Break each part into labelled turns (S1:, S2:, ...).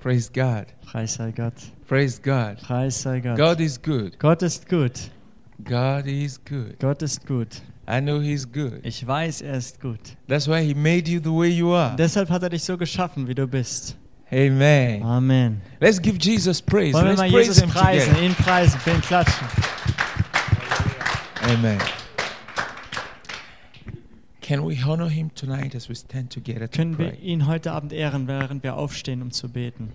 S1: Praise God.
S2: Preis sei Gott.
S1: Praise God.
S2: Preis sei Gott.
S1: God is good.
S2: Gott ist gut.
S1: God is good.
S2: Gott ist gut.
S1: I know He's good.
S2: Ich weiß, er ist gut.
S1: That's why He made you the way you are.
S2: Deshalb hat er dich so geschaffen, wie du bist.
S1: Amen.
S2: Amen.
S1: Let's give Jesus praise.
S2: Wollen wir
S1: Let's
S2: mal
S1: praise
S2: Jesus
S1: Him
S2: preisen,
S1: together.
S2: ihn preisen, für ihn klatschen.
S1: Amen. Can we honor Him tonight as we stand together to
S2: Können wir
S1: pray?
S2: ihn heute Abend ehren, während wir aufstehen, um zu beten?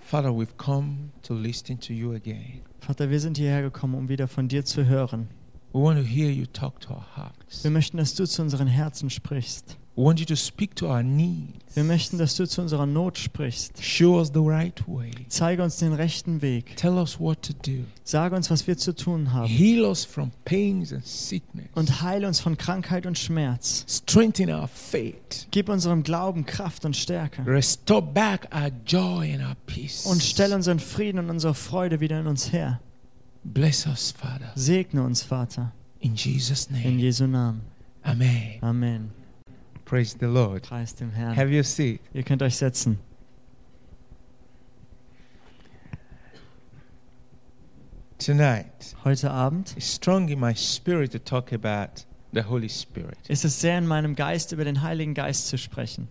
S1: Father, we've come to listen to you again.
S2: Vater, wir sind hierher gekommen, um wieder von dir zu hören.
S1: We want to hear you talk to our hearts.
S2: Wir möchten, dass du zu unseren Herzen sprichst.
S1: We want you to speak to our needs.
S2: Wir möchten, dass du zu unserer Not sprichst.
S1: Show us the right way.
S2: Zeige uns den rechten Weg.
S1: Tell us what to do.
S2: Sage uns, was wir zu tun haben.
S1: Heal us from pains and sickness.
S2: Um, Und heile uns von Krankheit und Schmerz.
S1: Strengthen our faith.
S2: Gib unserem Glauben Kraft und Stärke.
S1: Restore back our joy and our peace.
S2: Und stell unseren Frieden und unsere Freude wieder in uns her.
S1: Bless us, Father.
S2: Segne uns, Vater.
S1: In Jesus'
S2: In
S1: name.
S2: Jesu Namen.
S1: Amen.
S2: Amen.
S1: Praise the Lord.
S2: Preis dem Herrn.
S1: Have your seat.
S2: Ihr könnt euch setzen.
S1: Tonight,
S2: Heute Abend
S1: it's strong in my spirit to talk about the Holy Spirit.
S2: ist es sehr in meinem Geist, über den Heiligen Geist zu sprechen.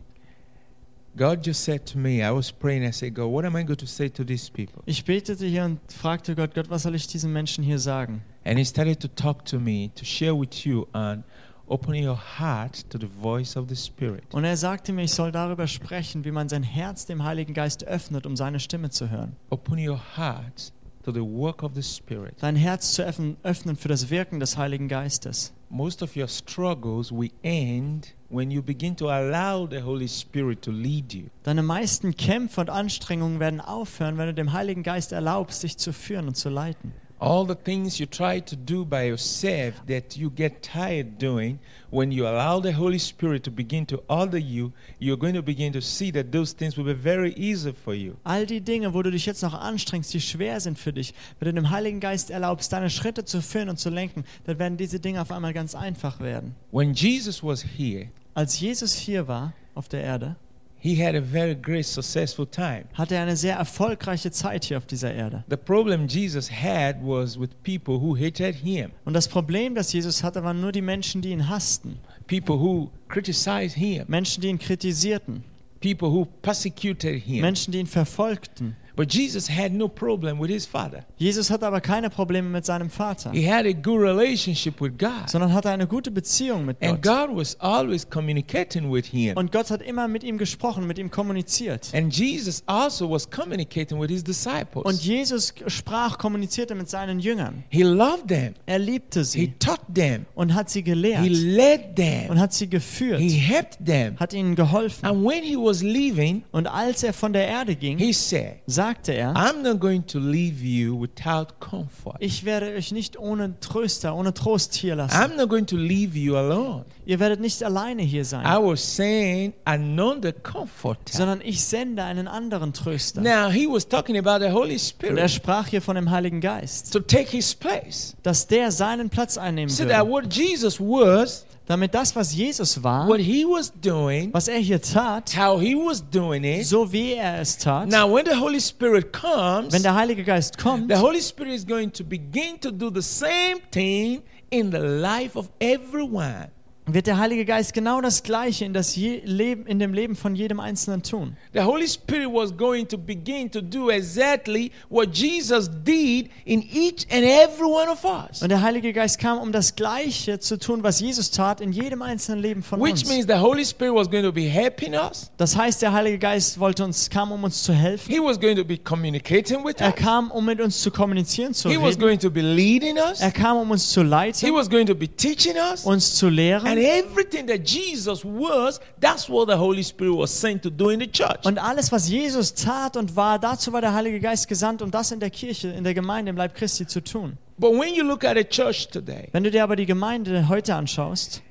S1: God just said to me, I was praying, I said, God, what am I going to say to these people?
S2: Ich betete hier und fragte Gott, Gott, was soll ich diesen Menschen hier sagen?
S1: And He started to talk to me, to share with you, and opening your heart to the voice of the Spirit.
S2: Und er sagte mir, ich soll darüber sprechen, wie man sein Herz dem Heiligen Geist öffnet, um seine Stimme zu hören.
S1: Open your heart to the work of the Spirit.
S2: Dein Herz zu öffnen, öffnen für das Wirken des Heiligen Geistes.
S1: Most of your struggles will end when you begin to allow the Holy Spirit to lead you.
S2: Deine meisten Kämpfe und Anstrengungen werden aufhören, wenn du dem Heiligen Geist erlaubst, dich zu führen und zu leiten.
S1: All the things you try to do by yourself that you get tired doing, when you allow the Holy Spirit to begin to order you, you're going to begin to see that those things will be very easy for you.
S2: All die Dinge, wo du dich jetzt noch anstrengst, die schwer sind für dich, wenn du dem Heiligen Geist erlaubst, deine Schritte zu führen und zu lenken, dann werden diese Dinge auf einmal ganz einfach werden.
S1: When Jesus was here,
S2: Als Jesus hier war auf der Erde,
S1: he had a very great, successful time.
S2: hatte er eine sehr erfolgreiche Zeit hier auf dieser Erde.
S1: The problem Jesus had was with people who hated him,
S2: Und das Problem, das Jesus hatte, waren nur die Menschen, die ihn hassten,
S1: people who criticized him,
S2: Menschen, die ihn kritisierten,
S1: people who persecuted him.
S2: Menschen, die ihn verfolgten.
S1: But Jesus had no problem with his father.
S2: Jesus hatte aber keine Probleme mit seinem Vater,
S1: He had a good relationship with God.
S2: sondern hatte eine gute Beziehung mit
S1: And
S2: Gott.
S1: God was always communicating with him.
S2: Und Gott hat immer mit ihm gesprochen, mit ihm kommuniziert.
S1: And Jesus also was communicating with his
S2: Und
S1: disciples.
S2: Jesus sprach, kommunizierte mit seinen Jüngern.
S1: He loved them.
S2: Er liebte
S1: He
S2: sie
S1: taught them.
S2: und hat sie
S1: He
S2: gelehrt
S1: led
S2: und
S1: them.
S2: hat sie geführt,
S1: He helped them.
S2: hat ihnen geholfen.
S1: And when he was leaving,
S2: Und als er von der Erde ging,
S1: he said,
S2: sagte er,
S1: I'm not going to leave you without comfort.
S2: ich werde euch nicht ohne Tröster, ohne Trost hier lassen.
S1: I'm not going to leave you alone.
S2: Ihr werdet nicht alleine hier
S1: I
S2: sein,
S1: was saying another comforter.
S2: sondern ich sende einen anderen Tröster.
S1: Now he was talking about the Holy
S2: Und er
S1: Spirit
S2: sprach hier von dem Heiligen Geist,
S1: to take his place.
S2: dass der seinen Platz einnehmen
S1: So that
S2: würde,
S1: what Jesus was,
S2: damit das, was Jesus war,
S1: what he was doing,
S2: was er hier tat,
S1: how he was doing it.
S2: so wie er es tat,
S1: Now, when the Holy Spirit comes,
S2: wenn der Heilige Geist kommt,
S1: the Holy Spirit is going to begin to do the same thing in the life of everyone.
S2: wird der Heilige Geist genau das Gleiche in, das Je Leben, in dem Leben von jedem Einzelnen tun.
S1: The Holy Spirit was going to begin to do exactly what Jesus did in each and every one of us.
S2: Und der Heilige Geist kam, um das Gleiche zu tun, was Jesus tat in jedem einzelnen Leben von
S1: Which
S2: uns.
S1: means the Holy Spirit was going to be helping us.
S2: Das heißt, der Heilige Geist wollte uns, kam, um uns zu helfen.
S1: He was going to be communicating with
S2: Er
S1: us.
S2: kam, um mit uns zu kommunizieren, zu
S1: He was
S2: reden.
S1: going to be leading us.
S2: Er kam, um uns zu
S1: He
S2: leiten,
S1: was going to be teaching us.
S2: uns zu
S1: And
S2: lehren.
S1: everything that Jesus was, that's what the Holy Spirit was sent to do in the church.
S2: Und alles, was Jesus tat und war, dazu war der Heilige Geist gesandt, um das in der Kirche, in der Gemeinde, im Leib Christi zu tun.
S1: But when you look at a church today,
S2: Wenn du dir aber die Gemeinde heute anschaust,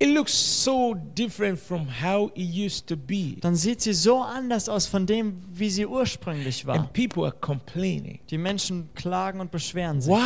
S1: it looks so different from how it used to be.
S2: dann sieht sie so anders aus von dem, wie sie ursprünglich war.
S1: And people are complaining.
S2: Die Menschen klagen und beschweren sich.
S1: Why?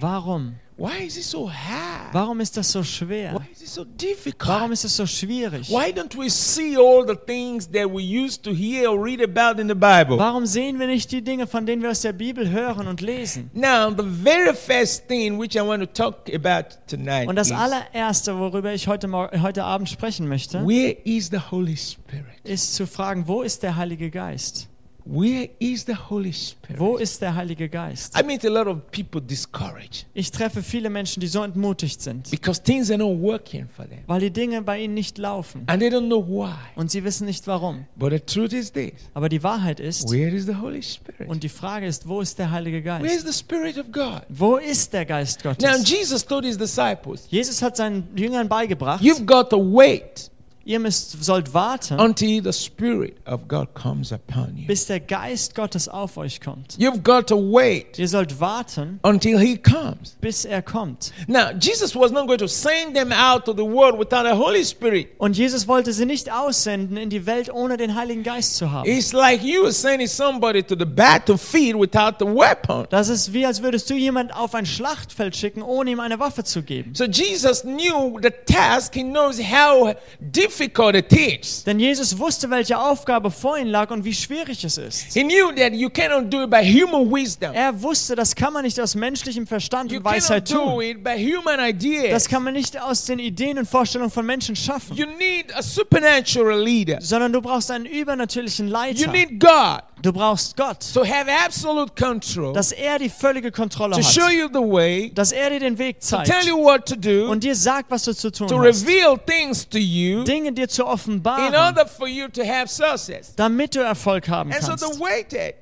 S2: Warum?
S1: Why is it so hard?
S2: Warum ist das so schwer?
S1: Why is it so difficult?
S2: Warum ist es so schwierig?
S1: Why don't we see all the things that we used to hear or read about in the Bible?
S2: Warum sehen wir nicht die Dinge, von denen wir aus der Bibel hören und lesen?
S1: Now, the very first thing which I want to talk about tonight
S2: Und das
S1: is
S2: allererste, worüber ich heute, Mor- heute Abend sprechen möchte,
S1: where is the Holy Spirit?
S2: ist zu fragen, wo ist der Heilige Geist?
S1: Where is the Holy Spirit?
S2: Wo ist der Heilige Geist?
S1: I meet a lot of people discouraged
S2: Ich treffe viele Menschen, die so entmutigt sind,
S1: because things are not working for them
S2: weil die Dinge bei ihnen nicht laufen
S1: and they don't know why.
S2: und sie wissen nicht warum.
S1: But the truth is this
S2: Aber die Wahrheit ist,
S1: where is the Holy Spirit?
S2: und die Frage ist, wo ist der Heilige
S1: Where is
S2: Geist?
S1: the Spirit of God?
S2: Wo ist der Geist
S1: Now,
S2: Gottes?
S1: Jesus told his disciples,
S2: Jesus hat seinen Jüngern beigebracht,
S1: You've got to wait
S2: ihr müsst, sollt warten,
S1: until the Spirit of God comes upon you.
S2: bis der Geist Gottes auf euch kommt.
S1: You've got to wait
S2: Ihr sollt warten,
S1: until He comes.
S2: bis er kommt.
S1: Now, Jesus was not going to send them out to the world without the Holy Spirit.
S2: Und Jesus wollte sie nicht aussenden in die Welt, ohne den Heiligen Geist zu haben.
S1: It's like you are sending somebody to the battlefield without the weapon.
S2: Das ist wie, als würdest du jemand auf ein Schlachtfeld schicken, ohne ihm eine Waffe zu geben.
S1: So Jesus knew the task. He knows how difficult it is.
S2: Denn Jesus wusste, welche Aufgabe vor ihm lag und wie schwierig es ist.
S1: He knew that you cannot do it by human wisdom.
S2: Er wusste, das kann man nicht aus menschlichem Verstand
S1: You
S2: und
S1: cannot
S2: Weisheit
S1: do
S2: tun.
S1: it by human ideas.
S2: Das kann man nicht aus den Ideen und Vorstellungen von Menschen schaffen.
S1: You need a supernatural leader.
S2: Sondern du brauchst einen übernatürlichen
S1: You
S2: Leiter.
S1: need God
S2: Du brauchst Gott,
S1: to have absolute control,
S2: dass er die völlige Kontrolle
S1: to show
S2: hat.
S1: you the way,
S2: Dass er dir den Weg
S1: to tell
S2: zeigt
S1: you what to do,
S2: und dir sagt, was du zu tun
S1: to
S2: hast.
S1: reveal things to you
S2: Dinge dir zu
S1: in
S2: offenbaren,
S1: order for you to have success.
S2: damit du Erfolg haben
S1: And so
S2: kannst.
S1: they waited.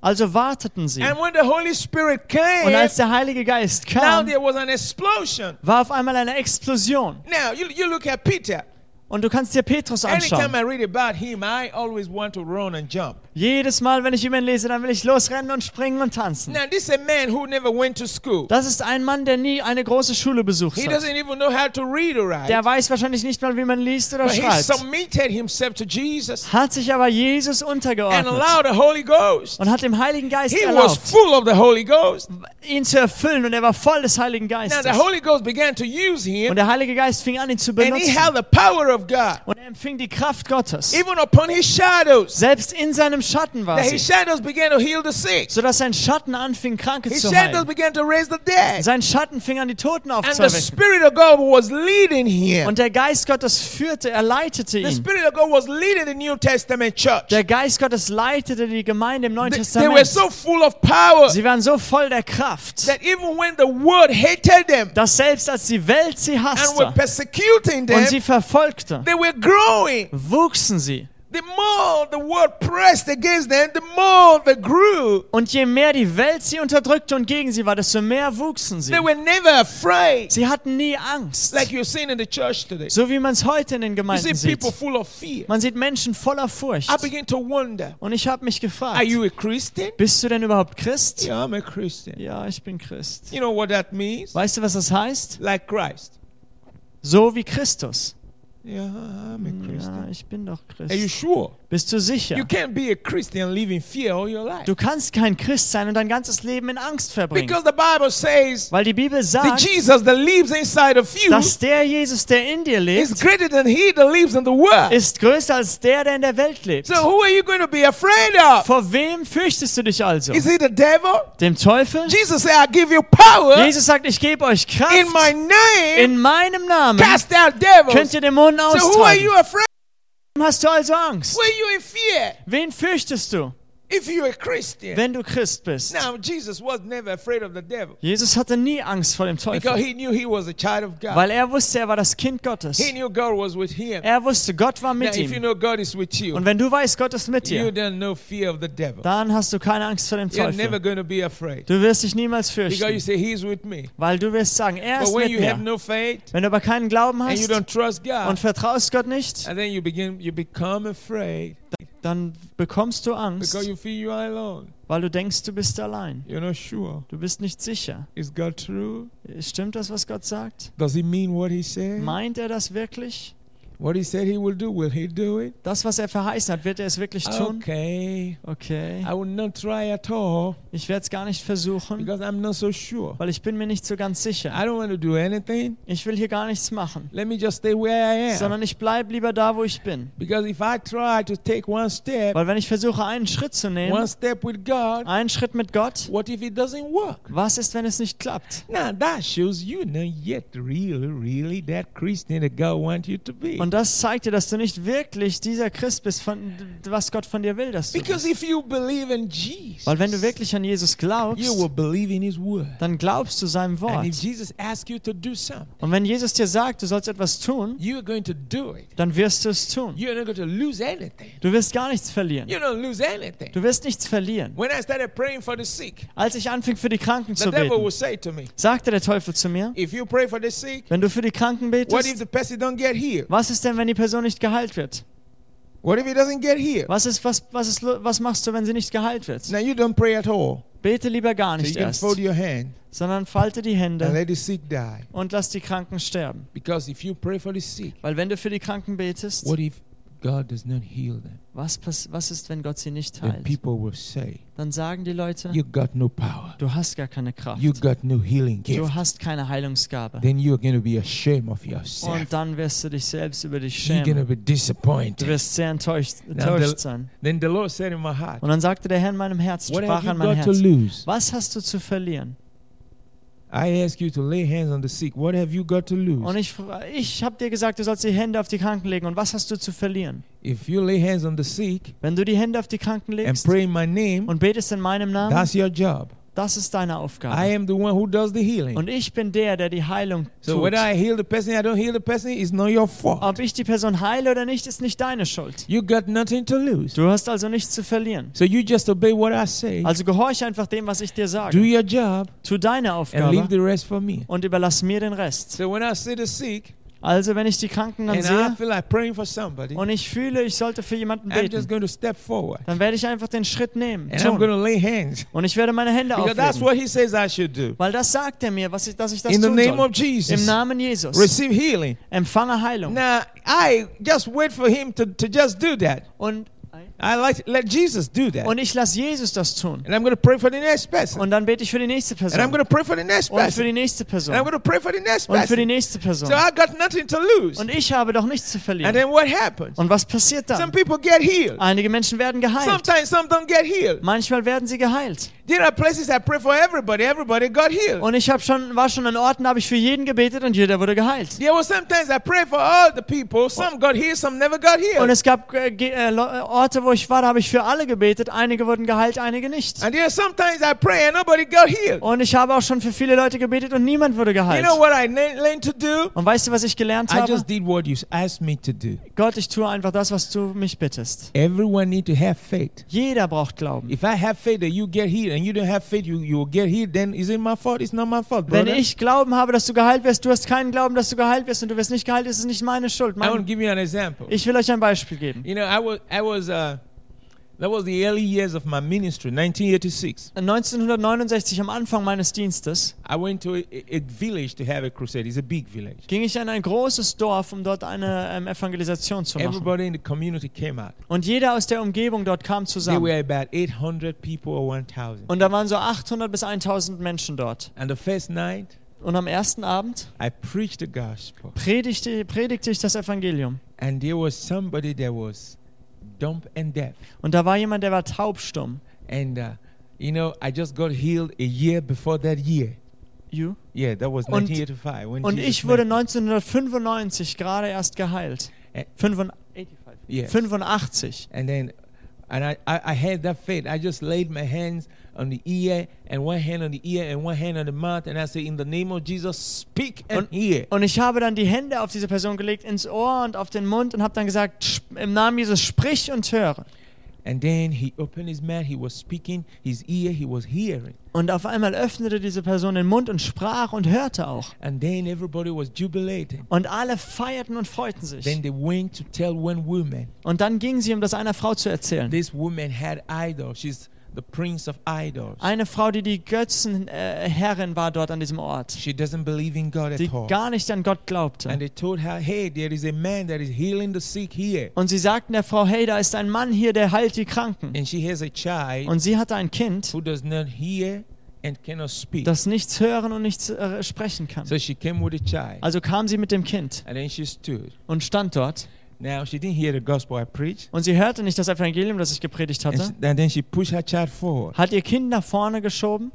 S2: Also warteten sie.
S1: And when the Holy Spirit
S2: Und
S1: came,
S2: als der Heilige Geist
S1: now
S2: kam,
S1: there was an explosion.
S2: war auf einmal eine Explosion.
S1: Now, you, you look at Peter.
S2: Und du kannst dir Petrus anschauen.
S1: Anytime I read about him, I always want to run and jump.
S2: Jedes Mal, wenn ich über ihn lese, dann will ich losrennen und springen und tanzen.
S1: Now, this is a man who never went to school.
S2: Das ist ein Mann, der nie eine große Schule besucht
S1: He
S2: hat.
S1: doesn't even know how to read or
S2: Der
S1: write.
S2: weiß wahrscheinlich nicht mal, wie man liest oder
S1: But he
S2: schreibt.
S1: submitted himself to Jesus.
S2: Hat sich aber Jesus
S1: and
S2: untergeordnet
S1: allow the Holy Ghost.
S2: und hat dem Heiligen Geist
S1: He was
S2: erlaubt,
S1: full of the Holy Ghost.
S2: ihn zu erfüllen. Und er war voll des Heiligen
S1: Now
S2: Geistes.
S1: the Holy Ghost began to use
S2: Und
S1: him,
S2: der Heilige Geist fing an, ihn zu
S1: and he
S2: benutzen.
S1: had the power of God,
S2: Und er empfing die Kraft Gottes.
S1: even upon his shadows.
S2: Selbst in seinem Schatten war
S1: That his
S2: sie.
S1: shadows began to heal the sick.
S2: Sodass sein Schatten anfing, Kranke
S1: His
S2: zu
S1: shadows
S2: heilen.
S1: began to raise the dead.
S2: Sein Schatten fing an, die Toten
S1: And the
S2: aufzuwecken.
S1: Spirit of God was leading him.
S2: Und der Geist Gottes führte, er leitete
S1: The
S2: ihn.
S1: Spirit of God was leading the New Testament church.
S2: Der Geist Gottes leitete die Gemeinde im Neuen
S1: They, they were
S2: Testament.
S1: so full of power
S2: Sie waren so voll der Kraft,
S1: that even when the world hated them
S2: dass selbst als die Welt sie
S1: and were
S2: hasste
S1: persecuting
S2: und
S1: them,
S2: sie verfolgte,
S1: they were growing.
S2: wuchsen sie.
S1: The more the world pressed against them, the more they grew.
S2: Und je mehr die Welt sie unterdrückte und gegen sie war, desto mehr wuchsen sie.
S1: They were never afraid,
S2: Sie hatten nie Angst,
S1: like you're seeing in the church today.
S2: so wie man es heute in den
S1: You see
S2: Gemeinden sieht.
S1: people full of fear.
S2: Man sieht Menschen voller Furcht.
S1: I begin to wonder,
S2: Und ich habe mich
S1: are
S2: gefragt,
S1: you a Christian?
S2: bist du denn überhaupt Christ?
S1: Yeah, I'm a Christian.
S2: Ja, ich bin Christ.
S1: You know what that means?
S2: Weißt du, was das heißt?
S1: Like Christ.
S2: So wie Christus.
S1: Yeah, I'm a
S2: Ja,
S1: Christian.
S2: ich bin doch
S1: Are you
S2: Christ.
S1: sure?
S2: Bist du sicher?
S1: You can't be a Christian and live in fear all your life.
S2: Du kannst kein Christ sein und dein ganzes Leben in Angst verbringen.
S1: Because the Bible says
S2: Weil die Bibel
S1: the
S2: sagt,
S1: Jesus that lives inside of you
S2: dass der Jesus, der in dir
S1: is
S2: lebt,
S1: greater than he that lives in the world.
S2: ist größer als der, der in der Welt lebt.
S1: So who are you going to be afraid of?
S2: Vor wem fürchtest du dich also?
S1: Is he the devil?
S2: Dem Teufel?
S1: Jesus said, I give you power
S2: Jesus sagt, ich gebe euch
S1: in my
S2: Kraft.
S1: name.
S2: In meinem Namen
S1: Cast out devils.
S2: könnt ihr Dämonen
S1: So who are
S2: austreiben.
S1: you afraid?
S2: Wem hast du also Angst?
S1: Were you in fear
S2: Wen fürchtest du,
S1: if you're a Christian?
S2: wenn du Christ bist?
S1: Now Jesus was never afraid of the devil
S2: Jesus hatte nie Angst vor dem
S1: because
S2: Teufel,
S1: he knew he was a child of God.
S2: weil er wusste, er war das Kind Gottes.
S1: He knew God was with him.
S2: Er wusste, Gott war
S1: Now,
S2: mit
S1: if you
S2: ihm.
S1: know God is with you,
S2: Und wenn du weißt, Gott ist mit
S1: you
S2: dir,
S1: don't know fear of the devil.
S2: dann hast du keine Angst vor dem
S1: You're
S2: Teufel.
S1: never going to be afraid
S2: Du wirst dich niemals
S1: because you
S2: fürchten,
S1: say He's with me.
S2: weil du wirst sagen, er
S1: But
S2: ist
S1: when
S2: mit
S1: you have
S2: mir.
S1: no faith
S2: Wenn du aber keinen Glauben
S1: and you
S2: hast
S1: don't trust
S2: und
S1: God,
S2: vertraust Gott nicht,
S1: and then you begin, you become afraid
S2: dann bekommst du Angst,
S1: because you feel you are alone.
S2: weil du denkst, du bist allein.
S1: You're not sure.
S2: Du bist nicht sicher.
S1: Is God true?
S2: Stimmt das, was Gott sagt?
S1: Does he mean what he said?
S2: Meint er das wirklich?
S1: What he said he will do, will he do it?
S2: Das, was er verheißen hat, wird er es wirklich tun?
S1: Okay.
S2: Okay.
S1: I will not try at all
S2: Ich werde es gar nicht versuchen,
S1: because I'm not so sure.
S2: weil ich bin mir nicht so ganz sicher.
S1: I don't want to do anything.
S2: Ich will hier gar nichts machen,
S1: Let me just stay where I am.
S2: sondern ich bleibe lieber da, wo ich bin.
S1: Because if I try to take one step,
S2: Weil wenn ich versuche, einen Schritt zu
S1: one
S2: nehmen,
S1: step with God,
S2: einen Schritt mit Gott,
S1: what if it doesn't work?
S2: was ist, wenn es nicht klappt?
S1: Now that shows you not yet really, really that Christian that God wants you to be.
S2: Und das zeigt dir, dass du nicht wirklich dieser Christ bist, von, was Gott von dir will, dass du
S1: Because
S2: bist.
S1: if you believe in Jesus,
S2: Weil wenn du wirklich an Jesus
S1: you will
S2: glaubst,
S1: believe in His Word.
S2: dann glaubst du seinem
S1: And
S2: Wort.
S1: if Jesus asks you to do something,
S2: Und wenn Jesus dir sagt, du sollst etwas tun,
S1: you are going to do it.
S2: dann wirst du es tun.
S1: You're not going to lose anything.
S2: Du wirst gar nichts verlieren.
S1: You don't lose anything.
S2: Du wirst nichts verlieren.
S1: When I started praying for the sick,
S2: Als ich anfing, für die Kranken
S1: the
S2: zu
S1: devil
S2: beten,
S1: would say to me,
S2: sagte der Teufel zu mir,
S1: If you pray for the sick,
S2: wenn du für die Kranken
S1: what if
S2: betest,
S1: the person don't get healed?
S2: was ist denn, wenn die Person nicht geheilt wird?
S1: What if he doesn't get healed?
S2: Was, ist, was, was, ist, lo- was machst du, wenn sie nicht geheilt wird?
S1: Now you don't pray at all.
S2: Bete lieber gar
S1: So you
S2: nicht
S1: can
S2: erst,
S1: fold your hand
S2: sondern falte die
S1: and
S2: Hände
S1: let the sick die.
S2: und lass die Kranken sterben.
S1: Because if you pray for the sick,
S2: Weil wenn du für die Kranken betest,
S1: what if God does not heal them?
S2: was, pass was ist, wenn Gott sie nicht
S1: Then
S2: heilt?
S1: people will say,
S2: Dann sagen die Leute,
S1: You got no power.
S2: du hast gar keine Kraft.
S1: You got no healing gift.
S2: Du hast keine Heilungsgabe.
S1: Then you're going to be ashamed of yourself.
S2: Und dann wirst du dich selbst über dich
S1: You're going to
S2: schämen.
S1: be
S2: Du
S1: disappointed.
S2: wirst sehr enttäuscht,
S1: Now
S2: enttäuscht
S1: the,
S2: sein.
S1: then the Lord said in my heart,
S2: Und dann sagte der Herr in meinem Herzen,
S1: What have
S2: sprach
S1: you
S2: an mein
S1: got to
S2: Herz,
S1: lose?
S2: was hast du zu verlieren?
S1: I ask you to lay hands on the sick. What have you got to
S2: Und
S1: lose?
S2: ich, fra- ich habe dir gesagt, du sollst die Hände auf die Kranken legen. Und was hast du zu verlieren?
S1: If you lay hands on the sick
S2: Wenn du die Hände auf die Kranken
S1: and
S2: legst
S1: pray in my name,
S2: und betest in meinem Namen,
S1: that's your job.
S2: das ist deine
S1: I
S2: Aufgabe.
S1: am the one who does the healing.
S2: Und ich bin der, der die Heilung
S1: So
S2: tut.
S1: whether I heal the person, I don't heal the person, it's not your fault.
S2: Ob ich die Person heile oder nicht, ist nicht deine Schuld.
S1: You got nothing to lose.
S2: Du hast also nichts zu verlieren.
S1: So you just obey what I say,
S2: Also gehorche einfach dem, was ich dir
S1: do
S2: sage.
S1: your job,
S2: Tu deine
S1: and leave
S2: Aufgabe
S1: the rest for me.
S2: und überlass mir den Rest.
S1: So when I see the sick
S2: Also wenn ich die Kranken dann
S1: and I
S2: sehe
S1: feel like praying for somebody,
S2: und ich fühle, ich sollte für jemanden
S1: I'm just
S2: beten,
S1: going to step forward
S2: dann werde ich einfach den Schritt nehmen.
S1: and I'm going
S2: Tun.
S1: to lay hands.
S2: Und ich werde meine Hände
S1: Because that's
S2: auflegen.
S1: what he says I should do.
S2: Weil das sagt er mir, was ich, dass ich das
S1: In the
S2: tun
S1: name
S2: soll.
S1: of
S2: Im
S1: Jesus,
S2: Namen Jesus.
S1: receive healing.
S2: Empfange Heilung.
S1: Now, I just wait for him to, to just do that.
S2: Und,
S1: I like let Jesus do that.
S2: und ich lasse Jesus das tun.
S1: And I'm going to pray for the next person.
S2: Und dann bete ich für die nächste
S1: And I'm
S2: Person.
S1: going to pray for the next
S2: Und für
S1: person.
S2: die nächste
S1: And I'm
S2: Person.
S1: going to pray for the next
S2: Und für die
S1: person.
S2: nächste Person.
S1: So I got nothing to lose.
S2: Und ich habe doch nichts zu
S1: And
S2: verlieren.
S1: then what happens?
S2: Und was passiert
S1: Some
S2: dann?
S1: people get healed.
S2: Einige Menschen werden geheilt.
S1: Sometimes some don't get healed.
S2: Manchmal werden sie geheilt.
S1: There are places I pray for everybody. Everybody got healed.
S2: Und ich hab schon, war schon an Orten, da habe ich für jeden gebetet und jeder wurde geheilt.
S1: There were sometimes I pray for all the people. Some got healed, some never got
S2: Und
S1: healed.
S2: es gab äh, Ge- äh, Lo- äh, Orte, wo ich war, da habe ich für alle gebetet. Einige wurden geheilt, einige nicht.
S1: And there are sometimes I pray and nobody got healed.
S2: Und ich habe auch schon für viele Leute gebetet und niemand wurde
S1: You
S2: geheilt.
S1: know what I le- learned to do?
S2: Und weißt du, was ich gelernt
S1: I
S2: habe?
S1: just did what you asked me to do.
S2: Gott, ich tue einfach das, was du mich bittest.
S1: Everyone need to have faith.
S2: Jeder braucht Glauben.
S1: If I have faith that you get healed and you don't have faith you, you will get healed, then is it my fault? It's not my fault,
S2: Wenn
S1: brother.
S2: ich Glauben habe, dass du geheilt wirst, du hast keinen Glauben, dass du geheilt wirst und du wirst nicht geheilt, ist es nicht meine Schuld.
S1: I want to
S2: Mein,
S1: give you an example.
S2: ich will euch ein Beispiel geben.
S1: You know, I was, I was, uh, that was the early years of my ministry, 1986.
S2: 1969, am Anfang meines Dienstes,
S1: I went to a, a village to have a crusade. It's a big village.
S2: ging ich in ein großes Dorf, um dort eine ähm, Evangelisation zu machen.
S1: Everybody in the community came out.
S2: Und jeder aus der Umgebung dort kam
S1: There
S2: zusammen.
S1: were about 800 people or 1,000.
S2: Und da waren so 800 bis 1000 Menschen dort.
S1: And the first night,
S2: Und am ersten Abend
S1: I preached the gospel.
S2: predigte, predigte ich das Evangelium.
S1: And there was somebody that was dumb and deaf.
S2: Und da war jemand, der war taubstumm.
S1: And, uh, you know, I just got healed a year before that year.
S2: You?
S1: Yeah, that was
S2: Und-
S1: 1985. When
S2: Und
S1: Jesus
S2: ich wurde
S1: met-
S2: 1995 gerade erst geheilt.
S1: Äh.
S2: Fünfund-
S1: Yes.
S2: 85.
S1: And then, and I, I, I had that faith. I just laid my hands on the ear and one hand on the ear and one hand on the mouth. And I say, in the name of Jesus, speak and
S2: Und-
S1: hear.
S2: Und ich habe dann die Hände auf diese Person gelegt, ins Ohr und auf den Mund und habe dann gesagt, "Sp- im Namen Jesus, sprich und höre.
S1: And then he opened his mouth. He was speaking. His ear, he was hearing.
S2: Und auf einmal öffnete diese Person den Mund und sprach und hörte auch.
S1: And then everybody was jubilating.
S2: Und alle feierten und freuten sich.
S1: Then they went to tell one woman.
S2: Und dann ging sie, um das einer Frau zu erzählen.
S1: This woman had idol. She's the the prince of idols.
S2: Eine Frau, die die Götzenherrin äh, Herrin war dort an diesem Ort,
S1: She doesn't believe in God
S2: die
S1: at all.
S2: gar nicht an Gott
S1: And
S2: glaubte.
S1: they told her, hey, there is a man that is healing the sick here.
S2: Und sie sagten der Frau, hey, da ist ein Mann hier, der heilt die Kranken.
S1: And she has a child
S2: Und sie hatte ein Kind,
S1: who does not hear and cannot speak.
S2: das nichts hören und nichts äh, sprechen kann.
S1: So she came with a child.
S2: Also kam sie mit dem Kind
S1: And then she stood.
S2: und stand dort.
S1: Now, she didn't hear the gospel I preached.
S2: Und sie hörte nicht das Evangelium, das ich gepredigt
S1: And, s-
S2: hatte,
S1: and then she pushed her child forward.
S2: hat ihr Kind nach vorne geschoben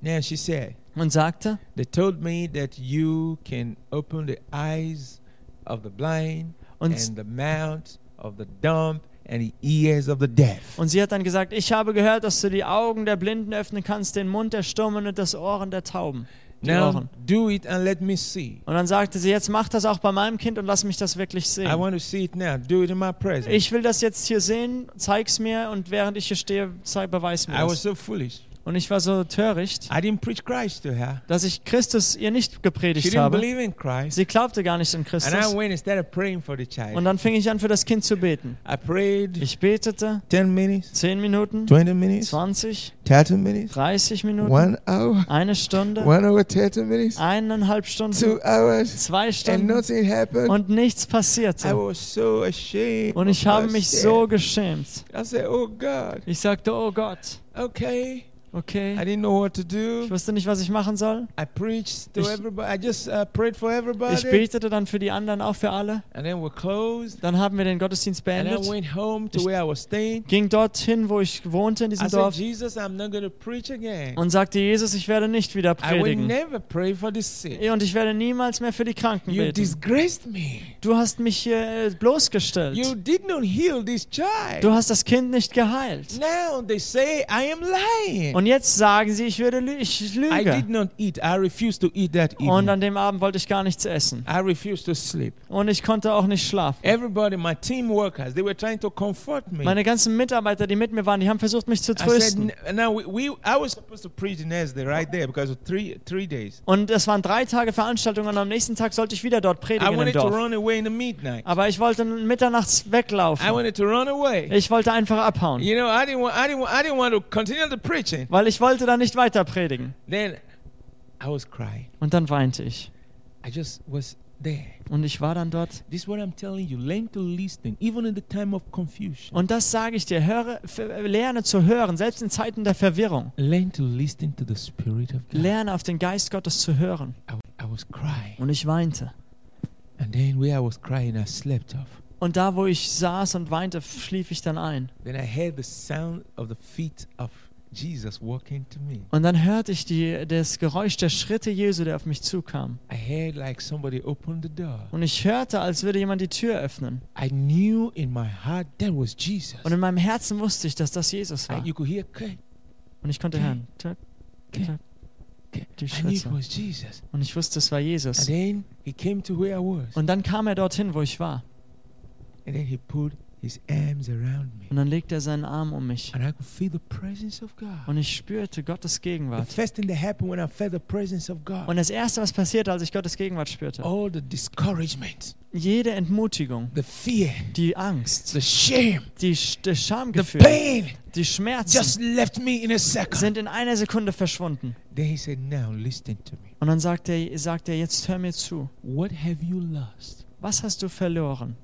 S1: Now she said,
S2: und sagte,
S1: They told me that you can open the eyes of the blind
S2: Und-
S1: and the mouth of the dumb and the ears of the deaf.
S2: und sie hat dann gesagt, ich habe gehört, dass du die Augen der Blinden öffnen kannst, den Mund der Stummen und das Ohren der Tauben. Die
S1: Now
S2: Ohren.
S1: do it and let me see.
S2: Und dann sagte sie, jetzt mach das auch bei meinem Kind und lass mich das wirklich
S1: I
S2: sehen.
S1: want to see it now. Do it in my presence.
S2: Ich will das jetzt hier sehen, zeig's mir und während ich hier stehe, zeig, beweis mir
S1: I was
S2: das.
S1: so foolish.
S2: Und ich war so töricht,
S1: I didn't preach Christ to her.
S2: dass ich Christus ihr nicht
S1: She
S2: gepredigt
S1: didn't
S2: habe.
S1: believe in Christ.
S2: Sie glaubte gar nicht an
S1: And I
S2: Christus.
S1: went and started praying for the
S2: Und
S1: child.
S2: dann fing ich an, für das Kind zu beten.
S1: I prayed
S2: Ich betete
S1: 10 minutes,
S2: 10 Minuten,
S1: 20 minutes,
S2: 20,
S1: 30 minutes,
S2: 30 Minuten,
S1: one hour,
S2: eine Stunde,
S1: one hour, 30 minutes,
S2: eineinhalb Stunden,
S1: two hours,
S2: zwei
S1: and
S2: Stunden
S1: nothing happened.
S2: und nichts
S1: I
S2: passierte.
S1: was so ashamed.
S2: Und ich
S1: of
S2: habe mich so
S1: myself.
S2: geschämt.
S1: I said, "Oh God,
S2: Ich sagte, oh Gott,
S1: okay." I
S2: okay.
S1: didn't know what to do.
S2: Ich wusste nicht, was ich machen soll.
S1: I preached to
S2: Ich-
S1: everybody. I just uh, prayed for
S2: Ich
S1: everybody,
S2: betete dann für die anderen, auch für alle.
S1: and then we closed.
S2: Dann haben wir den Gottesdienst
S1: And I
S2: beendet,
S1: went home to
S2: Ich-
S1: where I was staying.
S2: ging dorthin, wo ich wohnte in
S1: I
S2: diesem
S1: said,
S2: Dorf
S1: "Jesus, I'm not going to preach again.
S2: und sagte, Jesus, ich werde nicht wieder
S1: I will
S2: predigen.
S1: never pray for the sick.
S2: Und ich werde niemals mehr für die Kranken
S1: You
S2: beten.
S1: disgraced me.
S2: Du hast mich hier äh,
S1: You
S2: bloßgestellt.
S1: did not heal this child.
S2: Du hast das Kind nicht geheilt.
S1: Now they say I am lying.
S2: Und jetzt sagen sie, ich würde lü ich
S1: I did
S2: lüge.
S1: not eat. I refused to eat that
S2: Und
S1: evening.
S2: an dem Abend wollte ich gar nichts essen.
S1: I refused to sleep."
S2: Und ich konnte auch nicht schlafen.
S1: Everybody, my team workers, they were trying to comfort me.
S2: Meine ganzen Mitarbeiter, die mit mir waren, die haben versucht, mich zu
S1: I said,
S2: trösten.
S1: "N- now we, we, I was supposed to preach in Esde right there because of three, three days.
S2: Und es waren drei Tage Veranstaltungen und am nächsten Tag sollte ich wieder dort
S1: I
S2: predigen im
S1: wanted to
S2: Dorf.
S1: run away in the midnight.
S2: Aber ich wollte mitternachts
S1: I
S2: weglaufen.
S1: wanted to run away.
S2: Ich wollte einfach abhauen,
S1: You know, I didn't want, I didn't want, I didn't want to continue the preaching.
S2: weil ich wollte dann nicht weiter predigen.
S1: Then I was crying.
S2: Und dann weinte ich.
S1: I just was there.
S2: Und ich war dann dort.
S1: This is what I'm telling you. Learn to listen, even in the time of confusion.
S2: Und das sage ich dir, höre, f- lerne zu hören, selbst in Zeiten der Verwirrung.
S1: Learn to listen to the Spirit of God.
S2: Lerne auf den Geist Gottes zu hören.
S1: I, I was crying.
S2: Und ich weinte.
S1: And then where I was crying, I slept off.
S2: Und da, wo ich saß und weinte, schlief ich dann ein.
S1: Then I heard the sound of the feet of Jesus walking to me.
S2: Und dann hörte ich die, das Geräusch der Schritte Jesu, der auf mich zukam.
S1: I heard like somebody opened the door.
S2: Und ich hörte, als würde jemand die Tür öffnen.
S1: I knew in my heart that was Jesus.
S2: Und in meinem Herzen wusste ich, dass das Jesus
S1: I,
S2: war.
S1: you could hear click,
S2: Und ich konnte hören. Tö, tö,
S1: click.
S2: Die
S1: I knew it
S2: Schritte.
S1: was Jesus.
S2: Und ich wusste, es war
S1: And
S2: Jesus.
S1: then he came to where I was.
S2: Und dann kam er dorthin, wo ich war.
S1: And then he put his arms around
S2: Und
S1: me.
S2: dann legte er seinen Arm um mich.
S1: And I could feel the presence of God.
S2: Und ich spürte Gottes
S1: The
S2: Gegenwart.
S1: first thing that happened when I felt the presence of
S2: Und
S1: God,
S2: das Erste, was passierte, als ich Gottes Gegenwart spürte,
S1: all the discouragement,
S2: jede Entmutigung,
S1: the fear,
S2: die Angst,
S1: the shame,
S2: die, Sch- das
S1: the
S2: Schamgefühl,
S1: pain
S2: die Schmerzen
S1: just left me in a second.
S2: sind in einer Sekunde verschwunden.
S1: Then he said, Now listen to me.
S2: Und dann sagt er, sagt er, jetzt hör mir zu.
S1: What have you lost?
S2: Was hast du verloren?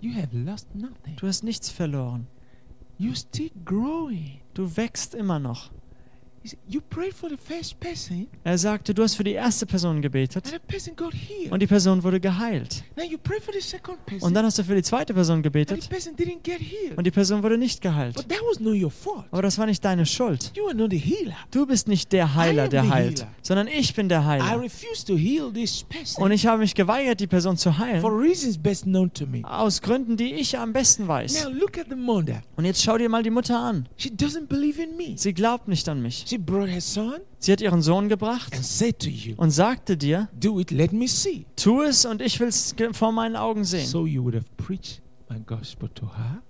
S1: You have lost nothing.
S2: Du hast nichts verloren.
S1: You're still growing.
S2: Du wächst immer noch.
S1: He said, You prayed for the first person,
S2: Er sagte, du hast für die erste Person
S1: and
S2: gebetet
S1: the person got healed.
S2: und die Person wurde geheilt.
S1: now you pray for the second person,
S2: Und dann hast du für die zweite Person
S1: and the
S2: gebetet
S1: person didn't get healed.
S2: und die Person wurde nicht
S1: But
S2: geheilt.
S1: that was not your fault.
S2: Aber das war nicht deine Schuld.
S1: You are not the healer.
S2: Du bist nicht der Heiler, der heilt, sondern ich bin der
S1: I
S2: Heiler.
S1: refuse to heal this person
S2: Und ich habe mich geweigert, die Person zu
S1: for
S2: heilen,
S1: reasons best known to me.
S2: aus Gründen, die ich am besten
S1: Now
S2: weiß.
S1: look at the mother.
S2: Und jetzt schau dir mal die Mutter an.
S1: She doesn't believe in me.
S2: Sie glaubt nicht an mich.
S1: She brought her son
S2: Sie hat ihren Sohn gebracht
S1: and said to you,
S2: und sagte dir,
S1: Do it, let me see.
S2: tu es und ich will es vor meinen Augen sehen.
S1: So you would have preached my gospel to her,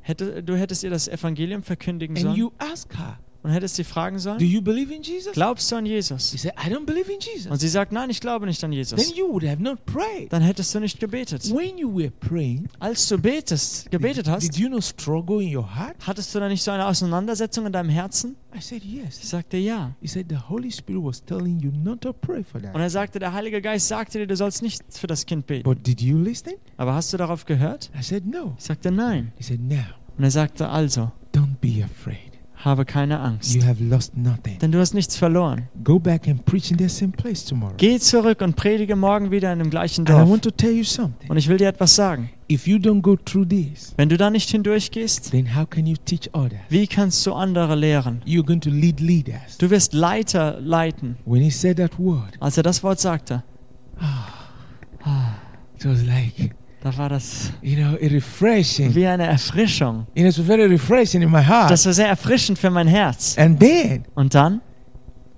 S2: Hätte, du hättest ihr das Evangelium verkündigen
S1: and
S2: sollen
S1: you ask her,
S2: und hättest sie fragen
S1: Do
S2: sollen,
S1: you believe in Jesus?
S2: glaubst du an
S1: He
S2: Jesus?
S1: said, I don't believe in
S2: Und
S1: Jesus.
S2: sie sagt, nein, ich glaube nicht an
S1: Then
S2: Jesus.
S1: you would have not prayed.
S2: Dann hättest du nicht gebetet.
S1: When you were praying,
S2: Als du betest,
S1: did,
S2: gebetet
S1: did
S2: hast,
S1: you not struggle in your heart?
S2: hattest du da nicht so eine Auseinandersetzung in deinem Herzen?
S1: I said,
S2: Ich
S1: yes.
S2: sagte ja.
S1: He said, the Holy Spirit was telling you not to pray for
S2: Und
S1: that.
S2: er sagte, der Heilige Geist sagte dir, du sollst nicht für das Kind beten.
S1: But did you listen?
S2: Aber hast du darauf gehört?
S1: I said, no.
S2: Ich sagte nein.
S1: He said, now,
S2: Und er sagte also,
S1: don't be afraid.
S2: habe keine Angst,
S1: You have lost nothing.
S2: denn du hast nichts verloren.
S1: Go back and preach in the same place tomorrow.
S2: Geh zurück und predige morgen wieder in dem gleichen
S1: And I
S2: Dorf.
S1: want to tell you something.
S2: Und ich will dir etwas sagen.
S1: If you don't go through this,
S2: Wenn du da nicht hindurchgehst,
S1: then how can you teach others?
S2: wie kannst du andere lehren?
S1: You're going to lead leaders.
S2: Du wirst Leiter leiten.
S1: When he said that word,
S2: Als er das Wort sagte,
S1: it was like,
S2: da war das
S1: you know, it refreshing.
S2: wie eine Erfrischung.
S1: It was very refreshing in my heart.
S2: Das war sehr erfrischend für mein Herz.
S1: Ah. And then
S2: Und dann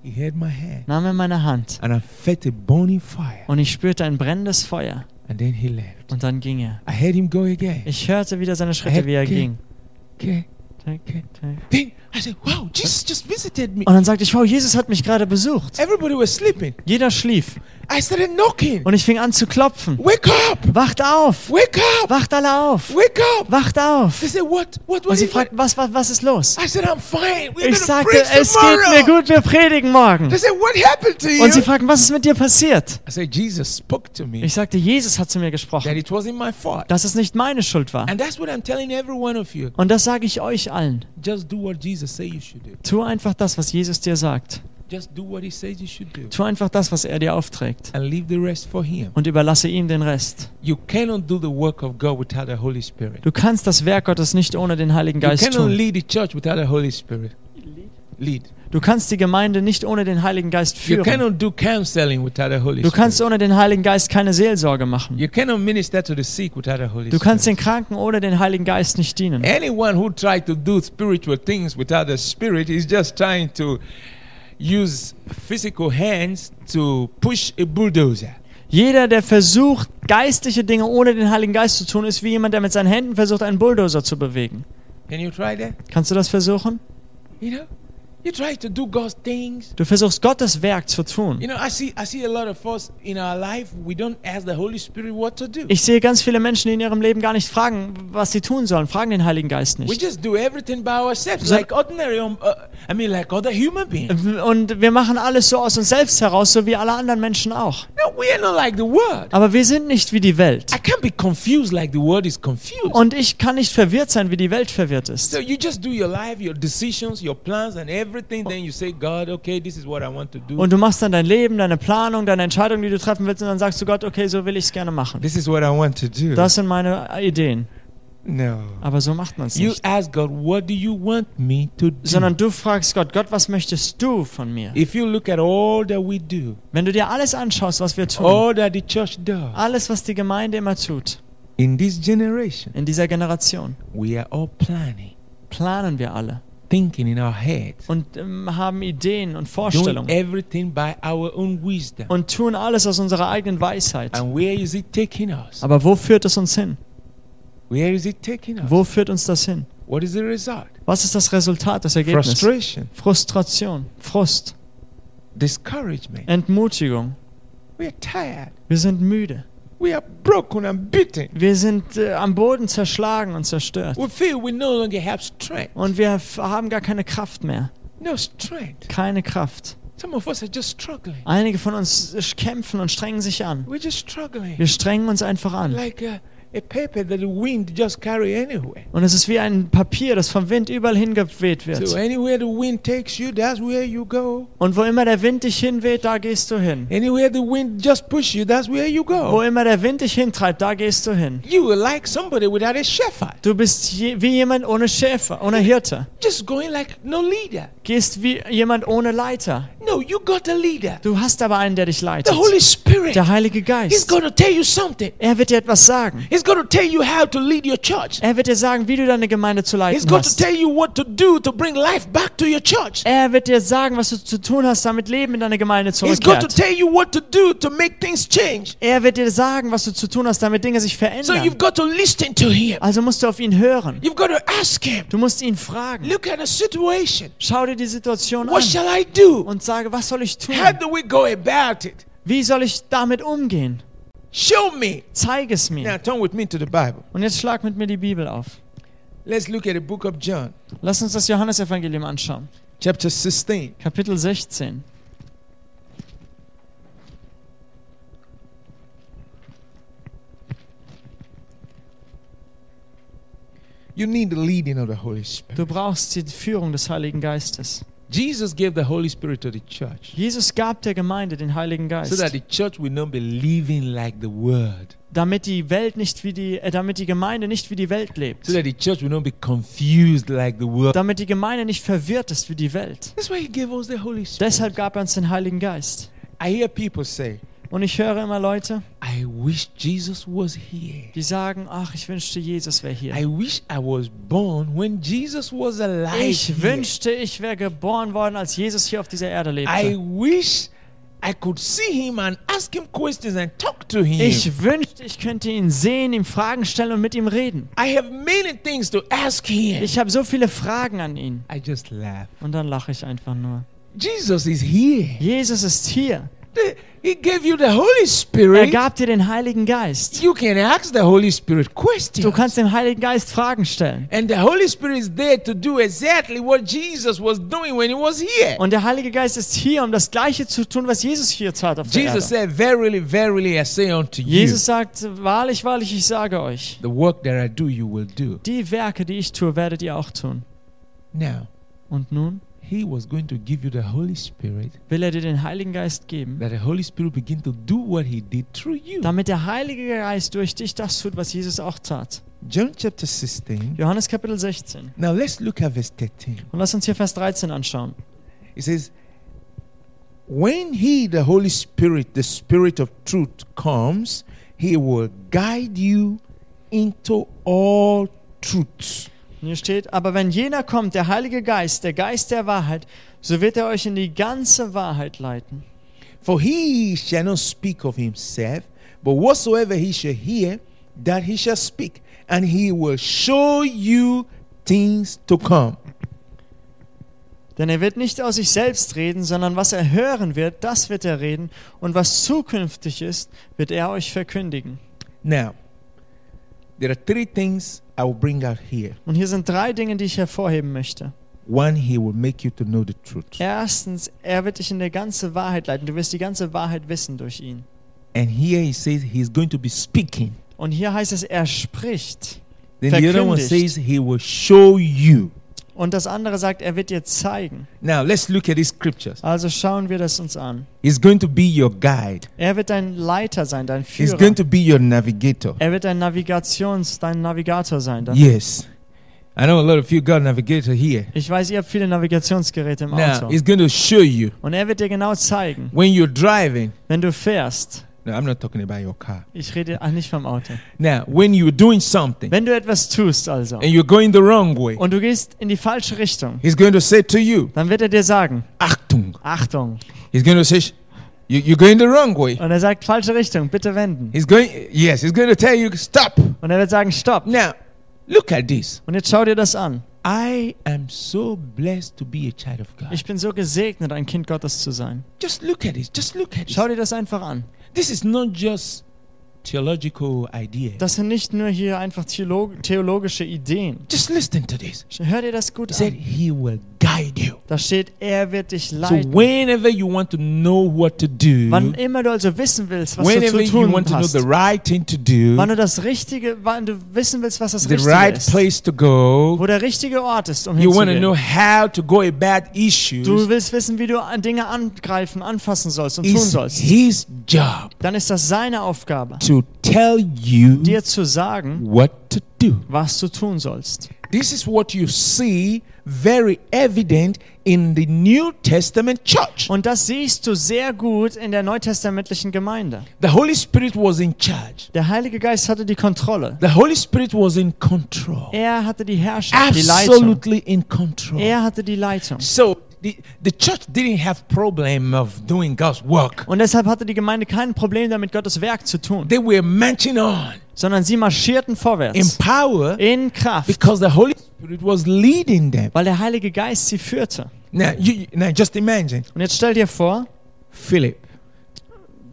S1: he had my hand.
S2: nahm er meine Hand
S1: And I felt a burning fire.
S2: und ich spürte ein brennendes Feuer.
S1: And then he left.
S2: Und dann ging er.
S1: I heard him go again.
S2: Ich hörte wieder seine Schritte, wie er ging.
S1: Okay.
S2: Tick, tick.
S1: Then I said, wow, Jesus just visited me.
S2: Und dann sagte ich, wow, Jesus hat mich gerade besucht.
S1: Everybody was sleeping.
S2: Jeder schlief.
S1: I started knocking.
S2: Und ich fing an zu klopfen.
S1: Wake up!
S2: Wacht auf!
S1: Wake up!
S2: Wacht alle auf!
S1: Wake up!
S2: Wacht auf!
S1: They said, what? What
S2: Und
S1: was
S2: sie
S1: it?
S2: fragten, was, was, was ist los?
S1: I said, I'm fine. We're gonna
S2: Ich sagte,
S1: preach
S2: es geht
S1: tomorrow.
S2: mir gut, wir predigen morgen.
S1: They said, what happened to you?
S2: Und sie fragten, was ist mit dir passiert?
S1: I said, Jesus spoke to me
S2: Ich sagte, Jesus hat zu mir
S1: that
S2: gesprochen,
S1: it wasn't my fault.
S2: dass es nicht meine Schuld war.
S1: And that's what I'm telling every one of you.
S2: Und das sage ich euch allen.
S1: Just do what Jesus says you should do.
S2: Tu einfach das, was Jesus dir sagt.
S1: Just do what he says you should do.
S2: Tu einfach das, was er dir aufträgt.
S1: And leave the rest for him.
S2: Und überlasse ihm den Rest.
S1: You cannot do the work of God without the Holy Spirit.
S2: Du kannst das Werk Gottes nicht ohne den Heiligen
S1: You
S2: Geist
S1: cannot
S2: tun.
S1: lead the church without the Holy Spirit. Lead.
S2: Du kannst die Gemeinde nicht ohne den Heiligen Geist
S1: You
S2: führen.
S1: cannot do counseling without the Holy
S2: Du kannst
S1: Spirit.
S2: ohne den Heiligen Geist keine Seelsorge machen.
S1: You cannot minister to the sick without the Holy
S2: Du kannst den
S1: Spirit.
S2: Kranken ohne den Heiligen Geist nicht dienen.
S1: Anyone who tries to do spiritual things without the Spirit is just trying to use physical hands to push a bulldozer.
S2: Jeder, der versucht, geistliche Dinge ohne den Heiligen Geist zu tun, ist wie jemand, der mit seinen Händen versucht, einen Bulldozer zu bewegen.
S1: Can you try that?
S2: Kannst du das versuchen?
S1: You know, you try to do God's things.
S2: Du versuchst, Gottes Werk zu
S1: You
S2: tun.
S1: know, I see, I see a lot of us in our life. We don't ask the Holy Spirit what to do.
S2: Ich sehe ganz viele Menschen, die in ihrem Leben gar nicht fragen, was sie tun sollen. Fragen den Heiligen Geist
S1: We
S2: nicht.
S1: just do everything by ourselves,
S2: So-
S1: like ordinary. Um, uh, I mean, like other human beings.
S2: Und wir machen alles so aus uns selbst heraus, so wie alle anderen Menschen auch.
S1: No, we are not like the world.
S2: Aber wir sind nicht wie die Welt.
S1: I can't be confused like the world is confused.
S2: Und ich kann nicht verwirrt sein, wie die Welt verwirrt
S1: So
S2: ist.
S1: you just do your life, your decisions, your plans, and everything. Then you say, God, okay, this is what I want to do.
S2: Und du machst dann dein Leben, deine Planung, deine Entscheidung, die du treffen willst, und dann sagst du Gott, okay, so will ich es gerne machen.
S1: This is what I want to do.
S2: Das sind meine Ideen.
S1: no.
S2: Aber so macht man es
S1: You
S2: nicht.
S1: ask God, what do you want me to do?
S2: Sondern du fragst Gott, Gott, was möchtest du von mir?
S1: If you look at all that we do,
S2: Wenn du dir alles anschaust, was wir tun,
S1: all that the church does
S2: alles, was die Gemeinde immer tut,
S1: in this generation,
S2: in dieser Generation,
S1: we are all planning,
S2: planen wir alle
S1: thinking in our heads,
S2: und ähm, haben Ideen
S1: doing
S2: und Vorstellungen
S1: everything by our own wisdom.
S2: und tun alles aus unserer eigenen Weisheit.
S1: And where is it taking us?
S2: Aber wo führt es uns hin?
S1: Where is it taking us?
S2: Wo führt uns das hin?
S1: What is the result?
S2: Was ist das Resultat, das Ergebnis?
S1: Frustration,
S2: Frustration, Frust,
S1: discouragement.
S2: Entmutigung.
S1: We are tired.
S2: Wir sind müde.
S1: We are broken and beaten.
S2: Wir sind äh, am Boden zerschlagen und zerstört.
S1: We feel we no longer have strength.
S2: Und wir f- haben gar keine Kraft mehr.
S1: No strength.
S2: Keine Kraft.
S1: Some of us are just struggling.
S2: Einige von uns äh, kämpfen und strengen sich an.
S1: We're just struggling.
S2: Wir strengen uns einfach an.
S1: Like a, a paper that the wind just carry anywhere.
S2: Und es ist wie ein Papier, das vom Wind überall hingeweht
S1: So
S2: wird.
S1: anywhere the wind takes you, that's where you go.
S2: Und wo immer der Wind dich hinweht, da gehst du hin.
S1: Anywhere the wind just push you, that's where you
S2: Wo
S1: go.
S2: immer der Wind dich hintreibt, da gehst du hin.
S1: You are like somebody without a shepherd.
S2: Du bist je, wie jemand ohne Schäfer, ohne Hirte.
S1: Just going like no leader.
S2: Gehst wie jemand ohne Leiter.
S1: No, you got a leader.
S2: Du hast aber einen, der dich leitet.
S1: The Holy Spirit.
S2: Der Heilige
S1: He's
S2: Geist.
S1: going to tell you something.
S2: Er wird dir etwas sagen.
S1: He He's going to tell you how to lead your church.
S2: Er wird dir sagen, wie du deine Gemeinde zu leiten
S1: He's going to
S2: hast.
S1: tell you what to do to bring life back to your church.
S2: Er wird dir sagen, was du zu tun hast, damit Leben in deine Gemeinde
S1: He's going to
S2: zurückkehrt.
S1: tell you what to do to make things change.
S2: Er wird dir sagen, was du zu tun hast, damit Dinge sich
S1: So you've
S2: verändern.
S1: got to listen to him.
S2: Also musst du auf ihn hören.
S1: You've got to ask him.
S2: Du musst ihn fragen.
S1: Look at the situation.
S2: Schau dir die Situation
S1: What
S2: an
S1: shall I do?
S2: und sage, was soll ich tun?
S1: How do we go about it?
S2: Wie soll ich damit umgehen?
S1: Show me.
S2: Zeig es
S1: Now
S2: mir.
S1: turn with me to the Bible.
S2: Und jetzt schlag mit mir die Bibel auf.
S1: Let's look at the book of John,
S2: Lass uns das Johannesevangelium anschauen.
S1: chapter 16.
S2: Kapitel 16.
S1: You need the leading of the Holy Spirit.
S2: Du brauchst die Führung des Heiligen Geistes.
S1: Jesus gave the Holy Spirit to the church
S2: Jesus gab der Gemeinde den Heiligen
S1: so that
S2: Geist,
S1: the church will not be living like the world,
S2: damit die Welt nicht wie die, äh, damit die Gemeinde nicht wie die Welt lebt,
S1: so that the church will not be confused like the world.
S2: damit die Gemeinde nicht verwirrt ist wie die Welt.
S1: That's why He gave us the Holy Spirit.
S2: Deshalb gab er uns den Heiligen Geist.
S1: I hear people say,
S2: Und ich höre immer Leute,
S1: I wish Jesus was here.
S2: die sagen, ach, ich wünschte, Jesus wäre hier.
S1: I wish I was born when Jesus was alive.
S2: Ich
S1: here.
S2: wünschte, ich wäre geboren worden, als Jesus hier auf dieser Erde
S1: I
S2: lebte.
S1: wish I could see him and ask him questions and talk to him.
S2: Ich wünschte, ich könnte ihn sehen, ihm Fragen stellen und mit ihm reden.
S1: I have many things to ask him.
S2: Ich habe so viele Fragen an ihn.
S1: I just laugh.
S2: Und dann lache ich einfach nur.
S1: Jesus is here.
S2: Jesus ist hier.
S1: The- He gave you the Holy
S2: Er
S1: Spirit.
S2: gab dir den Heiligen Geist.
S1: You can ask the Holy Spirit questions.
S2: Du kannst dem Heiligen Geist Fragen stellen.
S1: And the Holy Spirit is there to do exactly what Jesus was doing when he was here.
S2: Und der Heilige Geist ist hier, um das Gleiche zu tun, was Jesus hier tat auf der
S1: Jesus
S2: Erde.
S1: said, Verily, verily, I say unto you,
S2: Jesus sagt, wahrlich, wahrlich, ich sage euch,
S1: the work that I do, you will do.
S2: die Werke, die ich tue, werdet ihr auch tun.
S1: Now,
S2: Und nun
S1: he was going to give you the Holy Spirit,
S2: will er dir den Heiligen Geist geben,
S1: that the Holy Spirit begin to do what he did through you.
S2: damit der Heilige Geist durch dich das tut, was Jesus auch tat.
S1: John chapter 16.
S2: Johannes Kapitel 16.
S1: Now let's look at verse 13.
S2: Und lass uns hier Vers 13 anschauen.
S1: It says, When he, the Holy Spirit, the Spirit of truth, comes, he will guide you into all truths.
S2: Und hier steht, aber wenn jener kommt, der Heilige Geist, der Geist der Wahrheit, so wird er euch in die ganze Wahrheit leiten.
S1: For he shall not speak of himself, but whatsoever he shall hear, that he shall speak, and he will show you things to come.
S2: Denn er wird nicht aus sich selbst reden, sondern was er hören wird, das wird er reden, und was zukünftig ist, wird er euch verkündigen.
S1: Now, there are three things I will bring out here.
S2: Und hier sind drei Dinge, die ich hervorheben möchte.
S1: One, he will make you to know the truth.
S2: Erstens, er wird dich in der ganze Wahrheit leiten. Du wirst die ganze Wahrheit wissen durch ihn.
S1: And here he says he's going to be speaking.
S2: Und hier heißt es, er spricht.
S1: Then the other one
S2: Verkündigt.
S1: says he will show you.
S2: Und das andere sagt, er wird dir zeigen.
S1: Now let's look at these scriptures.
S2: Also schauen wir das uns an.
S1: He's going to be your guide.
S2: Er wird dein Leiter sein, dein
S1: He's
S2: Führer.
S1: going to be your navigator.
S2: Er wird dein Navigations, dein Navigator sein. Dein
S1: Yes. I know a lot of you got navigator here.
S2: Ich weiß, ihr habt viele Navigationsgeräte im
S1: Now
S2: Auto.
S1: he's going to show you
S2: Und er wird dir genau zeigen,
S1: when you're driving.
S2: wenn du fährst.
S1: No, I'm not talking about your car.
S2: Ich rede ach, nicht vom Auto.
S1: Now, when you're doing something
S2: Wenn du etwas tust also
S1: and you're going the wrong way,
S2: und du gehst in die falsche Richtung,
S1: he's going to say to you,
S2: dann wird er dir sagen,
S1: Achtung.
S2: Achtung.
S1: He's going to say, "Sh- you, you're going the wrong way.
S2: Und er sagt, falsche Richtung, bitte wenden.
S1: He's going, yes, he's going to tell you, stop.
S2: Und er wird sagen, stopp.
S1: Now, look at this.
S2: Und jetzt schau dir das an.
S1: I am so blessed to be a child of God.
S2: Ich bin so gesegnet, ein Kind Gottes zu sein.
S1: Just look at this. Just look at
S2: Schau
S1: this.
S2: dir das einfach an.
S1: This is not just theological idea.
S2: Das sind nicht nur hier einfach theolo theologische Ideen.
S1: Just listen to this.
S2: Hör dir das
S1: He
S2: gut
S1: said
S2: an.
S1: he will guide you.
S2: Da steht, er wird dich
S1: So
S2: leiten.
S1: whenever you want to know what to do,
S2: Wann immer du also wissen willst, was
S1: whenever
S2: du zu
S1: you
S2: tun
S1: want to know
S2: hast,
S1: the right thing to do,
S2: wann du das Richtige, wann du wissen willst, was das
S1: the
S2: Richtige
S1: right
S2: ist,
S1: place to go,
S2: wo der richtige Ort ist, um
S1: you want to
S2: hinzugehen.
S1: know how to go about
S2: Du
S1: issues,
S2: willst wissen, wie du an Dinge angreifen, anfassen sollst und tun
S1: it's
S2: sollst.
S1: his job
S2: Dann ist das seine Aufgabe,
S1: to tell you
S2: dir zu sagen,
S1: what to do.
S2: was du tun sollst.
S1: This is what you see very evident in the New Testament church.
S2: Und das siehst du sehr gut in der neutestamentlichen Gemeinde.
S1: The Holy Spirit was in charge.
S2: Der Heilige Geist hatte die Kontrolle.
S1: The Holy Spirit was in control.
S2: Er hatte die Herrschaft, die Leitung.
S1: Absolutely in control.
S2: Er hatte die Leitung.
S1: So the, the church didn't have problem of doing God's work.
S2: Und deshalb hatte die Gemeinde kein Problem damit, Gottes Werk zu tun,
S1: They were marching on
S2: sondern sie marschierten
S1: in
S2: vorwärts
S1: power
S2: in Kraft,
S1: because the Holy Spirit was leading them.
S2: weil der Heilige Geist sie führte.
S1: Now, you, you- now just imagine
S2: Und jetzt stell dir vor,
S1: Philip.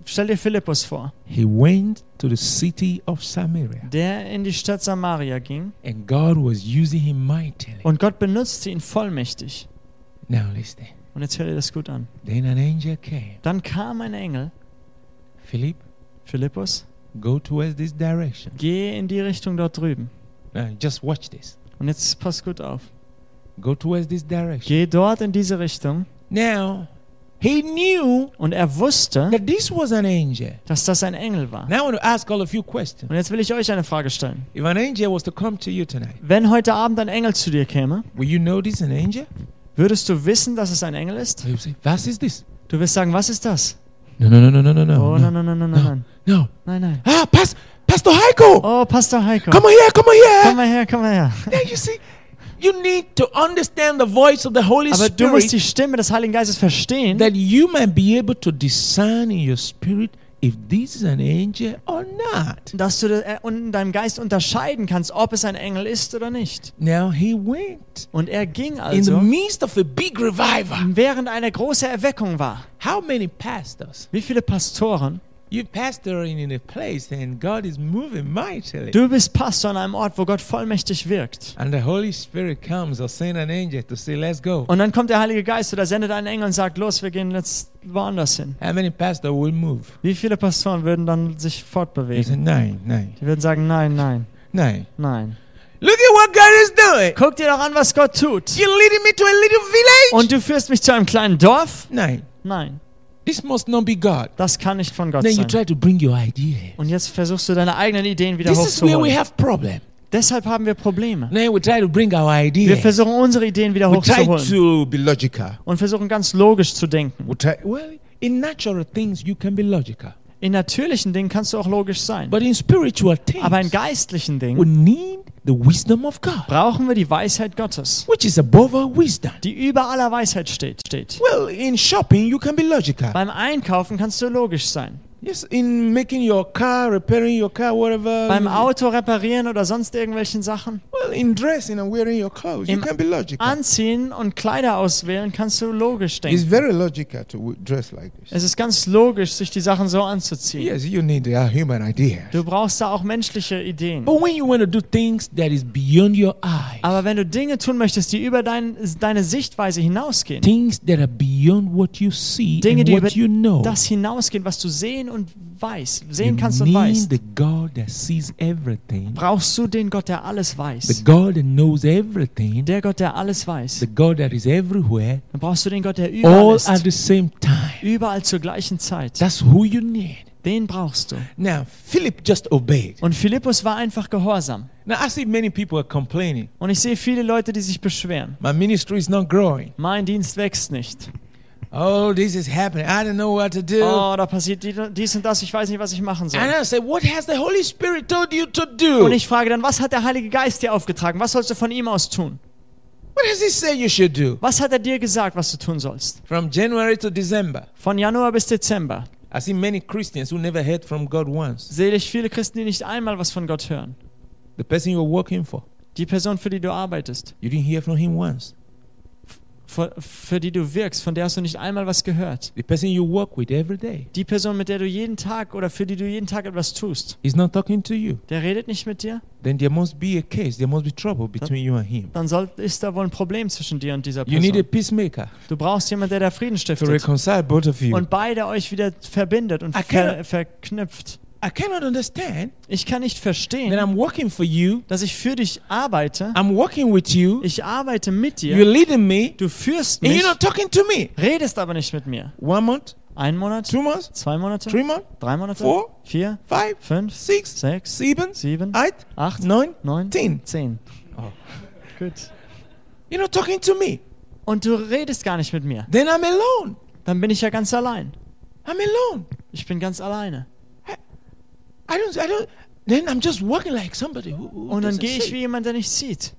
S2: stell dir Philippus vor,
S1: He went to the city of Samaria,
S2: der in die Stadt Samaria ging
S1: and God was using him mightily.
S2: und Gott benutzte ihn vollmächtig.
S1: Now listen.
S2: Und jetzt hör dir das gut an.
S1: Then an angel came.
S2: Dann kam ein Engel,
S1: Philip,
S2: Philippus,
S1: go towards this direction.
S2: geh in die Richtung dort drüben.
S1: Now just watch this.
S2: Und jetzt pass gut auf.
S1: Go towards this direction.
S2: Geh dort in diese Richtung.
S1: Now, he knew
S2: Und er wusste,
S1: that this was an angel.
S2: dass das ein Engel war.
S1: Now I want to ask all of you a question.
S2: Und jetzt will ich euch eine Frage stellen.
S1: If an angel was to come to you tonight,
S2: Wenn heute Abend ein Engel zu dir käme,
S1: will you know this is an angel?
S2: würdest du wissen, dass es ein Engel ist?
S1: So you say, what is this?
S2: Du wirst sagen, was ist das?
S1: No, no, no, no, no, no,
S2: Oh,
S1: no,
S2: nein, nein, nein, nein, nein.
S1: no.
S2: Nein, nein.
S1: Ah, Pas- Pastor Heiko,
S2: Oh, Pastor Heiko.
S1: come here, come
S2: Komm
S1: here.
S2: mal her, komm mal her.
S1: Now you see, you need to understand the voice of the Holy
S2: Aber du musst die
S1: Spirit
S2: Stimme des Heiligen Geistes verstehen,
S1: that you might be able to discern in your spirit if this is an angel or not.
S2: dass du das, äh, und in deinem Geist unterscheiden kannst, ob es ein Engel ist oder nicht.
S1: Now he went
S2: Und er ging
S1: in the
S2: also,
S1: midst of a big revival.
S2: während eine große Erweckung war.
S1: How many pastors?
S2: Wie viele Pastoren?
S1: You pastoring in a place and God is moving mightily.
S2: Du bist Pastor an einem Ort, wo Gott vollmächtig wirkt.
S1: And the Holy Spirit comes or send an angel to say, let's go.
S2: Und dann kommt der Heilige Geist oder sendet einen Engel und sagt, los, wir gehen jetzt woanders hin.
S1: How many pastors will move?
S2: Wie viele Pastoren würden dann sich
S1: He
S2: fortbewegen?
S1: said, nine, nine,
S2: Die würden sagen, nein, nein,
S1: nine.
S2: nein.
S1: Look at what God is doing.
S2: Guck dir doch an, was Gott tut.
S1: You're leading me to a little village.
S2: Und du führst mich zu einem kleinen Dorf?
S1: nine.
S2: Nein,
S1: This must not be God.
S2: das kann nicht von Gott
S1: Then you
S2: sein.
S1: try to bring your idea.
S2: Und jetzt versuchst du deine eigenen Ideen wieder
S1: This is where we
S2: hochzuholen.
S1: have problem.
S2: Deshalb haben wir Probleme.
S1: Then we try to bring our
S2: Wir
S1: idea.
S2: versuchen unsere Ideen wieder
S1: We try
S2: hochzuholen
S1: to be logical.
S2: und versuchen ganz logisch zu denken.
S1: We try, well, in natural things you can be logical,
S2: In natürlichen Dingen kannst du auch logisch sein,
S1: but in spiritual things
S2: aber in geistlichen
S1: we
S2: Dingen
S1: need the wisdom of God,
S2: brauchen wir die Weisheit Gottes,
S1: which is above all wisdom.
S2: die über aller Weisheit steht. steht.
S1: Well, in shopping you can be logical.
S2: Beim Einkaufen kannst du logisch sein.
S1: Yes, in making your car, repairing your car, whatever.
S2: Beim
S1: you-
S2: Auto reparieren oder sonst irgendwelchen Sachen.
S1: Well, in dressing and wearing your clothes, you
S2: Im
S1: can be logical.
S2: Anziehen und Kleider auswählen kannst du logisch
S3: It's
S2: denken.
S3: very logical to w- dress like this.
S2: Es ist ganz logisch, sich die Sachen so anzuziehen.
S3: Yes, you need a human idea.
S2: Du brauchst da auch menschliche Ideen.
S1: But when you want to do things that is beyond your eyes,
S2: Aber wenn du Dinge tun möchtest, die über dein, deine Sichtweise hinausgehen,
S1: things that are beyond what you see
S2: Dinge,
S1: and
S2: die
S1: what
S2: über
S1: you know,
S2: das hinausgehen, was du sehen und weißt,
S1: you
S2: sehen kannst und
S1: need
S2: weißt,
S1: the God that sees everything,
S2: brauchst du den Gott, der alles
S1: the
S2: weiß.
S1: God that knows everything,
S2: Der Gott, der alles
S1: the
S2: weiß.
S1: God that is everywhere,
S2: Dann brauchst du den Gott, der
S1: all
S2: überall
S1: at
S2: ist.
S1: the same time.
S2: Überall zur gleichen Zeit.
S1: That's who you need.
S2: Den brauchst du.
S1: Now, Philip just obeyed.
S2: Und Philippus war einfach gehorsam.
S1: Now, I see many people are complaining.
S2: Und ich sehe viele Leute, die sich beschweren.
S1: My ministry is not growing.
S2: Mein Dienst wächst nicht.
S1: Oh, this is happening. I don't know what to do.
S2: Oh, da passiert die- dies und das. Ich weiß nicht, was ich machen
S1: And
S2: soll.
S1: I said, What has the Holy Spirit told you to
S2: Und
S1: do?
S2: ich frage dann, was hat der Heilige Geist dir aufgetragen? Was sollst du von ihm aus tun?
S1: What does He say you should do?
S2: Was hat er dir gesagt, was du tun sollst?
S1: From January to December,
S2: Von Januar bis Dezember
S1: I see many Christians who never heard from God once.
S2: sehe ich viele Christen, die nicht einmal was von Gott hören.
S1: The person you're working for,
S2: Die Person, für die du arbeitest,
S1: you didn't hear from him once.
S2: für, für die du wirkst, von der hast du nicht einmal was gehört.
S1: The person you work with every day,
S2: Die Person, mit der du jeden Tag oder für die du jeden Tag etwas tust,
S1: he's not talking to you.
S2: der redet nicht mit dir,
S1: Then there must be a case, there must be trouble between you and him.
S2: dann soll, ist da wohl ein Problem zwischen dir und dieser
S1: You need a
S2: Person.
S1: peacemaker
S2: Du brauchst jemanden, der da Frieden
S1: to
S2: stiftet
S1: reconcile both of you.
S2: und beide euch wieder verbindet und
S1: I
S2: ver,
S1: cannot-
S2: verknüpft.
S1: I cannot understand
S2: Ich kann nicht
S1: that
S2: verstehen,
S1: I'm working for you,
S2: dass ich für dich arbeite.
S1: I'm working with you,
S2: Ich arbeite mit
S1: you're
S2: dir.
S1: leading me,
S2: Du führst
S1: and
S2: mich,
S1: you're not talking to me.
S2: redest aber nicht mit mir.
S1: One month,
S2: Ein Monat,
S1: two months,
S2: zwei Monate,
S1: three months,
S2: drei Monate,
S1: Four.
S2: vier,
S1: five,
S2: fünf,
S1: six,
S2: sechs,
S1: seven,
S2: sieben,
S1: eight,
S2: acht,
S1: nine,
S2: neun,
S1: ten.
S2: zehn. Gut.
S1: You're not talking to me.
S2: Und du redest gar nicht mit mir.
S1: Then I'm alone.
S2: Dann bin ich ja ganz allein.
S1: I'm alone.
S2: Ich bin ganz alleine.
S1: I don't. I don't. Then I'm just walking like somebody who. who
S2: Und dann
S1: doesn't
S2: gehe ich wie
S1: say.
S2: jemand, der nichts sieht.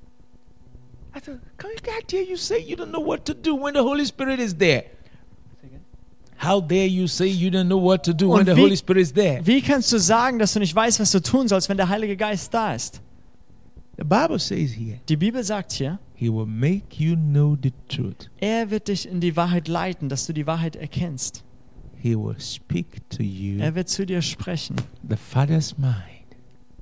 S1: I thought, "Come- how dare you say you don't know what to do when the Holy Spirit is there? How dare you say you don't know what to do when
S2: Und
S1: the
S2: wie-
S1: Holy Spirit is there?
S2: Wie kannst du sagen, dass du nicht weißt, was du tun sollst, wenn der Heilige Geist da ist?
S1: The Bible says here,
S2: Die Bibel sagt hier,
S1: He will make you know the truth.
S2: er wird dich in die Wahrheit leiten, dass du die Wahrheit erkennst.
S1: He will speak to you
S2: Er wird zu dir sprechen.
S1: the Father's mind.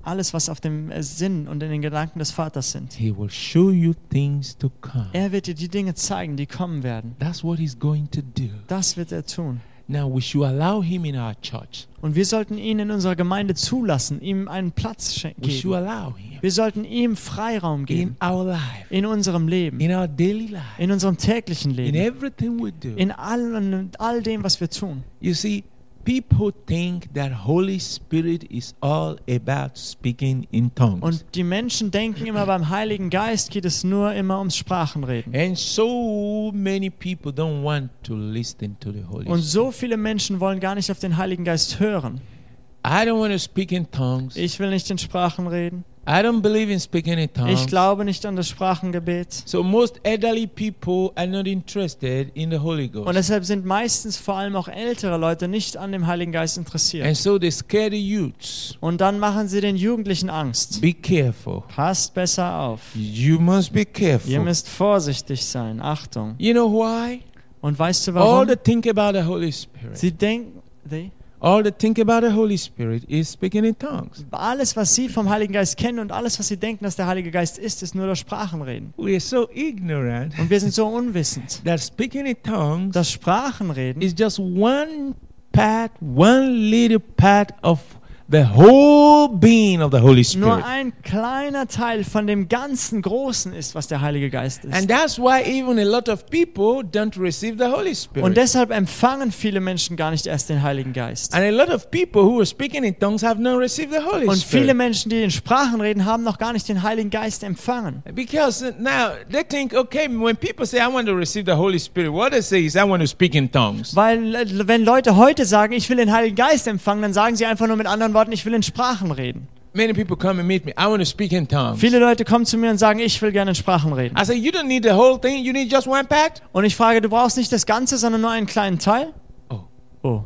S2: Alles, was auf dem äh, Sinn und in den Gedanken des Vaters sind.
S1: He will show you things to come.
S2: Er wird dir die Dinge zeigen, die kommen werden.
S1: That's what He's going to do.
S2: Das wird er tun.
S1: Now we should allow Him in our church.
S2: Und wir sollten ihn in unserer Gemeinde zulassen, ihm einen Platz schen-
S1: We should
S2: geben.
S1: allow Him
S2: Wir sollten ihm Freiraum
S1: in
S2: geben.
S1: our life,
S2: In unserem Leben,
S1: in our daily life,
S2: in unserem täglichen
S1: in
S2: Leben,
S1: everything we do.
S2: in all, all dem, was wir tun.
S1: You see, people think that Holy Spirit is all about speaking in tongues.
S2: Und die Menschen denken immer, beim Heiligen Geist geht es nur immer ums Sprachenreden.
S1: And so many people don't want to listen to the Holy
S2: Und
S1: Spirit.
S2: so viele Menschen wollen gar nicht auf den Heiligen Geist hören.
S1: I don't want to speak in tongues.
S2: Ich will nicht in Sprachen reden.
S1: I don't believe in speaking in
S2: Ich
S1: tongues.
S2: glaube nicht an das Sprachengebet.
S1: So most elderly people are not interested in the Holy
S2: Und
S1: Ghost.
S2: deshalb sind meistens vor allem auch ältere Leute nicht an dem Heiligen Geist interessiert.
S1: And so they scare the youths.
S2: Und dann machen sie den Jugendlichen Angst.
S1: Be careful.
S2: Passt besser auf.
S1: You must be
S2: Ihr
S1: careful.
S2: müsst vorsichtig sein. Achtung.
S1: You know why?
S2: Und weißt du
S1: All
S2: warum?
S1: the think about the Holy Spirit.
S2: Sie denken, they-
S1: All the think about the Holy Spirit is speaking in tongues.
S2: alles, was sie vom Heiligen Geist kennen und alles, was sie denken, dass der Heilige Geist ist, ist nur das Sprachenreden.
S1: We are so ignorant
S2: Und wir sind so unwissend.
S1: that speaking in tongues
S2: Das Sprachenreden
S1: is just one part, one little part of the whole being of the Holy
S2: nur
S1: Spirit.
S2: ein kleiner Teil von dem ganzen Großen ist, was der Heilige Geist
S1: And
S2: ist.
S1: that's why even a lot of people don't receive the Holy
S2: Und
S1: Spirit.
S2: deshalb empfangen viele Menschen gar nicht erst den Heiligen Geist.
S1: And a lot of people who are speaking in tongues have not received the Holy
S2: Und viele
S1: Spirit.
S2: Menschen, die in Sprachen reden, haben noch gar nicht den Heiligen Geist empfangen.
S1: Because uh, now they think, okay, when people say, I want to receive the Holy Spirit, what they say is, I want to speak in tongues.
S2: Weil äh, wenn Leute heute sagen, ich will den Heiligen Geist empfangen, dann sagen sie einfach nur mit anderen Worten, ich will in Sprachen reden.
S1: Many people come and meet me, I want to speak in tongues.
S2: Viele Leute kommen zu mir und sagen, ich will gerne in Sprachen reden.
S1: I say, you don't need the whole thing, you need just one part?
S2: Und ich frage, du brauchst nicht das Ganze, sondern nur einen kleinen Teil?
S1: Oh.
S2: Oh.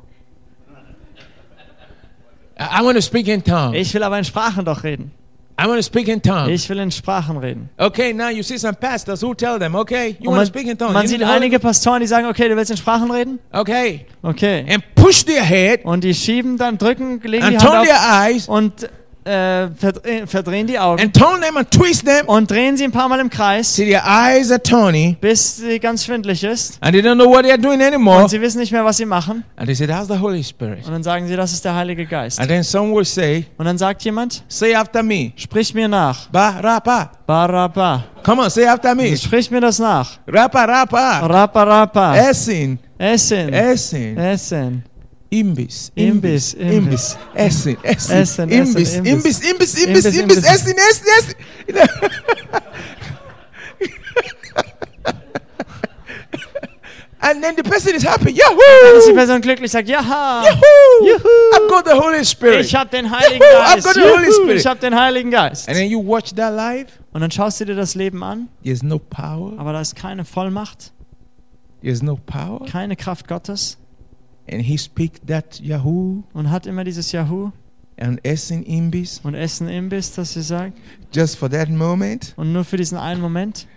S1: I, I want to speak in tongues.
S2: Ich will aber in Sprachen doch reden.
S1: I want to speak in tongues.
S2: Ich will in Sprachen reden.
S1: Okay, now you see some pastors who tell them, okay, you
S2: Und
S1: want to
S2: man,
S1: speak in tongues.
S2: man
S1: you
S2: sieht
S1: need the Holy-
S2: einige Pastoren, die sagen, okay, du willst in Sprachen reden?
S1: okay,
S2: Okay.
S1: and push their head
S2: Und die schieben dann, drücken, legen die
S1: and
S2: Hand
S1: turn their
S2: auf
S1: eyes
S2: und äh, verdre verdrehen die Augen
S1: and turn them and twist them
S2: und drehen sie ein paar Mal im Kreis,
S1: till their eyes are turning
S2: bis sie ganz schwindlig ist.
S1: and they don't know what they are doing anymore.
S2: Und sie wissen nicht mehr, was sie machen.
S1: And they say, that's the Holy Spirit.
S2: Und dann sagen sie, das ist der Heilige Geist.
S1: And then some will say,
S2: Und dann sagt jemand,
S1: say after me,
S2: sprich mir nach.
S1: ba rapa.
S2: Baraba.
S1: Come on, say after me,
S2: Sprich mir das nach.
S1: rapa rapa.
S2: Rapa, rapa.
S1: Essin,
S2: Essen.
S1: Essin,
S2: Essen.
S1: Imbiss,
S2: Imbiss,
S1: Imbiss, Essin, Essin,
S2: Essen,
S1: Imbiss,
S2: Essen,
S1: Imbiss, Imbiss,
S2: Imbiss.
S1: Imbiss,
S2: Imbiss,
S1: Imbiss,
S2: Imbiss.
S1: Essin, Essin, Essin. And then the person is happy.
S2: Dann ist die
S1: Yahoo!
S2: Person glücklich, sagt, jaha.
S1: Yahoo!
S2: Juhu!
S1: I've got the Holy Spirit.
S2: Ich hab den Heiligen
S1: Juhu, I've
S2: Geist.
S1: got the Holy
S2: Juhu,
S1: Spirit.
S2: ich hab den Heiligen Geist.
S1: And then you watch that live.
S2: Und dann schaust du dir das Leben an,
S1: There's no power.
S2: aber da ist keine Vollmacht,
S1: There's no power.
S2: keine Kraft Gottes
S1: And he speak that Yahoo
S2: und hat immer dieses Yahoo
S1: and Essin Imbis
S2: und Essen Imbiss, das sie sagt.
S3: Just for that moment,
S2: Und nur für diesen einen Moment.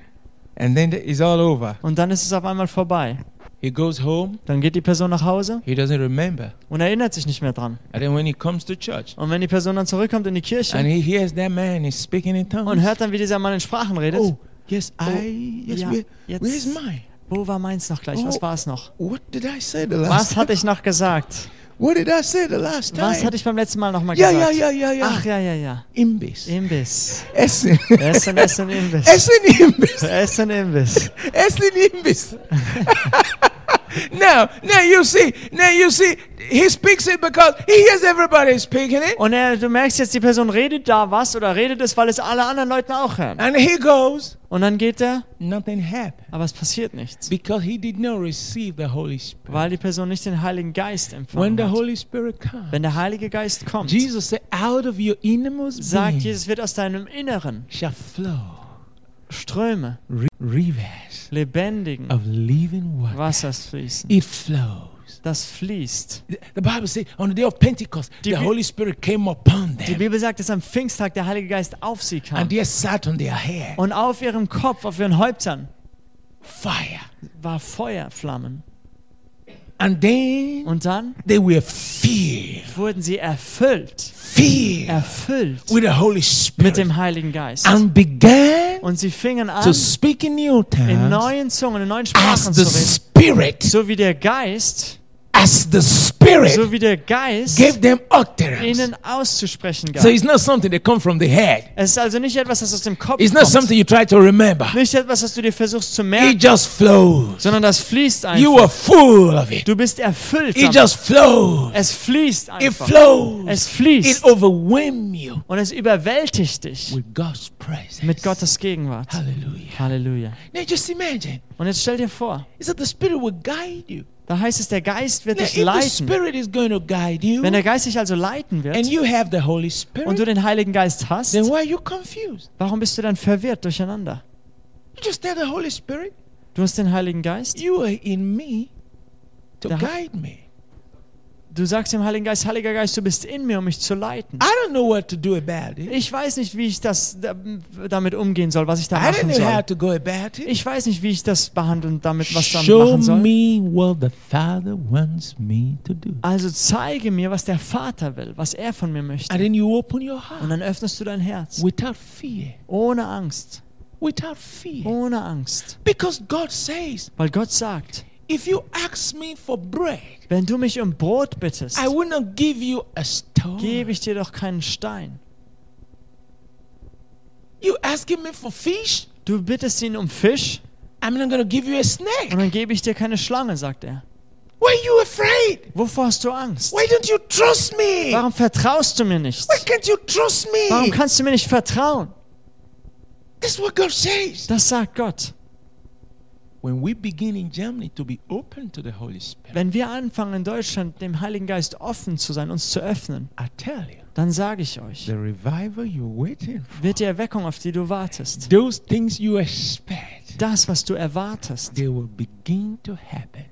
S1: and then the- it's all over.
S2: Und dann ist es auf einmal vorbei.
S1: He goes home.
S2: Dann geht die Person nach Hause
S1: He doesn't remember.
S2: und erinnert sich nicht mehr dran.
S1: And then when he comes to church
S2: Und wenn die Person dann zurückkommt in die
S1: and
S2: Kirche
S1: he hears that man is speaking in tongues.
S2: und hört dann, wie dieser Mann in Sprachen redet,
S1: oh, yes, I yes,
S2: ja,
S1: where,
S2: jetzt-
S1: where is mine?
S2: wo war meins noch gleich? Was
S3: Oh.
S2: war es noch?
S3: what did I say the last
S2: Was
S3: time?
S2: hatte ich noch gesagt?
S3: What did I say the last time?
S2: Was hatte ich beim letzten Mal nochmal
S3: yeah,
S2: gesagt?
S3: yeah, yeah, yeah, yeah.
S2: Ach ja, ja, ja.
S3: Imbiss.
S2: Imbiss.
S3: Essen.
S2: Essen, Essen, Imbiss.
S3: Essen Imbiss.
S2: Essen, Imbiss.
S3: Essen Imbiss.
S1: Now, now you see, now you see, he speaks it because he hears everybody speaking it.
S2: Und er, du merkst jetzt, die Person redet da was oder redet es, weil es alle anderen Leuten auch hören.
S1: And he goes,
S2: Und dann geht er,
S1: nothing happened
S2: aber es passiert nichts,
S1: because he did not receive the Holy Spirit.
S2: weil die Person nicht den Heiligen Geist
S1: When
S2: empfangen
S1: the
S2: hat.
S1: Holy Spirit comes,
S2: Wenn der Heilige Geist kommt,
S1: Jesus said, out of your innermost
S2: sagt
S1: being
S2: Jesus, wird aus deinem Inneren
S1: shall flow
S2: Ströme
S1: re- rivers
S2: lebendigen
S1: of living water.
S2: Wassers fließen.
S1: It flows.
S2: Das fließt.
S1: The- The Bible says on the day of Pentecost,
S2: Die
S1: the
S2: Bi-
S1: Holy Spirit came upon
S2: Die
S1: them
S2: Bibel sagt, dass am Pfingsttag der Heilige Geist auf sie kam
S1: and they sat on their head
S2: und auf ihrem Kopf, auf ihren Häuptern
S1: fire.
S2: war Feuerflammen.
S1: And then
S2: Und dann
S1: they were filled,
S2: wurden sie erfüllt,
S1: filled
S2: erfüllt
S1: with the Holy
S2: mit
S1: Spirit
S2: dem Heiligen Geist.
S1: and began
S2: Und sie fingen
S1: to
S2: an,
S1: speak in new
S2: in
S1: tongues
S2: neuen Zungen, in neuen
S1: as
S2: Sprachen zu
S1: the
S2: reden.
S1: Spirit,
S2: So wie der Geist,
S1: as the Spirit
S2: so wie der Geist
S1: gave them utterance.
S2: ihnen auszusprechen gab.
S1: So it's not something that comes from the head.
S2: Es ist also nicht etwas, das aus dem Kopf
S1: It's not
S2: kommt.
S1: something you try to remember.
S2: Nicht etwas, das du dir versuchst zu
S1: It
S2: merken,
S1: just flows.
S2: sondern das fließt
S1: You
S2: einfach.
S1: are full of it.
S2: Du bist erfüllt.
S1: It
S2: damit.
S1: just flows.
S2: Es fließt
S1: It
S2: einfach. Es
S1: flows. It
S2: fließt
S1: overwhelms you
S2: und es überwältigt dich
S1: with God's presence.
S2: mit Gottes Gegenwart.
S1: Hallelujah.
S2: Halleluja.
S1: Now just imagine.
S2: Und jetzt stell dir vor,
S1: It's that the Spirit will guide you.
S2: da heißt es, der Geist wird
S1: Now,
S2: dich
S1: if the
S2: leiten.
S1: Spirit is going to guide you
S2: Wenn der Geist dich also leiten
S1: and
S2: wird
S1: you have the Holy
S2: und du
S1: Spirit,
S2: den Heiligen Geist hast,
S1: then why are you confused?
S2: warum bist du dann verwirrt durcheinander?
S1: You just tell the Holy Spirit,
S2: Du hast den Heiligen Geist.
S1: you are in me to
S2: The-
S1: guide me.
S2: Du sagst dem Heiligen Geist, Heiliger Geist, du bist in mir, um mich zu leiten.
S1: I don't know what to do about it.
S2: Ich weiß nicht, wie ich das da- damit umgehen soll, was ich da
S1: I don't
S2: machen
S1: know how
S2: soll.
S1: to go about it.
S2: Ich weiß nicht, wie ich das behandeln damit, was damit
S1: Show
S2: machen soll.
S1: me what the Father wants me to do.
S2: Also zeige mir, was der Vater will, was er von mir möchte.
S1: And then you open your
S2: Und
S1: heart
S2: dann öffnest du dein Herz.
S1: without fear.
S2: Ohne Angst.
S1: Without fear.
S2: Ohne Angst.
S1: Because God says,
S2: Weil Gott sagt,
S1: if you ask me for bread,
S2: wenn du mich um Brot bittest,
S1: I will not give you a
S2: gebe
S1: stone.
S2: ich dir doch keinen Stein.
S1: You asking me for fish,
S2: Du bittest ihn um Fisch
S1: I'm not going to give you a
S2: und
S1: snake.
S2: dann gebe ich dir keine Schlange, sagt er.
S1: Why are you afraid?
S2: Wovor hast du Angst?
S1: Why don't you trust me? Why
S2: Warum vertraust du mir nicht?
S1: can't you trust me?
S2: Warum kannst du mir nicht vertrauen?
S1: That's what God says.
S2: Das sagt Gott.
S1: When we begin in Germany to be open to the Holy Spirit,
S2: Wenn wir anfangen in Deutschland dem Heiligen Geist offen zu sein, uns zu öffnen,
S1: I tell you,
S2: dann sage ich euch,
S1: the revival you're waiting for.
S2: wird die Erweckung, auf die du wartest,
S1: those things you expect,
S2: das, was du erwartest,
S1: they will begin to happen.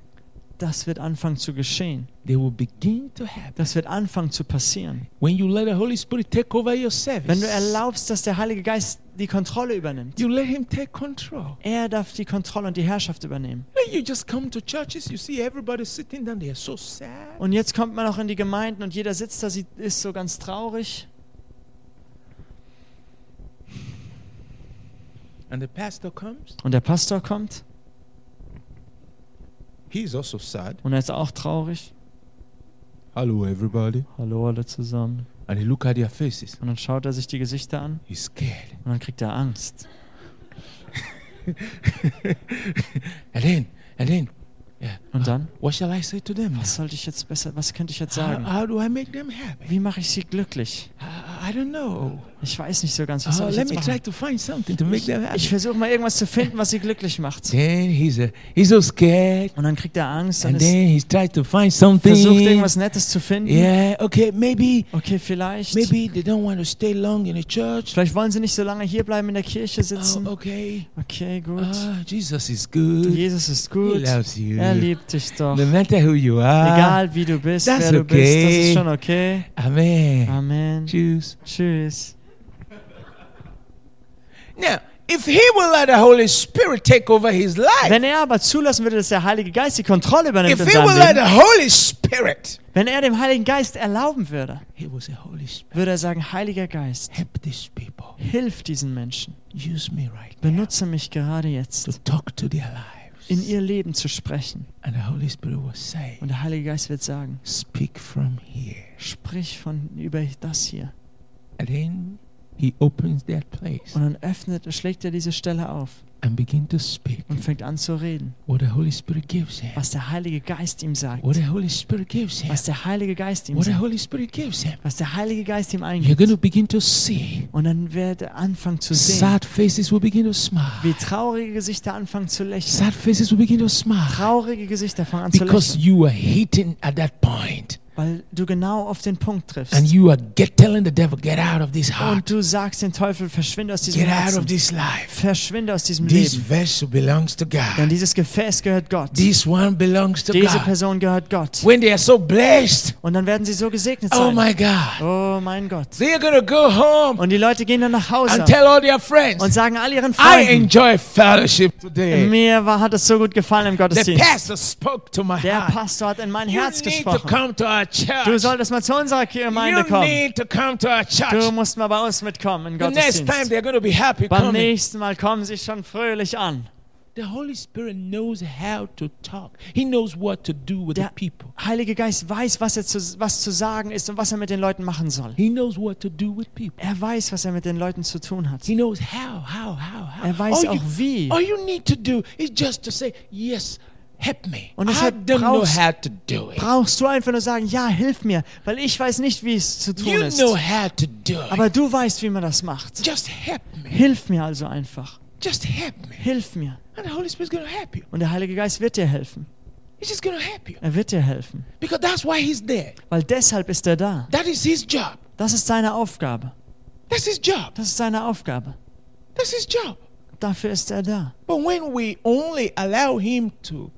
S2: das wird anfangen zu geschehen.
S1: They will begin to happen.
S2: Das wird anfangen zu passieren.
S1: When you let the Holy Spirit take over your service,
S2: Wenn du erlaubst, dass der Heilige Geist die Kontrolle übernimmt.
S1: you let Him take control.
S2: Er darf die Kontrolle und die Herrschaft übernehmen.
S1: When you just come to churches, you see everybody sitting down, they are so sad.
S2: Und jetzt kommt man auch in die Gemeinden und jeder sitzt da, sie ist so ganz traurig.
S1: And the pastor comes,
S2: Und der Pastor kommt
S1: he's also sad.
S2: und er ist auch traurig.
S1: Hello, everybody.
S2: Hallo alle zusammen.
S1: And he look at their faces.
S2: Und dann schaut er sich die Gesichter an
S1: He's scared.
S2: und dann kriegt er Angst.
S1: And then, and then, yeah.
S2: Und dann?
S1: What shall I say to them?
S2: Was sollte ich jetzt besser, was könnte ich jetzt
S1: How,
S2: sagen?
S1: how do I make them happy?
S2: Wie mache ich sie glücklich?
S1: I, I don't know.
S2: Ich weiß nicht so ganz, was
S1: Oh,
S2: soll ich
S1: let
S2: jetzt
S1: me try
S2: machen.
S1: to find something to make them
S2: Ich
S1: happy.
S2: versuche mal irgendwas zu finden, was sie glücklich macht.
S1: Then he's uh, he's so scared,
S2: Und dann kriegt er Angst, dann
S1: and
S2: ist,
S1: then he's trying to find something.
S2: versucht irgendwas Nettes zu finden.
S1: Yeah, okay, maybe
S2: Okay, vielleicht.
S1: maybe they don't want to stay long in the church.
S2: Vielleicht wollen sie nicht so lange hierbleiben in der Kirche
S1: Oh,
S2: sitzen.
S1: okay,
S2: Okay, gut.
S1: Ah, Jesus is good.
S2: Jesus ist
S1: He
S2: gut.
S1: loves you.
S2: Er liebt dich doch.
S1: No matter who you are.
S2: Egal wie du bist,
S1: that's
S2: wer du bist, das
S1: okay.
S2: ist schon okay.
S1: Amen.
S2: Amen.
S1: Choose.
S2: Tschüss.
S1: Now, if he will let the Holy Spirit take over his life,
S2: Wenn er aber zulassen würde, dass der Heilige Geist die Kontrolle
S1: if
S2: übernimmt in
S1: he will
S2: seinem
S1: let
S2: Leben,
S1: the Holy Spirit,
S2: wenn er dem Heiligen Geist erlauben würde,
S1: he will say, Holy Spirit,
S2: würde er sagen, Heiliger Geist,
S1: help these people.
S2: hilf diesen Menschen.
S1: Use me right now
S2: Benutze mich gerade
S1: to
S2: jetzt,
S1: talk to their lives.
S2: in ihr Leben zu sprechen.
S1: And the Holy Spirit will say,
S2: Und der Heilige Geist wird sagen,
S1: Speak from here.
S2: sprich von über das hier.
S1: And then he opens that place.
S2: Und dann öffnet, schlägt er diese Stelle auf.
S1: and begin to speak
S2: und fängt an zu reden,
S1: what the Holy Spirit gives him.
S2: was der Heilige Geist ihm sagt.
S1: What the Holy Spirit gives him.
S2: Was der Heilige Geist ihm
S1: What the
S2: sagt.
S1: Holy Spirit gives him.
S2: Was der Heilige Geist ihm
S1: You're going to
S2: eingibt.
S1: begin to see.
S2: Und dann wird er anfangen zu sehen,
S1: Sad faces will begin to smile.
S2: wie traurige Gesichter anfangen zu lächeln.
S1: Sad faces will begin to smile.
S2: Traurige Gesichter fangen an zu
S1: Because
S2: lächeln,
S1: you are hitting at that point.
S2: weil du genau auf den Punkt
S1: And
S2: triffst.
S1: you are get, telling the devil, get out of this
S2: Und
S1: heart.
S2: du sagst dem Teufel, verschwinde aus diesem
S1: Get out of
S2: Herzen.
S1: this life.
S2: Verschwinde aus diesem
S1: This
S2: Leben.
S1: vessel belongs to
S2: Denn
S1: God.
S2: dieses Gefäß gehört Gott.
S1: This one belongs to
S2: Diese
S1: God.
S2: Person gehört Gott.
S1: When they are so blessed,
S2: Und dann werden sie so gesegnet
S1: oh
S2: sein.
S1: my God,
S2: Oh mein Gott.
S1: they are going to go home
S2: Und die Leute gehen dann nach Hause
S1: and tell all their
S2: und
S1: friends,
S2: sagen all ihren
S1: I
S2: Freunden,
S1: enjoy fellowship today.
S2: mir war, hat es so gut gefallen im
S1: The
S2: Gottesdienst.
S1: pastor spoke to my
S2: Der
S1: heart.
S2: Pastor hat in mein
S1: You
S2: Herz
S1: need to
S2: gesprochen.
S1: come to our church.
S2: Du solltest mal zu unserer Gemeinde
S1: You
S2: kommen.
S1: need to come to our
S2: Du
S1: church.
S2: musst mal bei uns mitkommen in
S1: The next time
S2: Gottesdienst.
S1: they're going to be happy
S2: Beim
S1: coming.
S2: nächsten Mal kommen sie schon fröhlich an.
S1: The Holy Spirit knows how to talk. He knows what to do with
S2: Der
S1: the people.
S2: Heilige Geist weiß, was, er zu, was zu sagen ist und was er mit den Leuten machen soll.
S1: He knows what to do with people.
S2: Er weiß, was er mit den Leuten zu tun hat.
S1: He knows how, how, how, how.
S2: Er weiß
S1: all,
S2: auch wie.
S1: you, all you need to do is just to say, yes, help me.
S2: Und
S1: I
S2: deshalb
S1: don't know
S2: brauchst-
S1: how to do it.
S2: Brauchst du einfach nur sagen, ja, hilf mir, weil ich weiß nicht, wie es zu tun
S1: You
S2: ist.
S1: know how to do it.
S2: Aber du weißt, wie man das macht.
S1: Just help me.
S2: Hilf mir also einfach.
S1: Just help me.
S2: Hilf mir.
S1: And the Holy Spirit's going to help you.
S2: Und der Heilige Geist wird dir helfen.
S1: He's just going to help you.
S2: Er wird dir helfen.
S1: Because that's why he's there.
S2: Weil deshalb ist er da.
S1: That is his job.
S2: Das ist seine Aufgabe.
S1: That's his job.
S2: Das ist seine Aufgabe.
S1: That's his job.
S2: Dafür ist er da.
S1: But when we only allow him to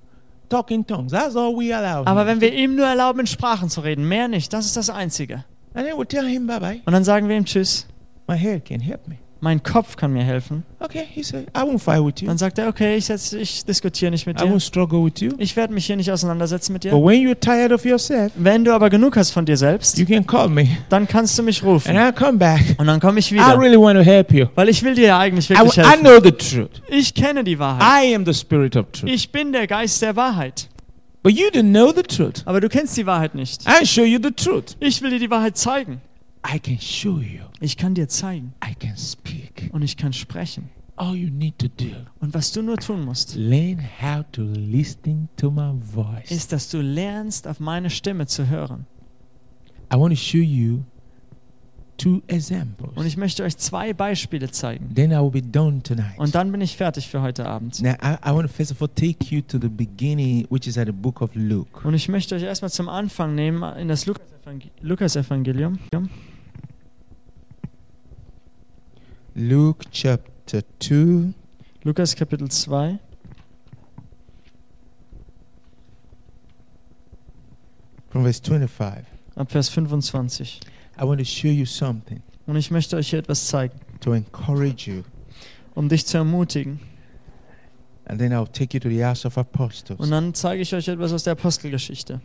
S1: talk in tongues, that's all we allow
S2: Aber
S1: him.
S2: wenn wir ihm nur erlauben, in Sprachen zu reden, mehr nicht, das ist das Einzige.
S1: And then we tell him, bye bye,
S2: Und dann sagen wir ihm Tschüss.
S1: my head can help me.
S2: Mein Kopf kann mir helfen.
S1: Okay, he said, I won't fight with you.
S2: Dann sagt er, okay, ich, setz- ich diskutiere nicht mit
S1: I
S2: dir.
S1: won't struggle with you.
S2: Ich werde mich hier nicht auseinandersetzen mit
S1: But
S2: dir.
S1: when you're tired of yourself,
S2: Wenn du aber genug hast von dir selbst,
S1: you can call me
S2: dann kannst du mich
S1: and
S2: rufen.
S1: I'll come back.
S2: Und dann komme ich
S1: I
S2: wieder.
S1: really want to help you.
S2: Weil ich will dir ja eigentlich
S1: I,
S2: wirklich
S1: I
S2: helfen.
S1: know the truth.
S2: Ich kenne die Wahrheit.
S1: I am the spirit of truth.
S2: Ich bin der Geist der Wahrheit.
S1: But you didn't know the truth.
S2: Aber du kennst die Wahrheit nicht.
S1: I show you the truth.
S2: Ich will dir die Wahrheit zeigen.
S1: I can show you.
S2: Ich kann dir zeigen
S1: I can speak.
S2: und ich kann sprechen.
S1: All you need to do
S2: Und was du nur tun musst,
S1: learn how to listen to my voice.
S2: ist, dass du lernst, auf meine Stimme zu hören.
S1: I want to show you two
S2: Und
S1: examples.
S2: ich möchte euch zwei Beispiele zeigen.
S1: Then I will be done tonight.
S2: Und dann bin ich fertig für heute Abend.
S1: Now I, I want to first of all take you to the beginning, which is at the book of Luke.
S2: Und ich möchte euch erstmal zum Anfang nehmen in das Lukas-Evangel- Lukas-Evangelium.
S1: Luke chapter two,
S2: Lukas Kapitel 2.
S1: from verse twenty-five.
S2: Ab Vers 25.
S1: I want to show you something
S2: Und ich möchte euch hier etwas zeigen,
S1: to encourage you,
S2: um dich zu ermutigen.
S1: and then I'll take you to the Acts of Apostles.
S2: Und dann zeige ich euch etwas aus der Apostelgeschichte.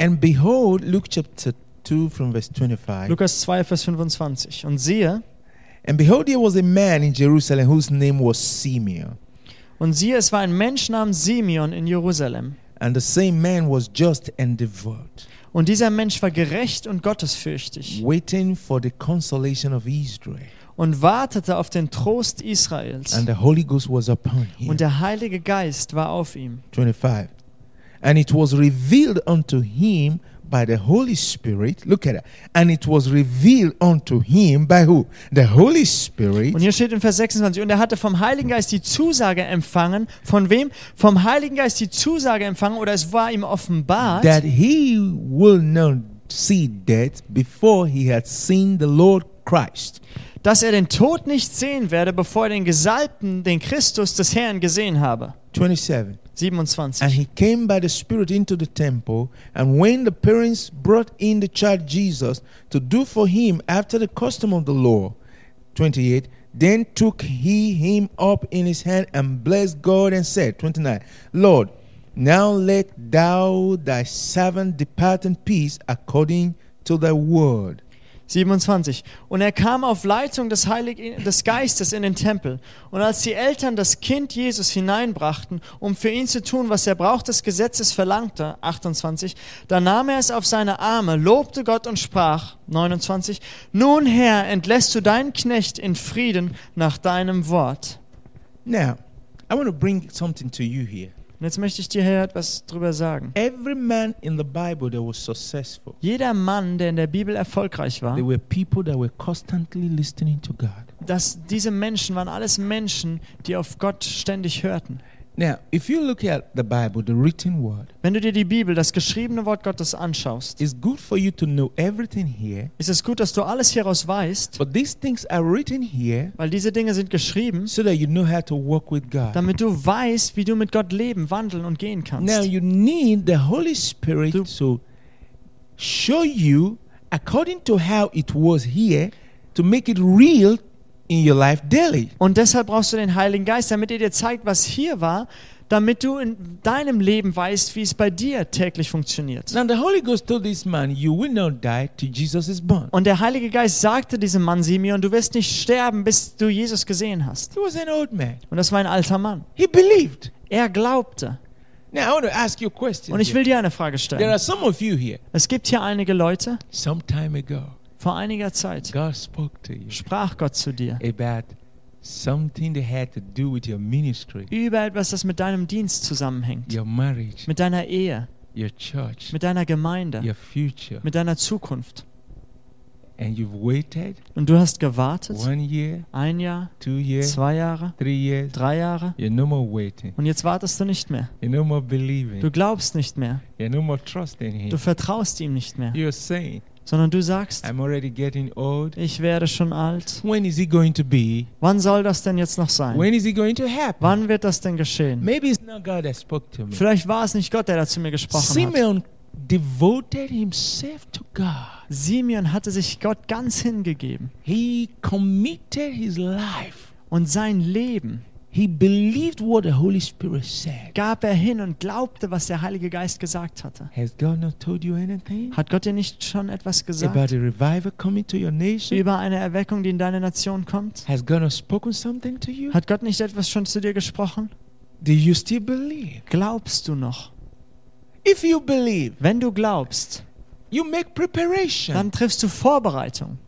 S1: And behold, Luke chapter 2 from verse 25.
S2: Lukas 2, Vers 25. Und siehe,
S1: And behold, there was a man in Jerusalem whose name was Simeon.
S2: und siehe, es war ein Mensch namens Simeon in Jerusalem.
S1: And the same man was just and devout,
S2: Und dieser Mensch war gerecht und gottesfürchtig
S1: waiting for the consolation of Israel.
S2: und wartete auf den Trost Israels.
S1: And the Holy Ghost was upon him.
S2: Und der Heilige Geist war auf ihm.
S1: 25. And it was revealed unto him by the Holy Spirit. Look at that. And it was revealed unto him by who? The Holy Spirit.
S2: Und hier steht in Vers 26, und er hatte vom Heiligen Geist die Zusage empfangen. Von wem? Vom Heiligen Geist die Zusage empfangen, oder es war ihm offenbart,
S1: that he will not see death before he had seen the Lord Christ.
S2: dass er den Tod nicht sehen werde, bevor er den Gesalbten, den Christus des Herrn gesehen habe.
S1: 27. And
S2: 27.
S1: he came by the Spirit into the temple, and when the parents brought in the child Jesus to do for him after the custom of the law, 28. Then took he him up in his hand and blessed God and said, 29. Lord, now let thou thy servant depart in peace according to thy word.
S2: 27. Und er kam auf Leitung des Heiligen, des Geistes in den Tempel. Und als die Eltern das Kind Jesus hineinbrachten, um für ihn zu tun, was der Brauch des Gesetzes verlangte, 28, da nahm er es auf seine Arme, lobte Gott und sprach, 29, Nun Herr, entlässt du deinen Knecht in Frieden nach deinem Wort.
S1: Now, I want to bring something to you here.
S2: Und jetzt möchte ich dir hier etwas drüber sagen.
S1: Every man in the Bible that was successful,
S2: Jeder Mann, der in der Bibel erfolgreich war,
S1: they were people that were constantly listening to God.
S2: dass diese Menschen waren alles Menschen, die auf Gott ständig hörten.
S1: Now, if you look at the Bible, the written word,
S2: Wenn du dir die Bibel, das geschriebene Wort Gottes anschaust,
S1: it's good for you to know everything here,
S2: ist es gut, dass du alles hieraus weißt,
S1: but these things are written here
S2: weil diese Dinge sind geschrieben,
S1: so that you know how to walk with God.
S2: damit du weißt, wie du mit Gott leben, wandeln und gehen
S1: Now,
S2: kannst.
S1: you need the Holy Spirit
S2: Do-
S1: to show you according to how it was here to make it real in your life daily.
S2: Und deshalb brauchst du den Heiligen Geist, damit er dir zeigt, was hier war, damit du in deinem Leben weißt, wie es bei dir täglich funktioniert.
S1: Now, the Holy Ghost told this man, You will not die till Jesus is born.
S2: Und der Heilige Geist sagte diesem Mann Simeon, du wirst nicht sterben, bis du Jesus gesehen hast.
S1: He was an old man.
S2: Und das war ein alter Mann.
S1: He believed.
S2: Er glaubte.
S1: Now, I want to ask you a question.
S2: Und ich
S1: here.
S2: will dir eine Frage
S1: There are
S2: stellen.
S1: some of you here.
S2: Es gibt hier einige Leute,
S1: Some time ago,
S2: vor einiger Zeit
S1: God spoke to you
S2: sprach Gott zu dir
S1: about something that had to do with your ministry,
S2: über etwas, das mit deinem Dienst zusammenhängt.
S1: your marriage,
S2: Mit deiner Ehe,
S1: your church,
S2: mit deiner Gemeinde,
S1: your future.
S2: mit deiner Zukunft.
S1: And you've waited
S2: Und du hast gewartet,
S1: one year,
S2: ein Jahr,
S1: two years,
S2: zwei Jahre,
S1: three years.
S2: drei Jahre.
S1: You're no more waiting.
S2: Und jetzt wartest du nicht mehr.
S1: You're no more
S2: Du
S1: believing.
S2: glaubst nicht mehr.
S1: You're no more trusting
S2: Du
S1: Him.
S2: vertraust ihm nicht mehr.
S1: You're saying,
S2: Sondern du sagst,
S1: I'm already getting old.
S2: ich werde schon alt.
S1: When is it going to be?
S2: Wann soll das denn jetzt noch sein?
S1: When is it going to happen?
S2: Wann wird das denn geschehen?
S1: Maybe it's not God that spoke to me.
S2: Vielleicht war es nicht Gott, der da zu mir gesprochen hat.
S1: Simeon devoted himself to God.
S2: Simeon hatte sich Gott ganz hingegeben.
S1: He committed his life.
S2: Und sein Leben
S1: He believed what the Holy Spirit said.
S2: gab er hin und glaubte, was der Heilige Geist gesagt hatte.
S1: Has God not told you anything
S2: Hat Gott dir nicht schon etwas
S1: about
S2: gesagt
S1: the revival coming to your nation?
S2: über eine Erweckung, die in deine Nation kommt?
S1: Has God not spoken something to you?
S2: Hat Gott nicht etwas schon zu dir gesprochen?
S1: Do you still believe?
S2: Glaubst du noch?
S1: If you believe,
S2: Wenn du glaubst,
S1: you make
S2: dann
S1: preparation.
S2: triffst du Vorbereitung.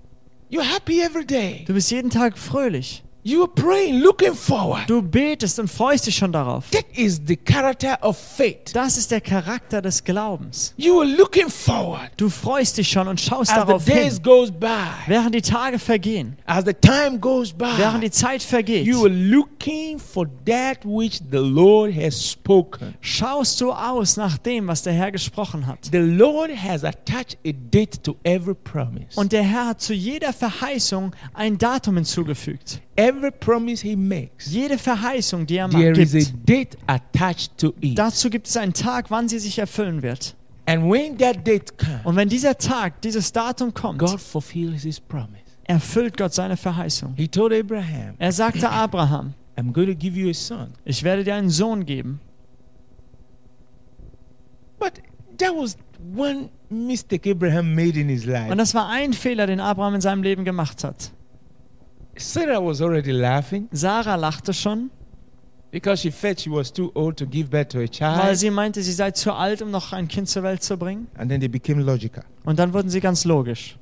S1: You're happy every day.
S2: Du bist jeden Tag fröhlich.
S1: You are praying, looking forward.
S2: Du betest und freust dich schon darauf.
S1: That is the character of faith.
S2: Das ist der Charakter des Glaubens.
S1: You are looking forward.
S2: Du freust dich schon und schaust
S1: As the
S2: darauf
S1: days
S2: hin.
S1: goes by,
S2: Während die Tage vergehen,
S1: as the time goes by,
S2: während die Zeit vergeht,
S1: Ah. You are looking for that which the Lord has spoken.
S2: schaust du aus nach dem, was der Herr gesprochen hat.
S1: The Lord has attached a date to every promise.
S2: Und der Herr hat zu jeder Verheißung ein Datum hinzugefügt.
S1: Every promise He makes,
S2: Jede Verheißung, die er macht,
S1: there is a
S2: gibt,
S1: date attached to it.
S2: dazu gibt es einen Tag, wann sie sich erfüllen wird.
S1: And when that date comes,
S2: Und wenn dieser Tag, dieses Datum
S1: God
S2: kommt,
S1: fulfills His promise.
S2: erfüllt Gott seine Verheißung.
S1: He told Abraham,
S2: Er sagte Abraham,
S1: I'm going to give you a son.
S2: ich werde dir einen Sohn geben.
S1: But that was one mistake Abraham made in his
S2: Und
S1: life.
S2: das war ein Fehler, den Abraham in seinem Leben gemacht hat.
S1: Sarah was already laughing
S2: Sarah lachte schon,
S1: because she felt she was too old to give birth to a
S2: weil
S1: child.
S2: sie meinte, sie sei zu alt, um noch ein Kind zur Welt zu bringen.
S3: And then they became logical.
S2: Und dann wurden sie ganz logisch.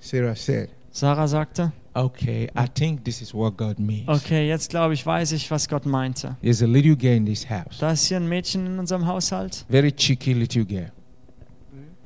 S3: Sarah said,
S2: Sarah sagte,
S1: Okay, I think this is what God means.
S2: okay, jetzt glaube ich, weiß ich, was Gott meinte.
S1: There's a little girl in this house.
S2: Da ist hier ein Mädchen in unserem Haushalt.
S1: Very cheeky little girl.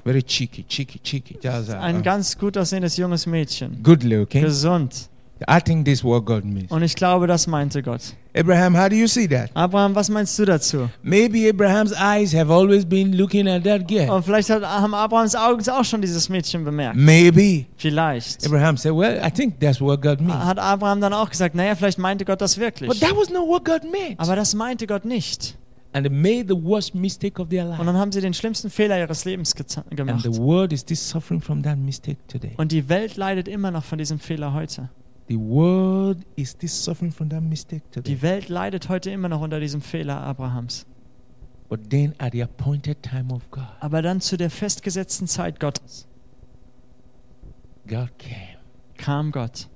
S1: Very cheeky, cheeky, cheeky. Just, uh,
S2: Ein
S1: uh,
S2: ganz gut aussehendes junges Mädchen.
S1: good looking.
S2: Gesund.
S1: I think this is what God means.
S2: Und ich glaube, das meinte Gott.
S3: Abraham, how do you see that?
S2: Abraham, was meinst du dazu?
S1: Maybe Abraham's eyes have always been looking at that girl.
S2: Und vielleicht hat, haben Abrahams Augen auch schon dieses Mädchen bemerkt.
S3: Maybe.
S2: Vielleicht.
S1: Abraham said, Well, I think that's what God means.
S2: Hat Abraham dann auch gesagt, naja, vielleicht meinte Gott das
S1: But
S2: wirklich.
S1: that was not what God meant.
S2: Aber das meinte Gott nicht.
S1: And they made the worst mistake of their
S2: Und
S1: life.
S2: dann haben sie den schlimmsten Fehler ihres Lebens geza-
S1: And
S2: gemacht.
S1: the world is still suffering from that mistake today.
S2: Und die Welt leidet immer noch von diesem Fehler heute.
S1: The world is still suffering from that mistake today.
S2: Die Welt leidet heute immer noch unter diesem Fehler Abrahams.
S1: But then at the appointed time of God,
S2: Aber dann zu der festgesetzten Zeit Gottes
S1: God came
S2: kam Gott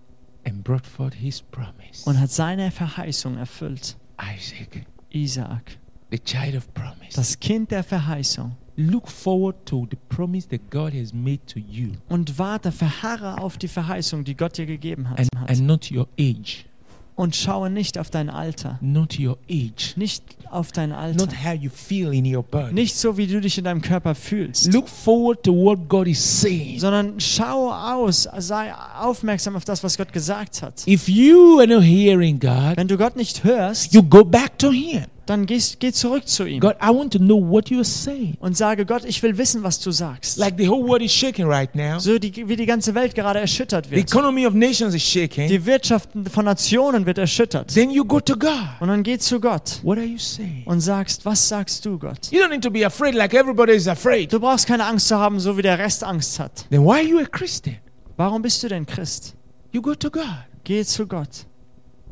S1: and brought forth his promise.
S2: und hat seine Verheißung erfüllt.
S1: Isaac,
S2: Isaak,
S1: the child of promise.
S2: das Kind der Verheißung.
S1: Look forward to the promise that God has made to you
S2: Und warte, verharre auf die Verheißung, die Gott dir gegeben hat.
S1: and, and not your age.
S2: Und schaue nicht auf dein Alter,
S1: not your age,
S2: nicht auf dein Alter,
S1: not how you feel in your body.
S2: nicht so, wie du dich in deinem Körper fühlst,
S1: Look forward to what God is saying.
S2: sondern schaue aus, sei aufmerksam auf das, was Gott gesagt hat.
S1: If you are not hearing God,
S2: Wenn du Gott nicht hörst,
S1: you go back to Him.
S2: dann gehst, geh zurück zu ihm
S1: God, I want to know what you are saying.
S2: und sage, Gott, ich will wissen, was du sagst.
S1: Like the whole world is shaking right now.
S2: So die, wie die ganze Welt gerade erschüttert
S1: The
S2: wird.
S1: economy of nations is shaking.
S2: Die Wirtschaft von Nationen wird erschüttert.
S1: Then you go to God.
S2: Und dann geh zu Gott
S1: What are you saying?
S2: und sagst, was sagst du Gott?
S1: You don't need to be afraid like everybody is afraid.
S2: Du brauchst keine Angst zu haben, so wie der Rest Angst hat.
S1: Then why are you a Christian?
S2: Warum bist du denn Christ?
S1: You go to God.
S2: Geh zu Gott.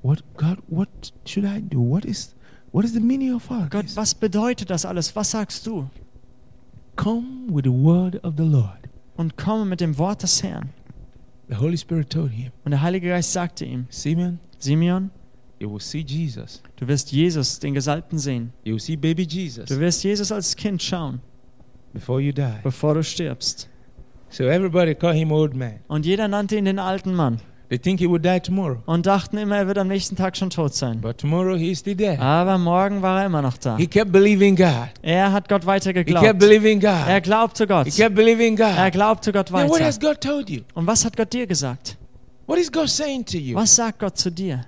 S1: What God? What should I do? What is, what is the meaning of all
S2: Gott,
S1: this?
S2: was bedeutet das alles? Was sagst du?
S1: Come with the word of the Lord.
S2: Und komme mit dem Wort des Herrn.
S1: The Holy Spirit told him,
S2: Und der Heilige Geist sagte ihm,
S1: Simeon,
S2: Simeon,
S1: you will see Jesus.
S2: du wirst Jesus, den Gesalbten, sehen.
S1: You will see baby Jesus
S2: Du wirst Jesus als Kind schauen,
S1: before you die.
S2: bevor du stirbst.
S1: So everybody call him old man.
S2: Und jeder nannte ihn den alten Mann
S1: They think he will die tomorrow.
S2: und dachten immer, er wird am nächsten Tag schon tot sein.
S1: But tomorrow he is still there.
S2: Aber morgen war er immer noch da.
S1: He kept believing God.
S2: Er hat Gott weiter
S1: He kept
S2: geglaubt.
S1: believing God.
S2: Er glaubte
S1: He
S2: Gott.
S1: kept believing
S2: Er
S1: God.
S2: glaubte Gott
S1: Then what has
S2: weiter.
S1: God told you?
S2: Und was hat Gott dir gesagt?
S1: What is God saying to you?
S2: Was sagt Gott zu dir?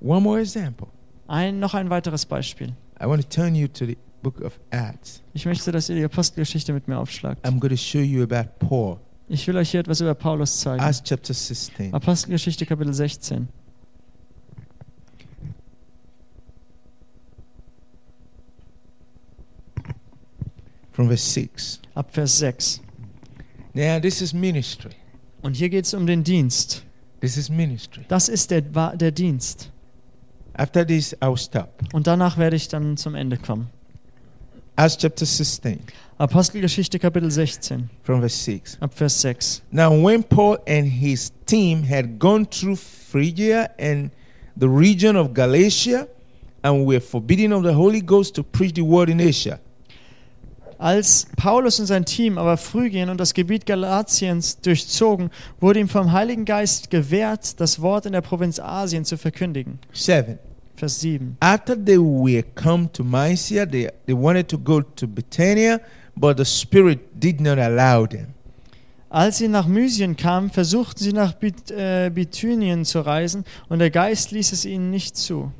S1: One more example.
S2: Ein, noch ein weiteres Beispiel.
S3: I want to turn you to the book of Acts.
S2: Ich möchte, dass ihr die Apostelgeschichte mit mir aufschlagt.
S1: Ähm.
S3: I'm going to show you about Paul.
S2: Ich will euch hier etwas über Paulus
S1: Ah,
S2: zeigen.
S3: Acts chapter 16.
S2: Apostelgeschichte Kapitel 16.
S3: from verse 6.
S2: ab Vers 6.
S1: Now, this is ministry.
S2: Und hier geht es um den Dienst.
S1: This is ministry.
S2: Das ist der, wa- der Dienst.
S3: After this, I'll stop.
S2: Und danach werde ich dann zum Ende kommen.
S3: Acts chapter 16,
S2: Apostelgeschichte Kapitel 16,
S3: from verse 6.
S2: ab Vers 6.
S3: Now, when Paul and his team had gone through Phrygia and the region of Galatia and were forbidden of the Holy Ghost to preach the word in Asia,
S2: Als Paulus und sein Team aber Phrygien und das Gebiet Galatiens durchzogen, wurde ihm vom Heiligen Geist gewährt, das Wort in der Provinz Asien zu verkündigen.
S3: 7.
S2: Vers 7.
S3: After they were come to Mysia, they, they wanted to go to Bithynia, but the Spirit did not allow them.
S2: Als sie nach Mysien kamen, versuchten sie nach Bith äh, Bithynien zu reisen, und der Geist ließ es ihnen nicht zu.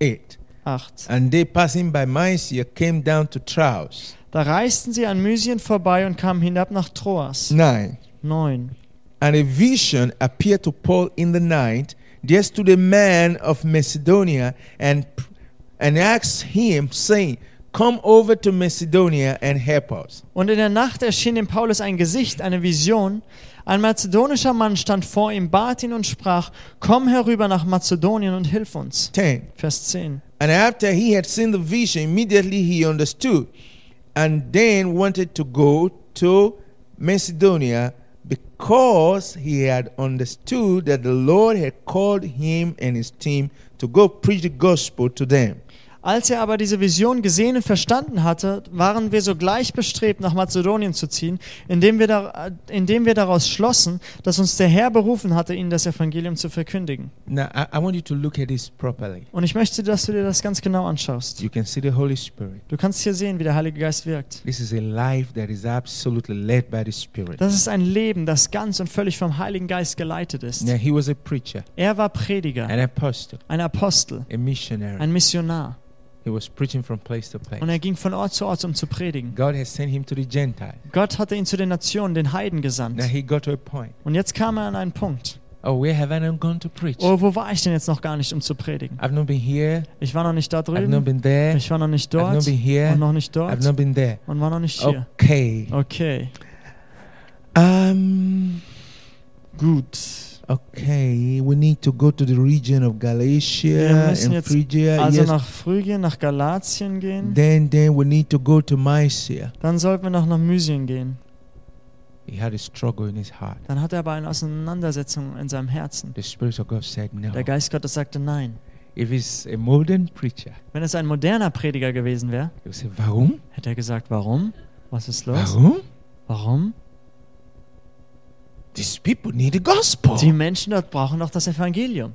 S3: 8.
S2: 8.
S3: And they passing by Mysia came down to Troas.
S2: Da reisten sie an Mysien vorbei und kamen hinab nach Troas.
S1: Ne-
S3: 9.
S2: 9.
S3: And a vision appeared to Paul in the night. There stood a man of Macedonia and, and asked him, saying, Come over to Macedonia and help us.
S2: Und in der Nacht erschien dem Paulus ein Gesicht, eine Vision. Ein mazedonischer Mann stand vor ihm, bat ihn und sprach, komm herüber nach Mazedonien und hilf uns.
S3: 10.
S2: Vers 10.
S3: And after he had seen the vision, immediately he understood and then wanted to go to Macedonia because he had understood that the Lord had called him and his team to go preach the gospel to them.
S2: Als er aber diese Vision gesehen und verstanden hatte, waren wir sogleich bestrebt, nach Mazedonien zu ziehen, indem wir, da, indem wir daraus schlossen, dass uns der Herr berufen hatte, ihnen das Evangelium zu verkündigen.
S1: Now, I, I want you to look at this properly.
S2: Und ich möchte, dass du dir das ganz genau anschaust.
S1: You can see the Holy Spirit.
S2: Du kannst hier sehen, wie der Heilige Geist wirkt.
S1: This is a life that is absolutely led by the Spirit.
S2: Das ist ein Leben, das ganz und völlig vom Heiligen Geist geleitet ist.
S1: Now, he was a preacher,
S2: Er war Prediger,
S1: an apostle,
S2: ein Apostel,
S1: a missionary.
S2: ein Missionar.
S1: He was preaching from place to place.
S2: Und er ging von Ort zu Ort, um zu predigen.
S1: God has sent him to the Gentiles.
S2: Gott hatte ihn zu den Nationen, den Heiden gesandt.
S1: Now, he got to a point.
S2: Und jetzt kam er an einen Punkt.
S1: Oh, where have I not gone to preach?
S2: Oh, wo war ich denn jetzt noch gar nicht, um zu predigen?
S1: I've not been here.
S2: Ich war noch nicht da
S1: I've not
S2: drüben,
S1: been there.
S2: ich war noch nicht
S1: I've not
S2: dort
S1: been here.
S2: und noch nicht
S1: I've
S2: dort
S1: not been Oh. there.
S2: und war noch nicht hier.
S1: Okay.
S2: Oh. Okay,
S3: Um,
S2: gut.
S3: okay, we need to go to the region of
S2: Wir
S3: Galatia
S2: müssen
S3: and
S2: jetzt
S3: Phrygia.
S2: Also
S3: yes.
S2: nach Phrygien, nach Galatien gehen,
S3: Then, then we need to go to Mysia.
S2: dann sollten wir noch nach Mysien gehen.
S1: He had a struggle in his heart.
S2: Dann hat er aber eine Auseinandersetzung in seinem Herzen.
S1: The Spirit of God said no.
S2: Der Geist Gottes sagte nein.
S1: If he's a modern preacher,
S2: Wenn es ein moderner Prediger gewesen wäre,
S1: he would say, Warum?
S2: hätte er gesagt, warum? Was ist los?
S1: Warum?
S2: Warum?
S3: These people need the gospel.
S2: Die Menschen dort brauchen doch das Evangelium.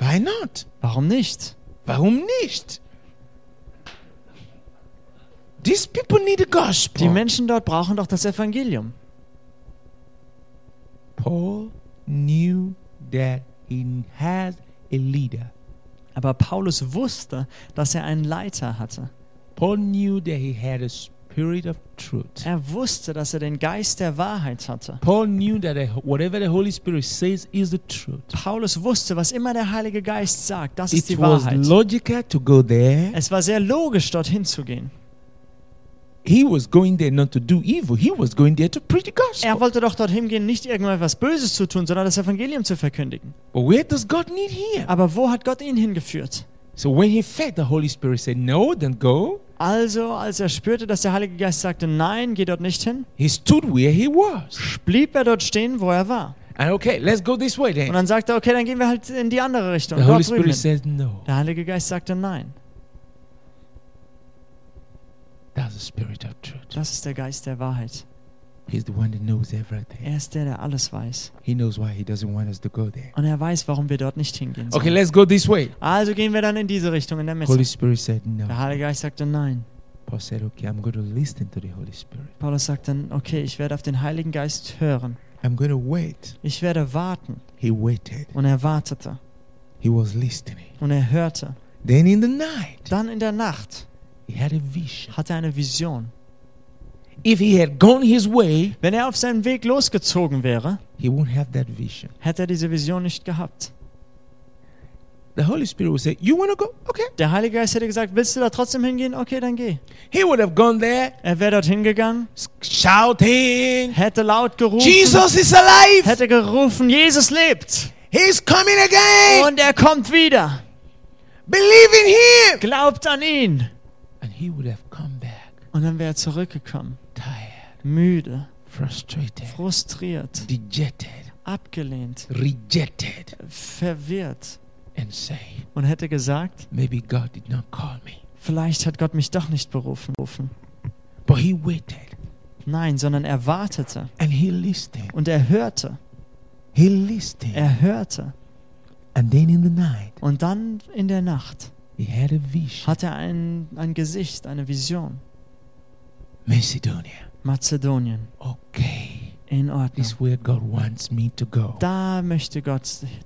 S3: Why not?
S2: Warum nicht?
S3: Warum nicht? These people need the
S2: Die
S3: gospel.
S2: Menschen dort brauchen doch das Evangelium.
S1: Paul knew that he had a leader.
S2: Aber Paulus wusste, dass er einen Leiter hatte.
S1: Paul knew that he had a spirit of truth.
S2: Er wusste, dass er den Geist der Wahrheit hatte.
S1: Paul knew that the- whatever the Holy Spirit says is the truth.
S2: Paulus wusste, was immer der Heilige Geist sagt, das ist
S1: It
S2: die
S1: was
S2: Wahrheit.
S1: logical to go there.
S2: Es war sehr logisch, dorthin zu gehen.
S1: He was going there not to do evil. He was going there to preach the
S2: Er
S1: gospel.
S2: wollte doch dorthin gehen, nicht irgendetwas Böses zu tun, sondern das Evangelium zu verkündigen.
S1: But where does God need here?
S2: Aber wo hat Gott ihn hingeführt?
S1: So when he felt the Holy Spirit said, No, don't go,
S2: Also, als er spürte, dass der Heilige Geist sagte, nein, geh dort nicht hin,
S1: he stood where he was.
S2: blieb er dort stehen, wo er war.
S1: And okay, let's go this way
S2: Und
S1: then.
S2: dann sagte er, okay, dann gehen wir halt in die andere Richtung.
S1: The Holy
S2: Dort drüben.
S1: Spirit
S2: hin.
S1: said, No.
S2: Der Heilige Geist sagte nein.
S1: That's the spirit of truth.
S2: Das ist der Geist der Wahrheit.
S1: He's the one that knows everything.
S2: Er ist der, der alles weiß.
S1: He knows why he doesn't want us to go there.
S2: Und er weiß, warum wir dort nicht hingehen
S1: Okay,
S2: sollen.
S1: let's go this way.
S2: Also gehen wir dann in diese Richtung, in der Mitte.
S1: Holy Spirit said,
S2: Der
S1: No.
S2: Heilige Geist sagte nein.
S1: Paul said, Okay, I'm going to listen to the Holy Spirit.
S2: Paulus sagte, okay, ich werde auf den Heiligen Geist hören.
S3: I'm going to wait.
S2: Ich werde warten.
S3: He waited.
S2: Und er wartete.
S3: He was listening.
S2: Und er hörte.
S3: Then in the night,
S2: Dann in der Nacht
S3: he had a vision.
S2: hatte er eine Vision.
S3: If he had gone his way,
S2: Wenn er auf seinem Weg losgezogen wäre,
S3: he wouldn't have that vision.
S2: hätte er diese Vision nicht gehabt.
S3: The Holy Spirit would say, You want to go? Okay.
S2: Der Heilige Geist hätte gesagt, willst du da trotzdem hingehen? Okay, dann geh.
S3: He would have gone there
S2: Er wäre dorthin gegangen,
S3: shouting,
S2: hätte laut gerufen,
S3: Jesus is alive.
S2: hätte gerufen, Jesus lebt
S3: He's coming again.
S2: und er kommt wieder.
S3: Believe in him.
S2: Glaubt an ihn.
S1: And he would have come back
S2: Und dann wäre er zurückgekommen,
S1: tired,
S2: müde,
S1: frustrated,
S2: frustriert,
S1: dejected,
S2: abgelehnt,
S1: rejected,
S2: verwirrt
S1: and say,
S2: und hätte gesagt,
S1: Maybe God did not call me.
S2: vielleicht hat Gott mich doch nicht berufen.
S1: But he waited
S2: Nein, sondern er wartete
S1: and he listened.
S2: und er hörte,
S1: He listened.
S2: er hörte.
S1: And then in the night,
S2: Und dann in der Nacht
S1: he had a vision.
S2: hat er ein, ein Gesicht, eine Vision.
S1: Macedonia.
S2: Mazedonien,
S1: Okay,
S2: in Ordnung.
S1: this is where God wants me to go.
S2: Da möchte Gott,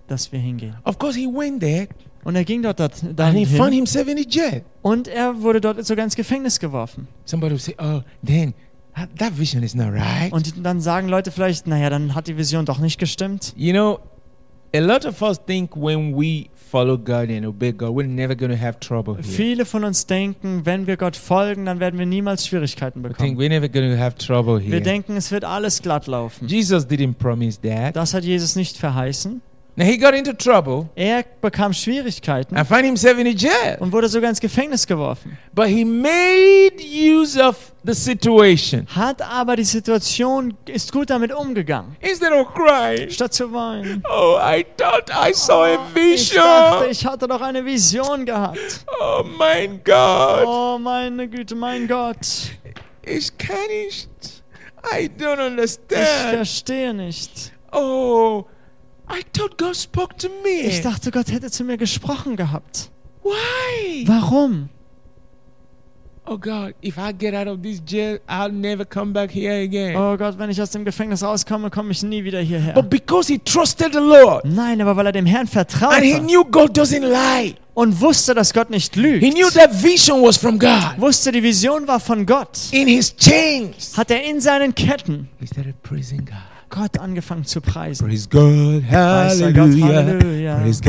S2: dass wir hingehen.
S3: Of course, he went there
S2: Und er ging dort dort
S3: and he found
S2: dahin
S3: himself in a jail.
S2: und er wurde dort sogar ins Gefängnis geworfen.
S3: Somebody would say, Oh, then uh, that vision is not right.
S2: Und dann sagen Leute vielleicht, naja, dann hat die Vision doch nicht gestimmt.
S1: You know, a lot of us think when we follow God and obey God, we're never going to have trouble here.
S2: Viele von uns denken, wenn wir Gott folgen, dann werden wir niemals Schwierigkeiten
S1: We think
S2: bekommen.
S1: we're never going to have trouble
S2: Wir
S1: here.
S2: denken, es wird alles glatt laufen.
S1: Jesus didn't promise that.
S2: Das hat Jesus nicht verheißen.
S1: Now he got into trouble
S2: Er bekam Schwierigkeiten
S1: and found himself in a jail.
S2: und wurde sogar ins Gefängnis geworfen.
S1: But he made use of the situation.
S2: Hat aber die Situation, ist gut damit umgegangen.
S1: Instead of crying,
S2: Statt zu weinen.
S1: oh, I thought I saw Oh, a
S2: Ich dachte,
S1: vision.
S2: ich hatte doch eine Vision gehabt.
S1: Oh, my God.
S2: Oh, meine Güte, mein Gott.
S1: It's Spanish. I don't
S2: Ich
S1: understand.
S2: verstehe nicht.
S1: Oh, I thought God spoke to me.
S2: Ich dachte, Gott hätte zu mir gesprochen gehabt.
S1: Why?
S2: Warum?
S1: Oh God, if I get out of this jail, I'll never come back here again.
S2: Oh Gott, wenn ich aus dem Gefängnis rauskomme, komme ich nie wieder hierher.
S1: But because he trusted the Lord
S2: Nein, aber weil er dem
S3: And
S2: Herrn
S3: he
S2: vertraute
S3: knew God doesn't lie.
S2: und wusste, dass Gott nicht
S3: He knew
S2: lügt,
S3: that vision was from God.
S2: wusste, die Vision war von Gott,
S3: In his chains,
S2: hat er in seinen Ketten
S1: he started praising God.
S2: Gott angefangen zu preisen.
S1: Praise God,
S2: Praise God, hallelujah.
S1: Praise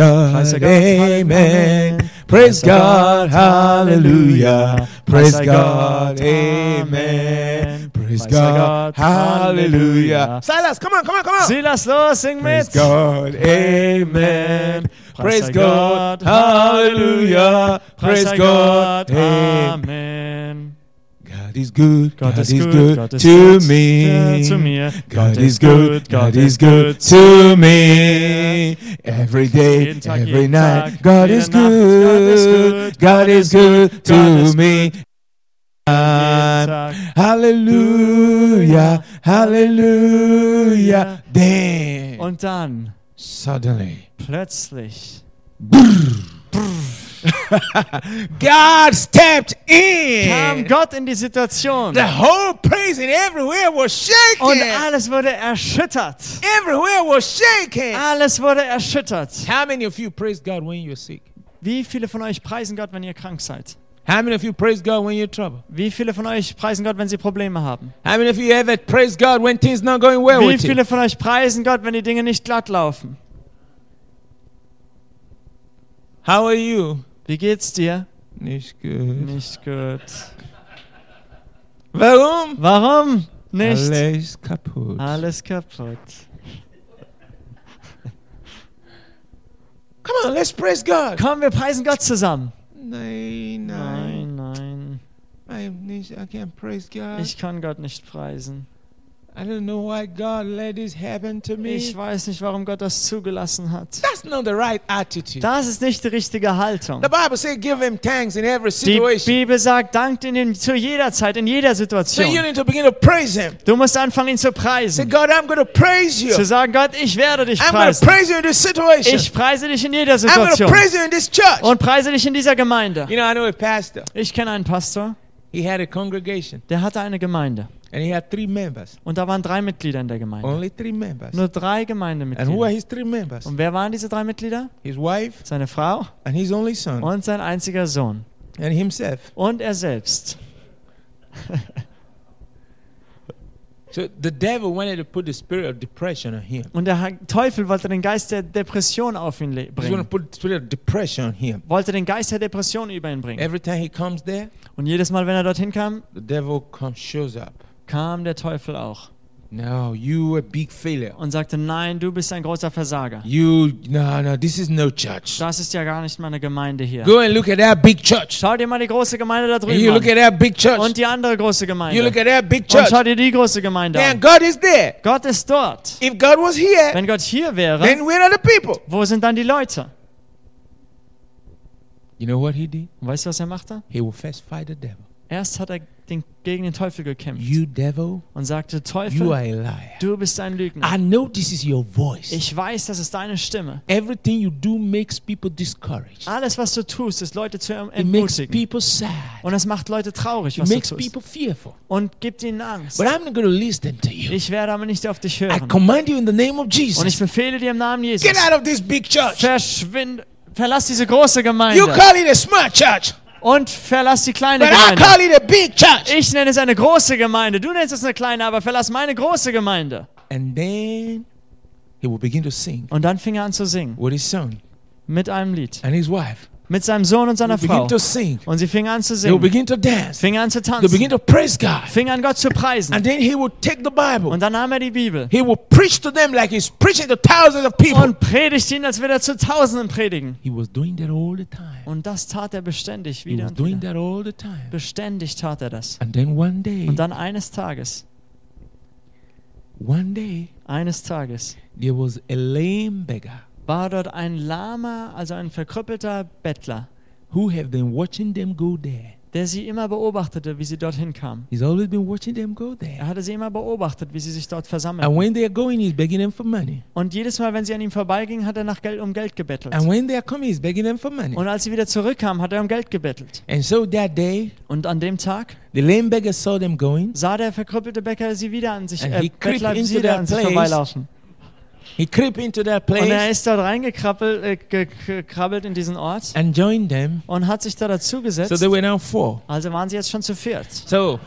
S1: God,
S2: Praise God,
S1: amen.
S2: amen.
S1: Praise
S2: Praise
S1: God,
S2: God,
S1: hallelujah.
S2: hallelujah.
S1: Praise
S2: Praise
S1: God,
S2: God,
S1: amen.
S2: amen.
S1: Praise
S2: Praise
S1: God,
S2: God,
S1: hallelujah.
S2: hallelujah.
S3: Silas, come on, come on, come on.
S2: Silas, los, sing
S1: Praise
S2: mit!
S1: God, amen. Praise God, hallelujah. Praise God, amen.
S2: Amen.
S1: God is good,
S2: Gott
S1: God
S2: ist
S1: is
S2: gut,
S1: good
S2: Gott ist
S1: to
S2: gut,
S1: me.
S2: äh, zu mir.
S1: God is good, God is good
S2: zu
S1: to me. Every day,
S2: Jeden Tag,
S1: every
S2: jeden
S1: night,
S2: Tag,
S1: God
S2: jede
S1: is
S2: Nacht. Gott ist
S1: good, God
S2: gut, Gott
S1: is
S2: ist
S1: good
S2: Gott
S1: to
S2: ist
S1: me.
S2: Tag.
S1: Hallelujah, hallelujah. Then
S2: Und dann
S1: suddenly
S2: plötzlich
S3: God stepped
S2: kam
S3: in.
S2: Gott in die Situation.
S3: The whole place and everywhere was
S2: Und
S3: shaking.
S2: alles wurde erschüttert.
S3: Everywhere was shaking.
S2: Alles wurde erschüttert.
S1: How many of you praise God when you're sick?
S2: Wie viele von euch preisen Gott, wenn ihr krank seid?
S1: How many of you praise God when you're in trouble?
S2: Wie viele von euch preisen Gott, wenn sie Probleme haben?
S1: How many of you ever praise God when things not going well
S2: Wie
S1: with you?
S2: viele von euch preisen Gott, wenn die Dinge nicht glatt laufen?
S1: How are you?
S2: Wie geht's dir?
S1: Nicht gut.
S2: Nicht gut.
S1: Warum?
S2: Warum? Nicht.
S1: Alles kaputt.
S2: Alles kaputt.
S1: Come on, let's praise God.
S2: Komm, wir preisen Gott zusammen.
S1: Nein, nein.
S2: Nein, nein.
S1: I'm nicht, I can't praise God.
S2: Ich kann Gott nicht preisen.
S1: I don't know why God let this happen to me.
S2: Ich weiß nicht, warum Gott das zugelassen hat.
S1: That's not the right attitude.
S2: Das ist nicht die richtige Haltung.
S1: The Bible says give him thanks in every
S2: Die
S1: situation.
S2: Bibel sagt, dankt ihnen zu jeder Zeit, in jeder
S1: So you
S2: Situation.
S1: need to begin to praise him.
S2: Du musst anfangen, ihn zu
S1: Say,
S2: preisen.
S1: God, I'm going to praise you.
S2: Zu sagen, Gott, ich werde dich
S1: I'm going to
S2: preisen.
S1: praise you in this situation.
S2: Ich preise dich in jeder
S1: I'm going to
S2: Situation.
S1: praise you in this church.
S2: Und preise dich in dieser Gemeinde.
S1: You know, I know a pastor.
S2: Ich kenne einen Pastor,
S1: He had a congregation
S2: der hatte eine Gemeinde.
S1: and he had three members.
S2: Und da waren drei Mitglieder in der Gemeinde.
S1: Only three members.
S2: Nur
S1: And
S2: drei
S1: who are
S2: Gemeindemitglieder.
S1: his three members?
S2: Und wer waren diese drei Mitglieder?
S1: His wife
S2: Seine Frau
S1: and his only son
S2: und sein einziger Sohn.
S1: and himself.
S2: Und er selbst.
S1: So the devil wanted to put the spirit of depression on him.
S2: Und der Ha- Teufel wollte den Geist der Depression auf ihn le-
S1: He's going to
S2: bringen.
S1: put the spirit of depression on him.
S2: Wollte den Geist der Depression über ihn bringen.
S1: Every time he comes there,
S2: Und jedes Mal, wenn er dorthin kam,
S1: the devil comes, shows up.
S2: kam der Teufel auch
S1: No, you a big failure.
S2: und sagte, nein, du bist ein großer Versager.
S1: You, no, no, this is no church.
S2: Das ist ja gar nicht meine Gemeinde hier.
S1: Go and look at that big church.
S2: Schau dir mal die große Gemeinde da
S1: And you
S2: drüben
S1: look
S2: an.
S1: at that big
S2: Und
S1: church.
S2: die andere große
S1: You look
S2: Gemeinde.
S1: at that big
S2: Und
S1: church.
S2: schau dir die große Gemeinde
S1: Man,
S2: an.
S1: God is there.
S2: Gott ist dort.
S1: If God was here,
S2: Wenn Gott hier wäre,
S1: then where are the people?
S2: wo sind dann die Leute?
S1: You know what he did?
S2: Und weißt du, was er machte?
S1: He will first fight the devil.
S2: Erst hat er den, gegen den Teufel gekämpft
S1: You devil,
S2: und sagte,
S1: you are
S2: Teufel,
S1: a liar.
S2: du bist ein Lügner.
S1: I know this is your voice.
S2: Ich weiß, das ist deine Stimme.
S1: Everything you do makes people discouraged.
S2: Alles, was du tust, ist Leute zu em-
S1: It makes
S2: entmutigen.
S1: people sad.
S2: Und es macht Leute traurig,
S1: It
S2: was du
S1: makes
S2: tust.
S1: people fearful.
S2: Und gibt ihnen Angst.
S1: But I'm not going to listen to you.
S2: Ich werde aber nicht auf dich
S1: I
S2: hören.
S1: command you in the name of
S2: Und ich
S1: Jesus.
S2: befehle dir im Namen Jesus,
S3: Get out of this big church.
S2: verschwinde, verlass diese große
S3: You
S2: Gemeinde
S3: call it a small church,
S2: und verlass die kleine
S3: but I
S2: Gemeinde.
S3: call it a big church.
S2: Ich nenne es eine große Gemeinde, du nennst es eine kleine, aber verlass meine große Gemeinde.
S1: And then he will begin to sing
S2: Und dann fing er an zu singen,
S1: with his son
S2: mit einem Lied,
S1: and his wife.
S2: mit seinem Sohn und
S1: They
S2: seiner
S1: will
S2: Frau.
S1: begin to sing.
S2: Und sie fingen an zu
S1: They will
S2: singen,
S1: begin to dance.
S2: fingen an zu
S1: They begin
S2: tanzen,
S1: to praise God.
S2: fingen an Gott zu
S1: And
S2: preisen.
S1: then he will take the Bible.
S2: Und dann nahm er die Bibel
S1: He will preach to them like he's preaching to thousands of people.
S2: und predigte ihn, als würde er zu Tausenden predigen.
S1: He was doing that all the time.
S2: Und das tat er beständig
S1: He
S2: wieder
S1: was
S2: und
S1: doing
S2: wieder.
S1: that all the time.
S2: Beständig tat er das.
S1: And then one day,
S2: Und dann eines Tages,
S1: one day,
S2: eines Tages,
S1: there was a lame beggar
S2: war dort ein Lama, also ein verkrüppelter Bettler,
S1: who have been watching them go there.
S2: der sie immer beobachtete, wie sie dorthin kam.
S1: He's always been watching them go
S2: Er
S1: there.
S2: hatte sie immer beobachtet, wie sie sich dort
S1: And
S2: versammelten.
S1: when they are going, he's begging them for money.
S2: Und jedes Mal, wenn sie an ihm vorbeiging, hat er nach Geld um Geld gebettelt.
S1: And when they are coming, he's begging them for money.
S2: Und als sie wieder zurückkam, hat er um Geld gebettelt.
S1: And so that day,
S2: Und an dem Tag
S1: the lame beggar saw them going.
S2: sah der verkrüppelte Bäcker sie wieder an sich,
S1: And
S2: äh,
S1: he creep
S2: Bettler
S1: into
S2: wieder
S1: that
S2: an sich
S1: place.
S2: vorbeilaufen.
S1: He crept into that
S2: Und er
S1: place
S2: ist dort reingekrabbelt äh, gekrabbelt in diesen Ort
S1: and joined them.
S2: und hat sich da dazu
S1: So they
S2: gesetzt.
S1: were now four.
S2: Also waren sie jetzt schon zu viert.
S1: So,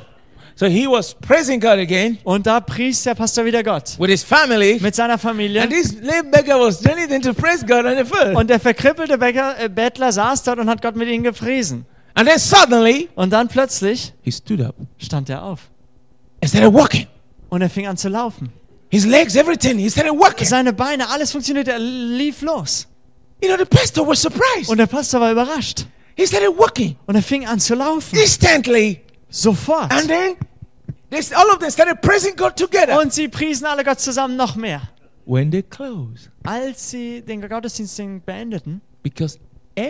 S1: so he was praising God again
S2: Und da pries der Pastor wieder Gott
S1: with his family.
S2: mit seiner Familie.
S1: And this lame beggar was joining them to praise God on the first.
S2: Und der verkrippelte Bäcker, äh, Bettler saß dort und hat Gott mit ihnen gepriesen.
S1: And then suddenly,
S2: Und dann plötzlich
S1: he stood up
S2: stand er auf
S1: and started walking.
S2: und er fing an zu laufen.
S1: His legs, everything. He started walking.
S2: Seine Beine, alles funktionierte, er lief los.
S1: You know, the pastor was surprised.
S2: Und der Pastor war überrascht
S1: He started walking
S2: und er fing an zu laufen.
S1: instantly.
S2: Sofort.
S1: And then they, all of them started praising God together.
S2: Und sie priesen alle Gott zusammen noch mehr.
S1: When they closed,
S2: Als sie den Gottesdienst beendeten,
S1: because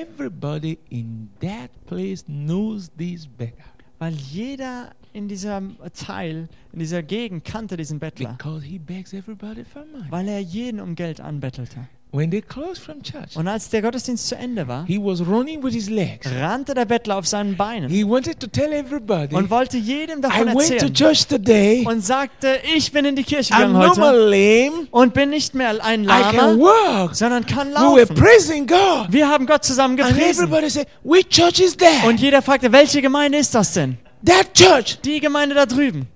S1: everybody in that place knows this beggar.
S2: weil jeder in diesem Teil, in dieser Gegend kannte diesen Bettler,
S1: Because he begs everybody for money.
S2: weil er jeden um Geld anbettelte.
S1: When they closed from church,
S2: Und als der Gottesdienst zu Ende war,
S1: he was running with his legs.
S2: rannte der Bettler auf seinen Beinen
S1: He wanted to tell everybody,
S2: und wollte jedem
S1: I
S2: davon
S1: went to
S2: erzählen
S1: church today.
S2: und sagte, ich bin in die Kirche
S1: I'm
S2: gegangen
S1: no more
S2: heute
S1: lame.
S2: und bin nicht mehr ein
S1: I can
S2: Lama,
S1: walk.
S2: sondern kann
S1: We were
S2: laufen.
S1: praising God.
S2: Wir haben Gott zusammen
S1: And
S2: gepriesen.
S1: everybody said, which church is that?
S2: Und jeder fragte, welche Gemeinde ist das denn?
S1: That church.
S2: Die Gemeinde da drüben.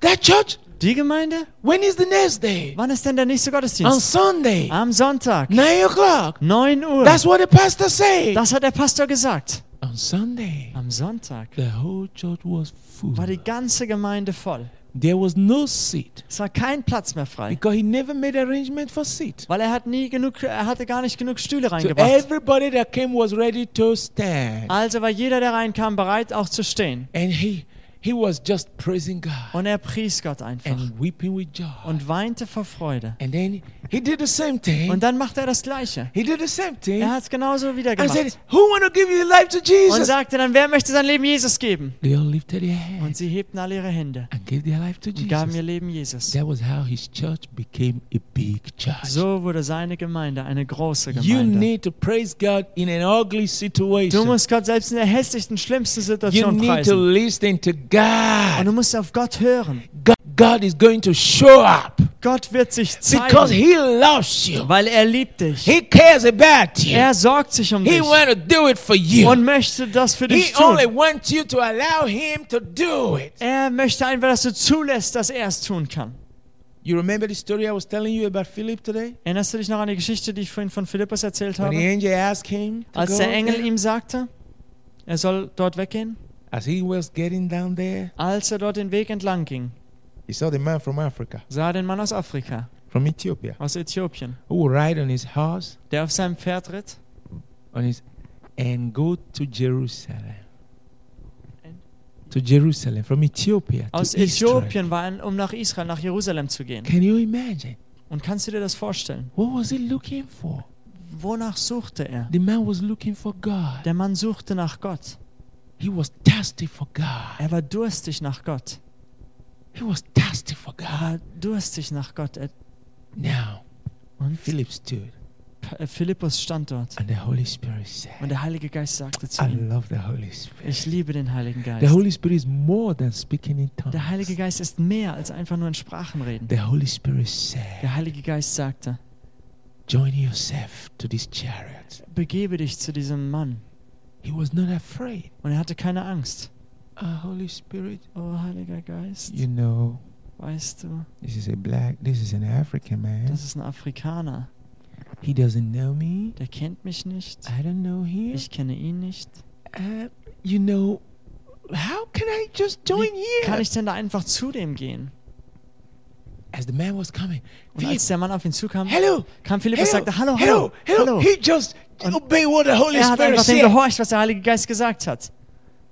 S1: That church.
S2: Die Gemeinde?
S1: When is the next day?
S2: Wann ist denn der nächste
S1: On
S2: Gottesdienst?
S1: Sunday,
S2: Am Sonntag,
S1: 9 o'clock.
S2: 9 Uhr.
S1: That's what the pastor said.
S2: Das hat der Pastor gesagt.
S1: On Sunday,
S2: Am Sonntag
S1: the whole church was full.
S2: war die ganze Gemeinde voll.
S1: There was no seat
S2: Es war kein Platz mehr frei,
S1: because he never made arrangement for seat.
S2: weil er hat nie genug, er hatte gar nicht genug Stühle
S1: So
S2: reingebracht.
S1: everybody that came was ready to stand.
S2: Also war jeder, der reinkam, bereit auch zu stehen.
S1: And he he was just praising God
S2: Und er pries Gott einfach
S1: and weeping with joy.
S2: und weinte vor Freude.
S1: And then he did the same
S2: Und
S1: thing.
S2: dann machte er das Gleiche.
S1: He did the same thing.
S2: Er hat es genauso wieder
S1: And said,
S2: gemacht.
S1: Who want to give your life to
S2: Und
S1: Jesus?
S2: sagte dann, wer möchte sein Leben Jesus geben?
S1: They all lifted their
S2: Und
S1: hands
S2: sie hebten alle ihre Hände
S1: and gave their life to
S2: und gaben ihr
S1: Jesus.
S2: Leben Jesus.
S1: That was how his church became a big church.
S2: So wurde seine Gemeinde eine große
S1: also. You
S2: Gemeinde.
S1: need to praise God in an ugly
S2: Du
S1: situation.
S2: musst Gott selbst in der hässlichsten, schlimmsten
S1: You
S2: Situation
S1: need to
S2: preisen.
S1: listen to
S2: Und
S1: God.
S2: du musst auf Gott hören.
S1: God, God is going to show up
S2: Gott wird sich
S1: because
S2: zeigen,
S1: He loves you.
S2: weil er liebt dich.
S1: He cares about you.
S2: Er sorgt sich um
S1: He
S2: dich
S1: want to do it for
S2: und
S1: you.
S2: möchte das für
S1: He
S2: dich
S1: only
S2: tun.
S1: wants you to allow Him to do it.
S2: Er möchte einfach, dass du zulässt, dass er es tun kann.
S1: You remember the story I was telling you about Philip today?
S2: Erinnerst du dich noch an die Geschichte, die ich vorhin von Philippus erzählt
S1: When the
S2: habe?
S1: angel asked him, to
S2: Als
S1: go
S2: der
S1: up
S2: Engel
S1: there?
S2: ihm sagte, er soll dort weggehen.
S1: as he was getting down there,
S2: Als er dort den Weg entlang ging,
S1: he saw the man from Africa,
S2: sah er den Mann aus Afrika,
S1: from Ethiopia,
S2: aus Äthiopien,
S1: who would ride on his horse
S2: der auf seinem Pferd ritt
S1: on his and go to Jerusalem.
S2: And-
S1: To Jerusalem from Ethiopia to
S2: aus
S1: Israel.
S2: Äthiopien war, ein- um nach Israel, nach Jerusalem zu gehen.
S1: Can you imagine?
S2: Und kannst du dir das vorstellen?
S1: What was he looking for?
S2: Wonach suchte er?
S1: The man was looking for God.
S2: Der Mann suchte nach Gott.
S1: He was thirsty for God.
S2: Er war durstig nach Gott.
S1: He was thirsty for
S2: Er
S1: God.
S2: war durstig nach Gott. Er-
S1: Now,
S2: Und
S1: Philip stood,
S2: P- äh, Philippus stand dort.
S1: and the Holy Spirit
S2: Und
S1: said,
S2: der Heilige Geist sagte zu
S1: I
S2: ihm,
S1: love the Holy
S2: ich
S1: Spirit.
S2: liebe den Heiligen
S1: The
S2: Geist.
S1: Holy Spirit is more than speaking in
S2: Der Heilige
S1: tongues.
S2: Geist ist mehr als einfach nur in Sprachen reden.
S1: The Holy Spirit said,
S2: Der Heilige Geist sagte,
S1: Join yourself to this chariot.
S2: begebe dich zu diesem Mann.
S1: He was not afraid.
S2: Und er hatte keine Angst.
S1: Ah, Holy Spirit,
S2: Oh, Heiliger Geist,
S1: you know,
S2: weißt du,
S1: this is a black, this is an African man.
S2: das ist ein Afrikaner.
S1: He doesn't know me.
S2: Der kennt mich nicht.
S1: I don't know him.
S2: Ich kenne ihn nicht.
S1: Uh, you know, how can I just join
S2: Wie kann
S1: here?
S2: ich denn da einfach zu dem gehen?
S1: As the man was coming,
S2: Und
S1: Philip,
S2: als der Mann auf ihn zukam,
S1: hello,
S2: kam Philippus und
S1: hello,
S2: sagte, hallo,
S1: hello,
S2: hallo,
S1: hello. Um, He just
S2: Und
S1: obeyed what the Holy
S2: Er hat
S1: Spirit
S2: einfach dem
S1: said.
S2: gehorcht, was der Heilige Geist gesagt hat.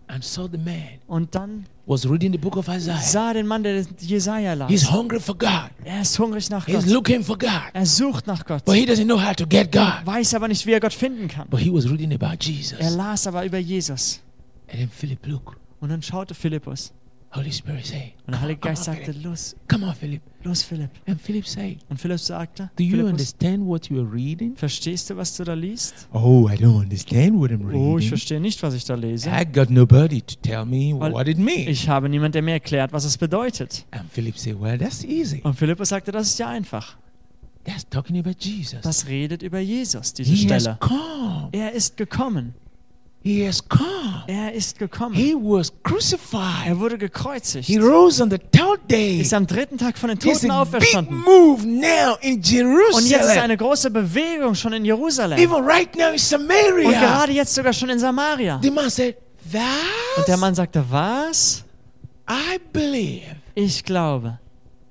S1: And so the man
S2: Und dann
S1: was reading the book of Isaiah.
S2: sah den Mann, der den Jesaja
S1: He's
S2: las.
S1: hungry for God.
S2: Er ist hungrig nach
S1: He's
S2: Gott.
S1: looking for God,
S2: Er sucht nach Gott,
S1: but he doesn't know how to get God.
S2: weiß aber nicht, wie er Gott finden kann.
S1: But he was reading about
S2: Er
S1: Jesus.
S2: las aber über Jesus.
S1: And then Philip, look,
S2: Und dann schaute Philippus.
S1: Holy Spirit say,
S2: Und der Heilige
S1: come on,
S2: Geist sagte,
S1: Philip.
S2: los,
S1: Come on, Philip.
S2: los, Philipp.
S1: And Philip say,
S2: Und Philipp sagte,
S1: Do you
S2: Philippus,
S1: understand what you are reading?
S2: verstehst du, was du da liest?
S1: Oh, I don't understand what I'm
S2: Oh, ich verstehe nicht, was ich da lese.
S1: I got nobody to tell me
S2: Well,
S1: what it means.
S2: Ich habe niemand, der mir erklärt, was es bedeutet.
S1: And Philip said, Well, that's easy.
S2: Und Philippus sagte, das ist ja einfach.
S1: That's talking about Jesus.
S2: Das redet über Jesus, diese
S1: He has
S2: Stelle.
S1: come.
S2: Er ist gekommen.
S1: He has come.
S2: Er ist gekommen.
S1: He was
S2: Er
S1: crucified.
S2: wurde gekreuzigt.
S1: He rose on the third day.
S2: Ist am dritten Tag von den
S1: It's
S2: Toten
S1: a big
S2: auferstanden.
S1: move now in
S2: Und jetzt ist
S1: Jerusalem.
S2: eine große Bewegung schon in Jerusalem.
S1: Even right now in
S2: Und
S1: Samaria.
S2: gerade jetzt sogar schon in Samaria.
S1: The man said,
S2: Und der
S1: That
S2: Mann sagte, was?
S1: I believe.
S2: Ich glaube.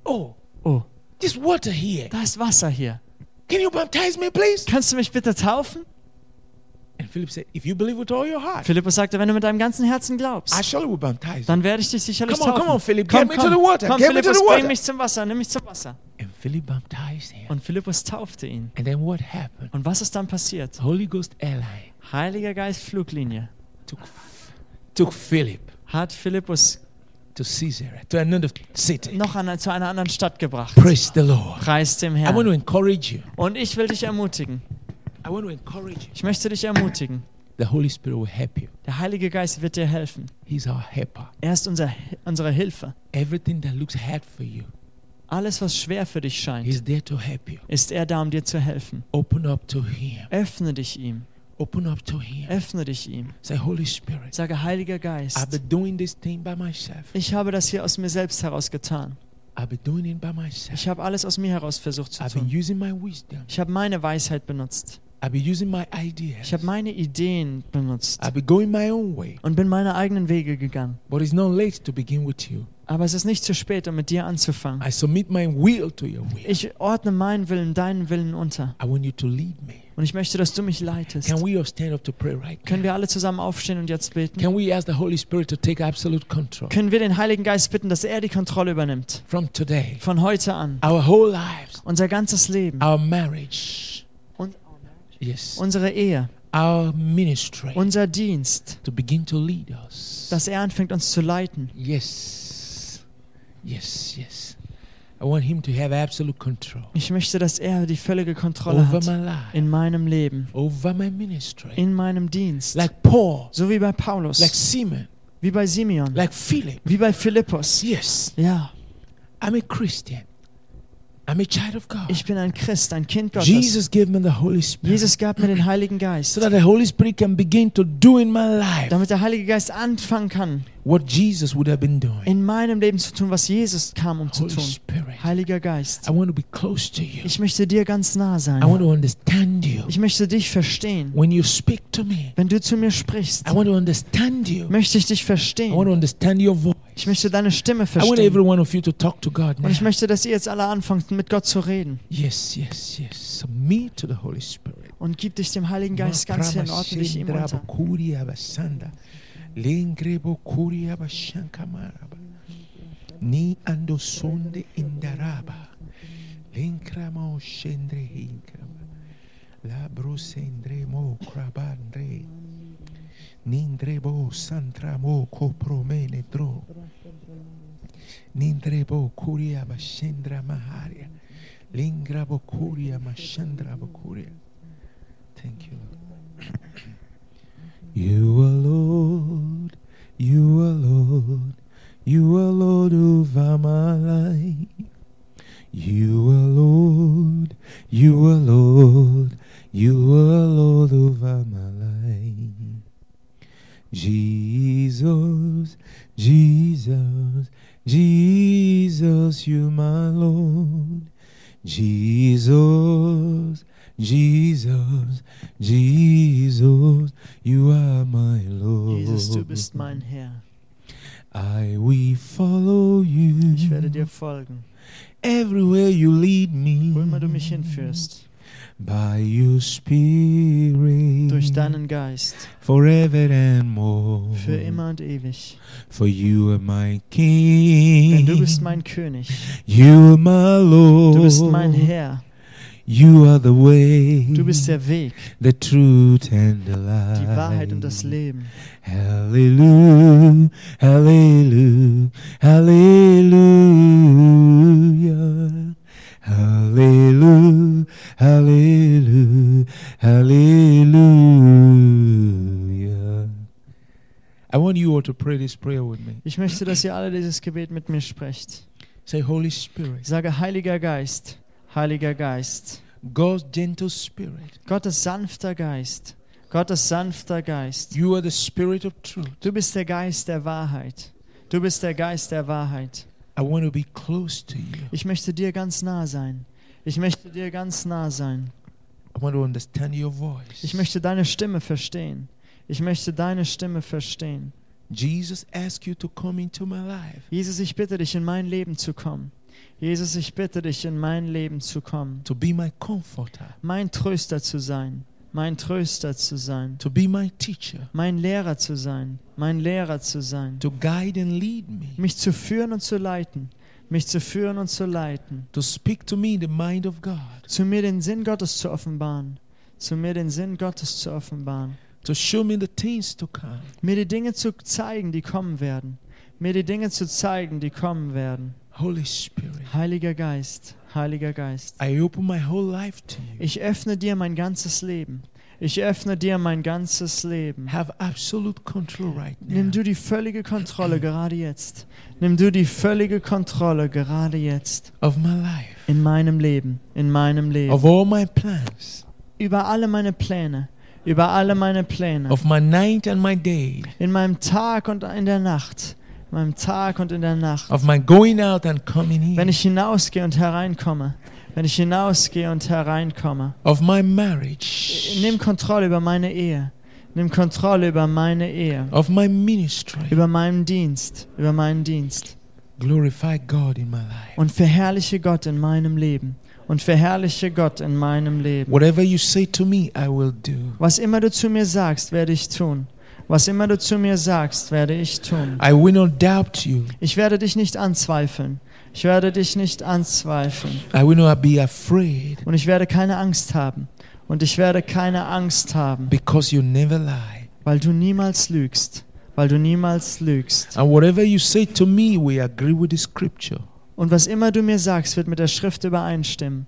S1: Oh,
S2: Oh,
S1: this water here.
S2: da ist Wasser hier.
S1: Can you baptize me, please?
S2: Kannst du mich bitte taufen?
S1: And Philip said, If you believe with all your heart,
S2: Philippus sagte, wenn du mit deinem ganzen Herzen
S1: I
S2: glaubst,
S1: surely will baptize you.
S2: dann werde ich dich sicherlich
S1: Come on,
S2: taufen.
S1: come on, Philip,
S2: komm,
S1: get me
S2: komm,
S1: to the water,
S2: komm
S1: get me to
S2: Philippus,
S1: the water.
S2: bring mich zum Wasser, nimm mich zum Wasser.
S1: And Philip baptized him.
S2: Und Philippus taufte ihn.
S1: And then what happened?
S2: Und was ist dann passiert?
S1: Holy Ghost airline
S2: Heiliger Geist Fluglinie
S1: took took Philip
S2: hat Philippus
S1: to Caesarea, to another city.
S2: noch an, zu einer anderen Stadt gebracht.
S1: Praise the Lord.
S2: Preis dem
S1: I want to
S2: Herrn.
S1: encourage you.
S2: Und ich will dich ermutigen.
S1: I want to encourage you.
S2: Ich möchte dich ermutigen.
S1: The Holy Spirit will help you.
S2: Der Heilige Geist wird dir helfen.
S1: He's our helper.
S2: Er ist unser, unsere Hilfe.
S1: Everything that looks hard for you,
S2: Alles, was schwer für dich scheint,
S1: He's there to help you.
S2: ist er da, um dir zu helfen.
S1: Open up to Him.
S2: Öffne dich ihm.
S1: Open up to Him.
S2: Öffne dich ihm.
S1: Say, Holy Spirit,
S2: Sage, Heiliger Geist,
S1: I've been doing this thing by myself.
S2: ich habe das hier aus mir selbst heraus getan.
S1: I've been doing it by myself.
S2: Ich habe alles aus mir heraus versucht zu
S1: I've been
S2: tun.
S1: using my wisdom.
S2: Ich habe meine Weisheit benutzt.
S1: I've been using my ideas.
S2: Ich habe meine Ideen benutzt
S1: I've been going my own way.
S2: und bin meine eigenen Wege gegangen.
S1: But it's not late to begin with you.
S2: Aber es ist nicht zu spät, um mit dir anzufangen.
S1: I submit my will to your will.
S2: Ich ordne meinen Willen deinen Willen unter.
S1: I want you to lead me.
S2: Und ich möchte, dass du mich leitest.
S1: Can we all stand up to pray right now?
S2: Können wir alle zusammen aufstehen und jetzt beten?
S1: Can we ask the Holy Spirit to take absolute control
S2: Können wir den Heiligen Geist bitten, dass er die Kontrolle übernimmt?
S1: from today?
S2: Von heute an.
S1: Our whole lives,
S2: Unser ganzes Leben.
S1: our marriage,
S2: Und
S1: yes,
S2: unsere Ehe.
S1: our ministry,
S2: Unser Dienst.
S1: to begin to lead us.
S2: Dass er anfängt, uns zu leiten.
S1: Yes, yes, yes. I want Him to have absolute control
S2: Ich möchte, dass er die völlige Kontrolle
S1: over
S2: hat.
S1: my life,
S2: In meinem Leben.
S1: over my ministry.
S2: In meinem Dienst.
S1: Like Paul,
S2: So wie bei
S1: like
S2: Paulus.
S1: Simon,
S2: Wie bei Simeon.
S1: like Philip.
S2: Wie bei Philippus.
S1: Yes,
S2: Ja,
S1: I'm a Christian. I'm a child of God.
S2: ich bin ein Christ, ein Kind Gottes.
S1: Jesus gave me the Holy Spirit.
S2: Jesus gab mir den Heiligen Geist.
S1: so that the Holy Spirit can begin to do in my life
S2: Damit der Heilige Geist anfangen kann,
S1: what Jesus would have been doing.
S2: in meinem Leben zu tun, was Jesus kam, um zu
S1: Holy
S2: tun.
S1: Spirit,
S2: Heiliger Geist,
S1: I want to be close to you.
S2: ich möchte dir ganz
S1: I
S2: nah
S1: want
S2: sein.
S1: to understand you.
S2: Ich möchte dich verstehen.
S1: When you speak to me,
S2: Wenn du zu mir sprichst,
S1: I want to understand you.
S2: möchte ich dich
S1: I want to
S2: verstehen.
S1: understand your voice.
S2: Ich möchte deine Stimme
S1: I want every
S2: verstehen.
S1: one of you to talk to God now.
S2: Und ich möchte, dass ihr jetzt alle anfangt, mit Gott zu reden.
S1: Yes, yes, yes. Submit to the Holy Spirit.
S2: Und gib dich dem Heiligen Geist ganz hin, ordne dich ihm unter.
S1: Makramashendrabakuria basanda. Lengrebokuria bashankamaraba. Ni andosonde indaraba. Lenkramo shendre hinkrama. Labro sendremo krabandre. Nindrebo santramo kopromene dro. Nindrebo kuria bashendra maharia. Lingrabo kuria mashandra bokuria. Thank you, Lord. You are Lord, you are Lord, you are Lord over my life. You are Lord, you are Lord, you are Lord over my life. Jesus, Jesus, Jesus, you my Lord. Jesus, Jesus, Jesus, you are my Lord.
S2: Jesus, du bist mein Herr.
S1: I will follow you.
S2: Ich werde dir folgen,
S1: everywhere you lead me.
S2: wo immer du mich hinführst.
S1: By your spirit.
S2: Durch deinen Geist,
S1: forever and more.
S2: für immer und ewig.
S1: For you are my king.
S2: Denn du bist mein König,
S1: You are my Lord.
S2: du bist mein Herr,
S1: You are the way.
S2: du bist der Weg,
S1: the truth and the life.
S2: die Wahrheit und das Leben.
S1: Hallelujah, hallelujah, hallelujah. Hallelujah, hallelujah, hallelujah. I want you all to pray this prayer with me.
S2: Ich möchte, dass ihr alle dieses Gebet mit mir sprecht.
S1: Say, Holy Spirit,
S2: Sage, Heiliger Geist, Heiliger Geist,
S1: God's gentle spirit,
S2: Gottes sanfter Geist, Gottes sanfter Geist.
S1: you are the spirit of truth.
S2: Du bist der Geist der Wahrheit. Du bist der Geist der Wahrheit.
S1: I want to be close to you.
S2: Ich möchte dir ganz nah sein. Ich möchte dir ganz nah sein.
S1: I want to understand your voice.
S2: Ich möchte deine Stimme verstehen. Ich möchte deine Stimme verstehen.
S1: Jesus asked you to come into my life.
S2: Jesus, ich bitte dich, in mein Leben zu kommen. Jesus, ich bitte dich, in mein Leben zu kommen.
S1: to be my comforter,
S2: Mein Tröster zu sein. Mein Tröster zu sein.
S1: to be my teacher,
S2: Mein Lehrer zu sein. Mein Lehrer zu sein.
S1: to guide and lead me,
S2: Mich zu führen und zu leiten. Mich zu führen und zu leiten.
S1: to speak to me the mind of God,
S2: Zu mir den Sinn Gottes zu offenbaren. Zu mir den Sinn Gottes zu offenbaren.
S1: to show me the things to come,
S2: Mir die Dinge zu zeigen, die kommen werden. mir die Dinge zu zeigen, die kommen werden.
S1: Holy Spirit,
S2: Heiliger Geist, Heiliger Geist,
S1: I open my whole life to you.
S2: ich öffne dir mein ganzes Leben. Ich öffne dir mein ganzes Leben.
S1: Have absolute control right
S2: Nimm
S1: now.
S2: du die völlige Kontrolle gerade jetzt. Nimm du die völlige Kontrolle gerade jetzt.
S1: of my life,
S2: In meinem Leben, in meinem Leben.
S1: of all my plans,
S2: Über alle meine Pläne, über alle meine Pläne.
S1: of my night and my day,
S2: In meinem Tag und in der Nacht. In meinem Tag und in der Nacht.
S1: of my going out and coming in,
S2: Wenn ich hinausgehe und hereinkomme. Wenn ich hinausgehe und hereinkomme.
S1: of my marriage,
S2: Nimm Kontrolle über meine Ehe. Nimm Kontrolle über meine Ehe.
S1: of my ministry.
S2: Über meinen Dienst. Über meinen Dienst.
S1: Glorify God in my life.
S2: Und verherrliche Gott in meinem Leben. Und verherrliche Gott in meinem Leben.
S1: Whatever you say to me, I will do.
S2: Was immer du zu mir sagst, werde ich tun. Was immer du zu mir sagst, werde ich tun.
S1: I will not doubt you.
S2: Ich werde dich nicht anzweifeln. Ich werde dich nicht anzweifeln.
S1: I will not be afraid
S2: Und ich werde keine Angst haben. Und ich werde keine Angst haben,
S1: because you never lie.
S2: weil du niemals lügst. Weil du niemals lügst.
S1: And whatever you say to me, we agree with the scripture.
S2: Und was immer du mir sagst, wird mit der Schrift übereinstimmen.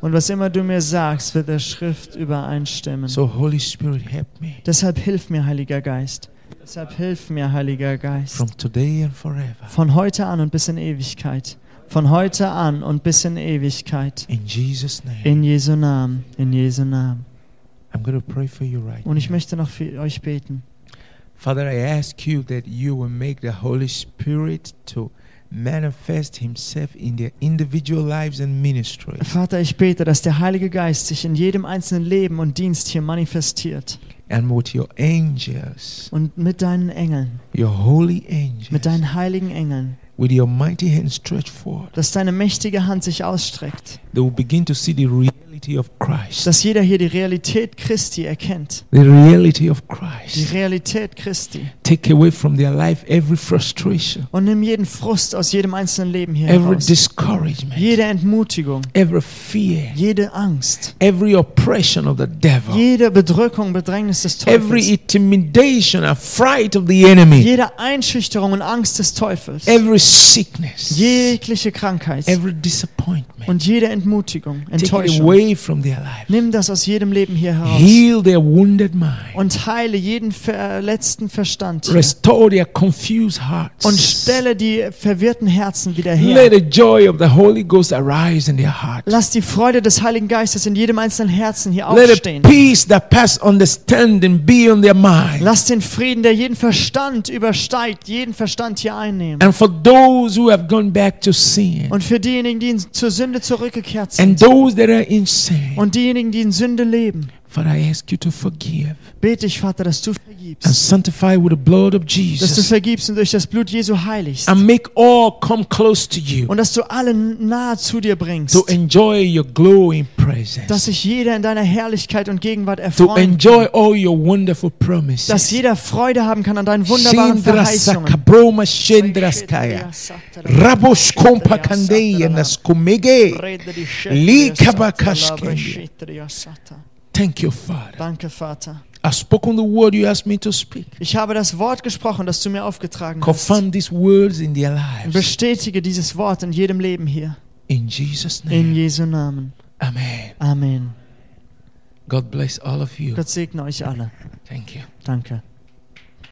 S2: Und was immer du mir sagst, wird der Schrift übereinstimmen.
S1: So, Holy Spirit, help me
S2: Deshalb hilf mir, Heiliger Geist. Deshalb hilf mir, Heiliger Geist.
S1: from today and forever.
S2: Von heute an und bis in Ewigkeit. Von heute an und bis in Ewigkeit.
S1: In Jesus' name.
S2: In Jesu Namen. In Jesu Namen.
S1: I'm going to pray for you right
S2: Und ich
S1: now.
S2: möchte noch für euch beten.
S1: Father, I ask you that you will make the Holy Spirit to manifest himself in their individual lives and ministries
S2: Vater, ich bete, dass der Heilige Geist sich in jedem einzelnen Leben und Dienst hier manifestiert.
S1: and with your angels,
S2: Und mit deinen Engeln,
S1: your holy angels,
S2: mit deinen heiligen Engeln,
S1: with your mighty hand stretched forth.
S2: dass deine mächtige Hand sich ausstreckt.
S1: They will begin to see the reality of Christ.
S2: Dass jeder hier die Realität Christi erkennt.
S1: the reality of
S2: Die
S1: Christ.
S2: Realität Christi.
S1: Take away from their life every frustration,
S2: Und nimm jeden Frust aus jedem einzelnen Leben hier
S1: every
S2: heraus.
S1: discouragement,
S2: Jede Entmutigung,
S1: every fear,
S2: jede Angst,
S1: every oppression of the devil,
S2: jede Bedrückung, Bedrängnis des
S1: every
S2: Teufels,
S1: intimidation and fright of the enemy,
S2: jede Einschüchterung und Angst des Teufels,
S1: every sickness,
S2: jegliche Krankheit
S1: every disappointment.
S2: und jede Entmutigung,
S1: Take it
S2: Enttäuschung.
S1: away from their life.
S2: Nimm das aus jedem Leben hier heraus
S1: Heal their wounded mind.
S2: und heile jeden verletzten Verstand hier.
S1: Restore their confused
S2: und
S1: hearts.
S2: stelle die verwirrten Herzen wieder
S1: Let
S2: her.
S1: the joy of the Holy Ghost arise in their hearts.
S2: Lass die Freude des Heiligen Geistes in jedem einzelnen Herzen hier
S1: Let a
S2: aufstehen.
S1: peace that passes understanding be on their mind.
S2: Lass den Frieden, der jeden Verstand übersteigt, jeden Verstand hier einnehmen.
S1: And for those who have gone back to sin,
S2: Und für diejenigen, die in- zur Sünde zurückgekehrt
S1: and
S2: sind
S1: those that are in sin,
S2: und diejenigen, die in Sünde leben,
S1: Father, I ask you to forgive
S2: bete ich, Vater, dass du
S1: and
S2: vergibst.
S1: sanctify with the blood of
S2: Dass du
S1: Jesus,
S2: vergibst und durch das Blut Jesu heiligst.
S1: and make all come close to you
S2: Und dass du alle nahe zu dir bringst.
S1: to enjoy your glowing
S2: Dass
S1: presence,
S2: sich jeder in deiner Herrlichkeit und Gegenwart
S1: to
S2: erfreuen
S1: enjoy
S2: kann.
S1: all your wonderful
S2: Dass
S1: promises.
S2: jeder Freude haben kann an deinen wunderbaren Verheißungen.
S1: Shindrasakabroma Shendraskaya. Rabos Kompakandeya Naskumege. Thank you, Father.
S2: Danke, Vater.
S1: I've spoken the word you asked me to speak.
S2: Ich habe das Wort gesprochen, das du mir aufgetragen hast.
S1: Confirm these words in their
S2: Und
S1: lives.
S2: Bestätige dieses Wort in jedem Leben hier.
S1: In Jesus'
S2: In
S1: name.
S2: Jesu Namen.
S1: Amen.
S2: Amen.
S1: God bless all of you.
S2: Gott segne euch alle.
S1: Thank you.
S2: Danke.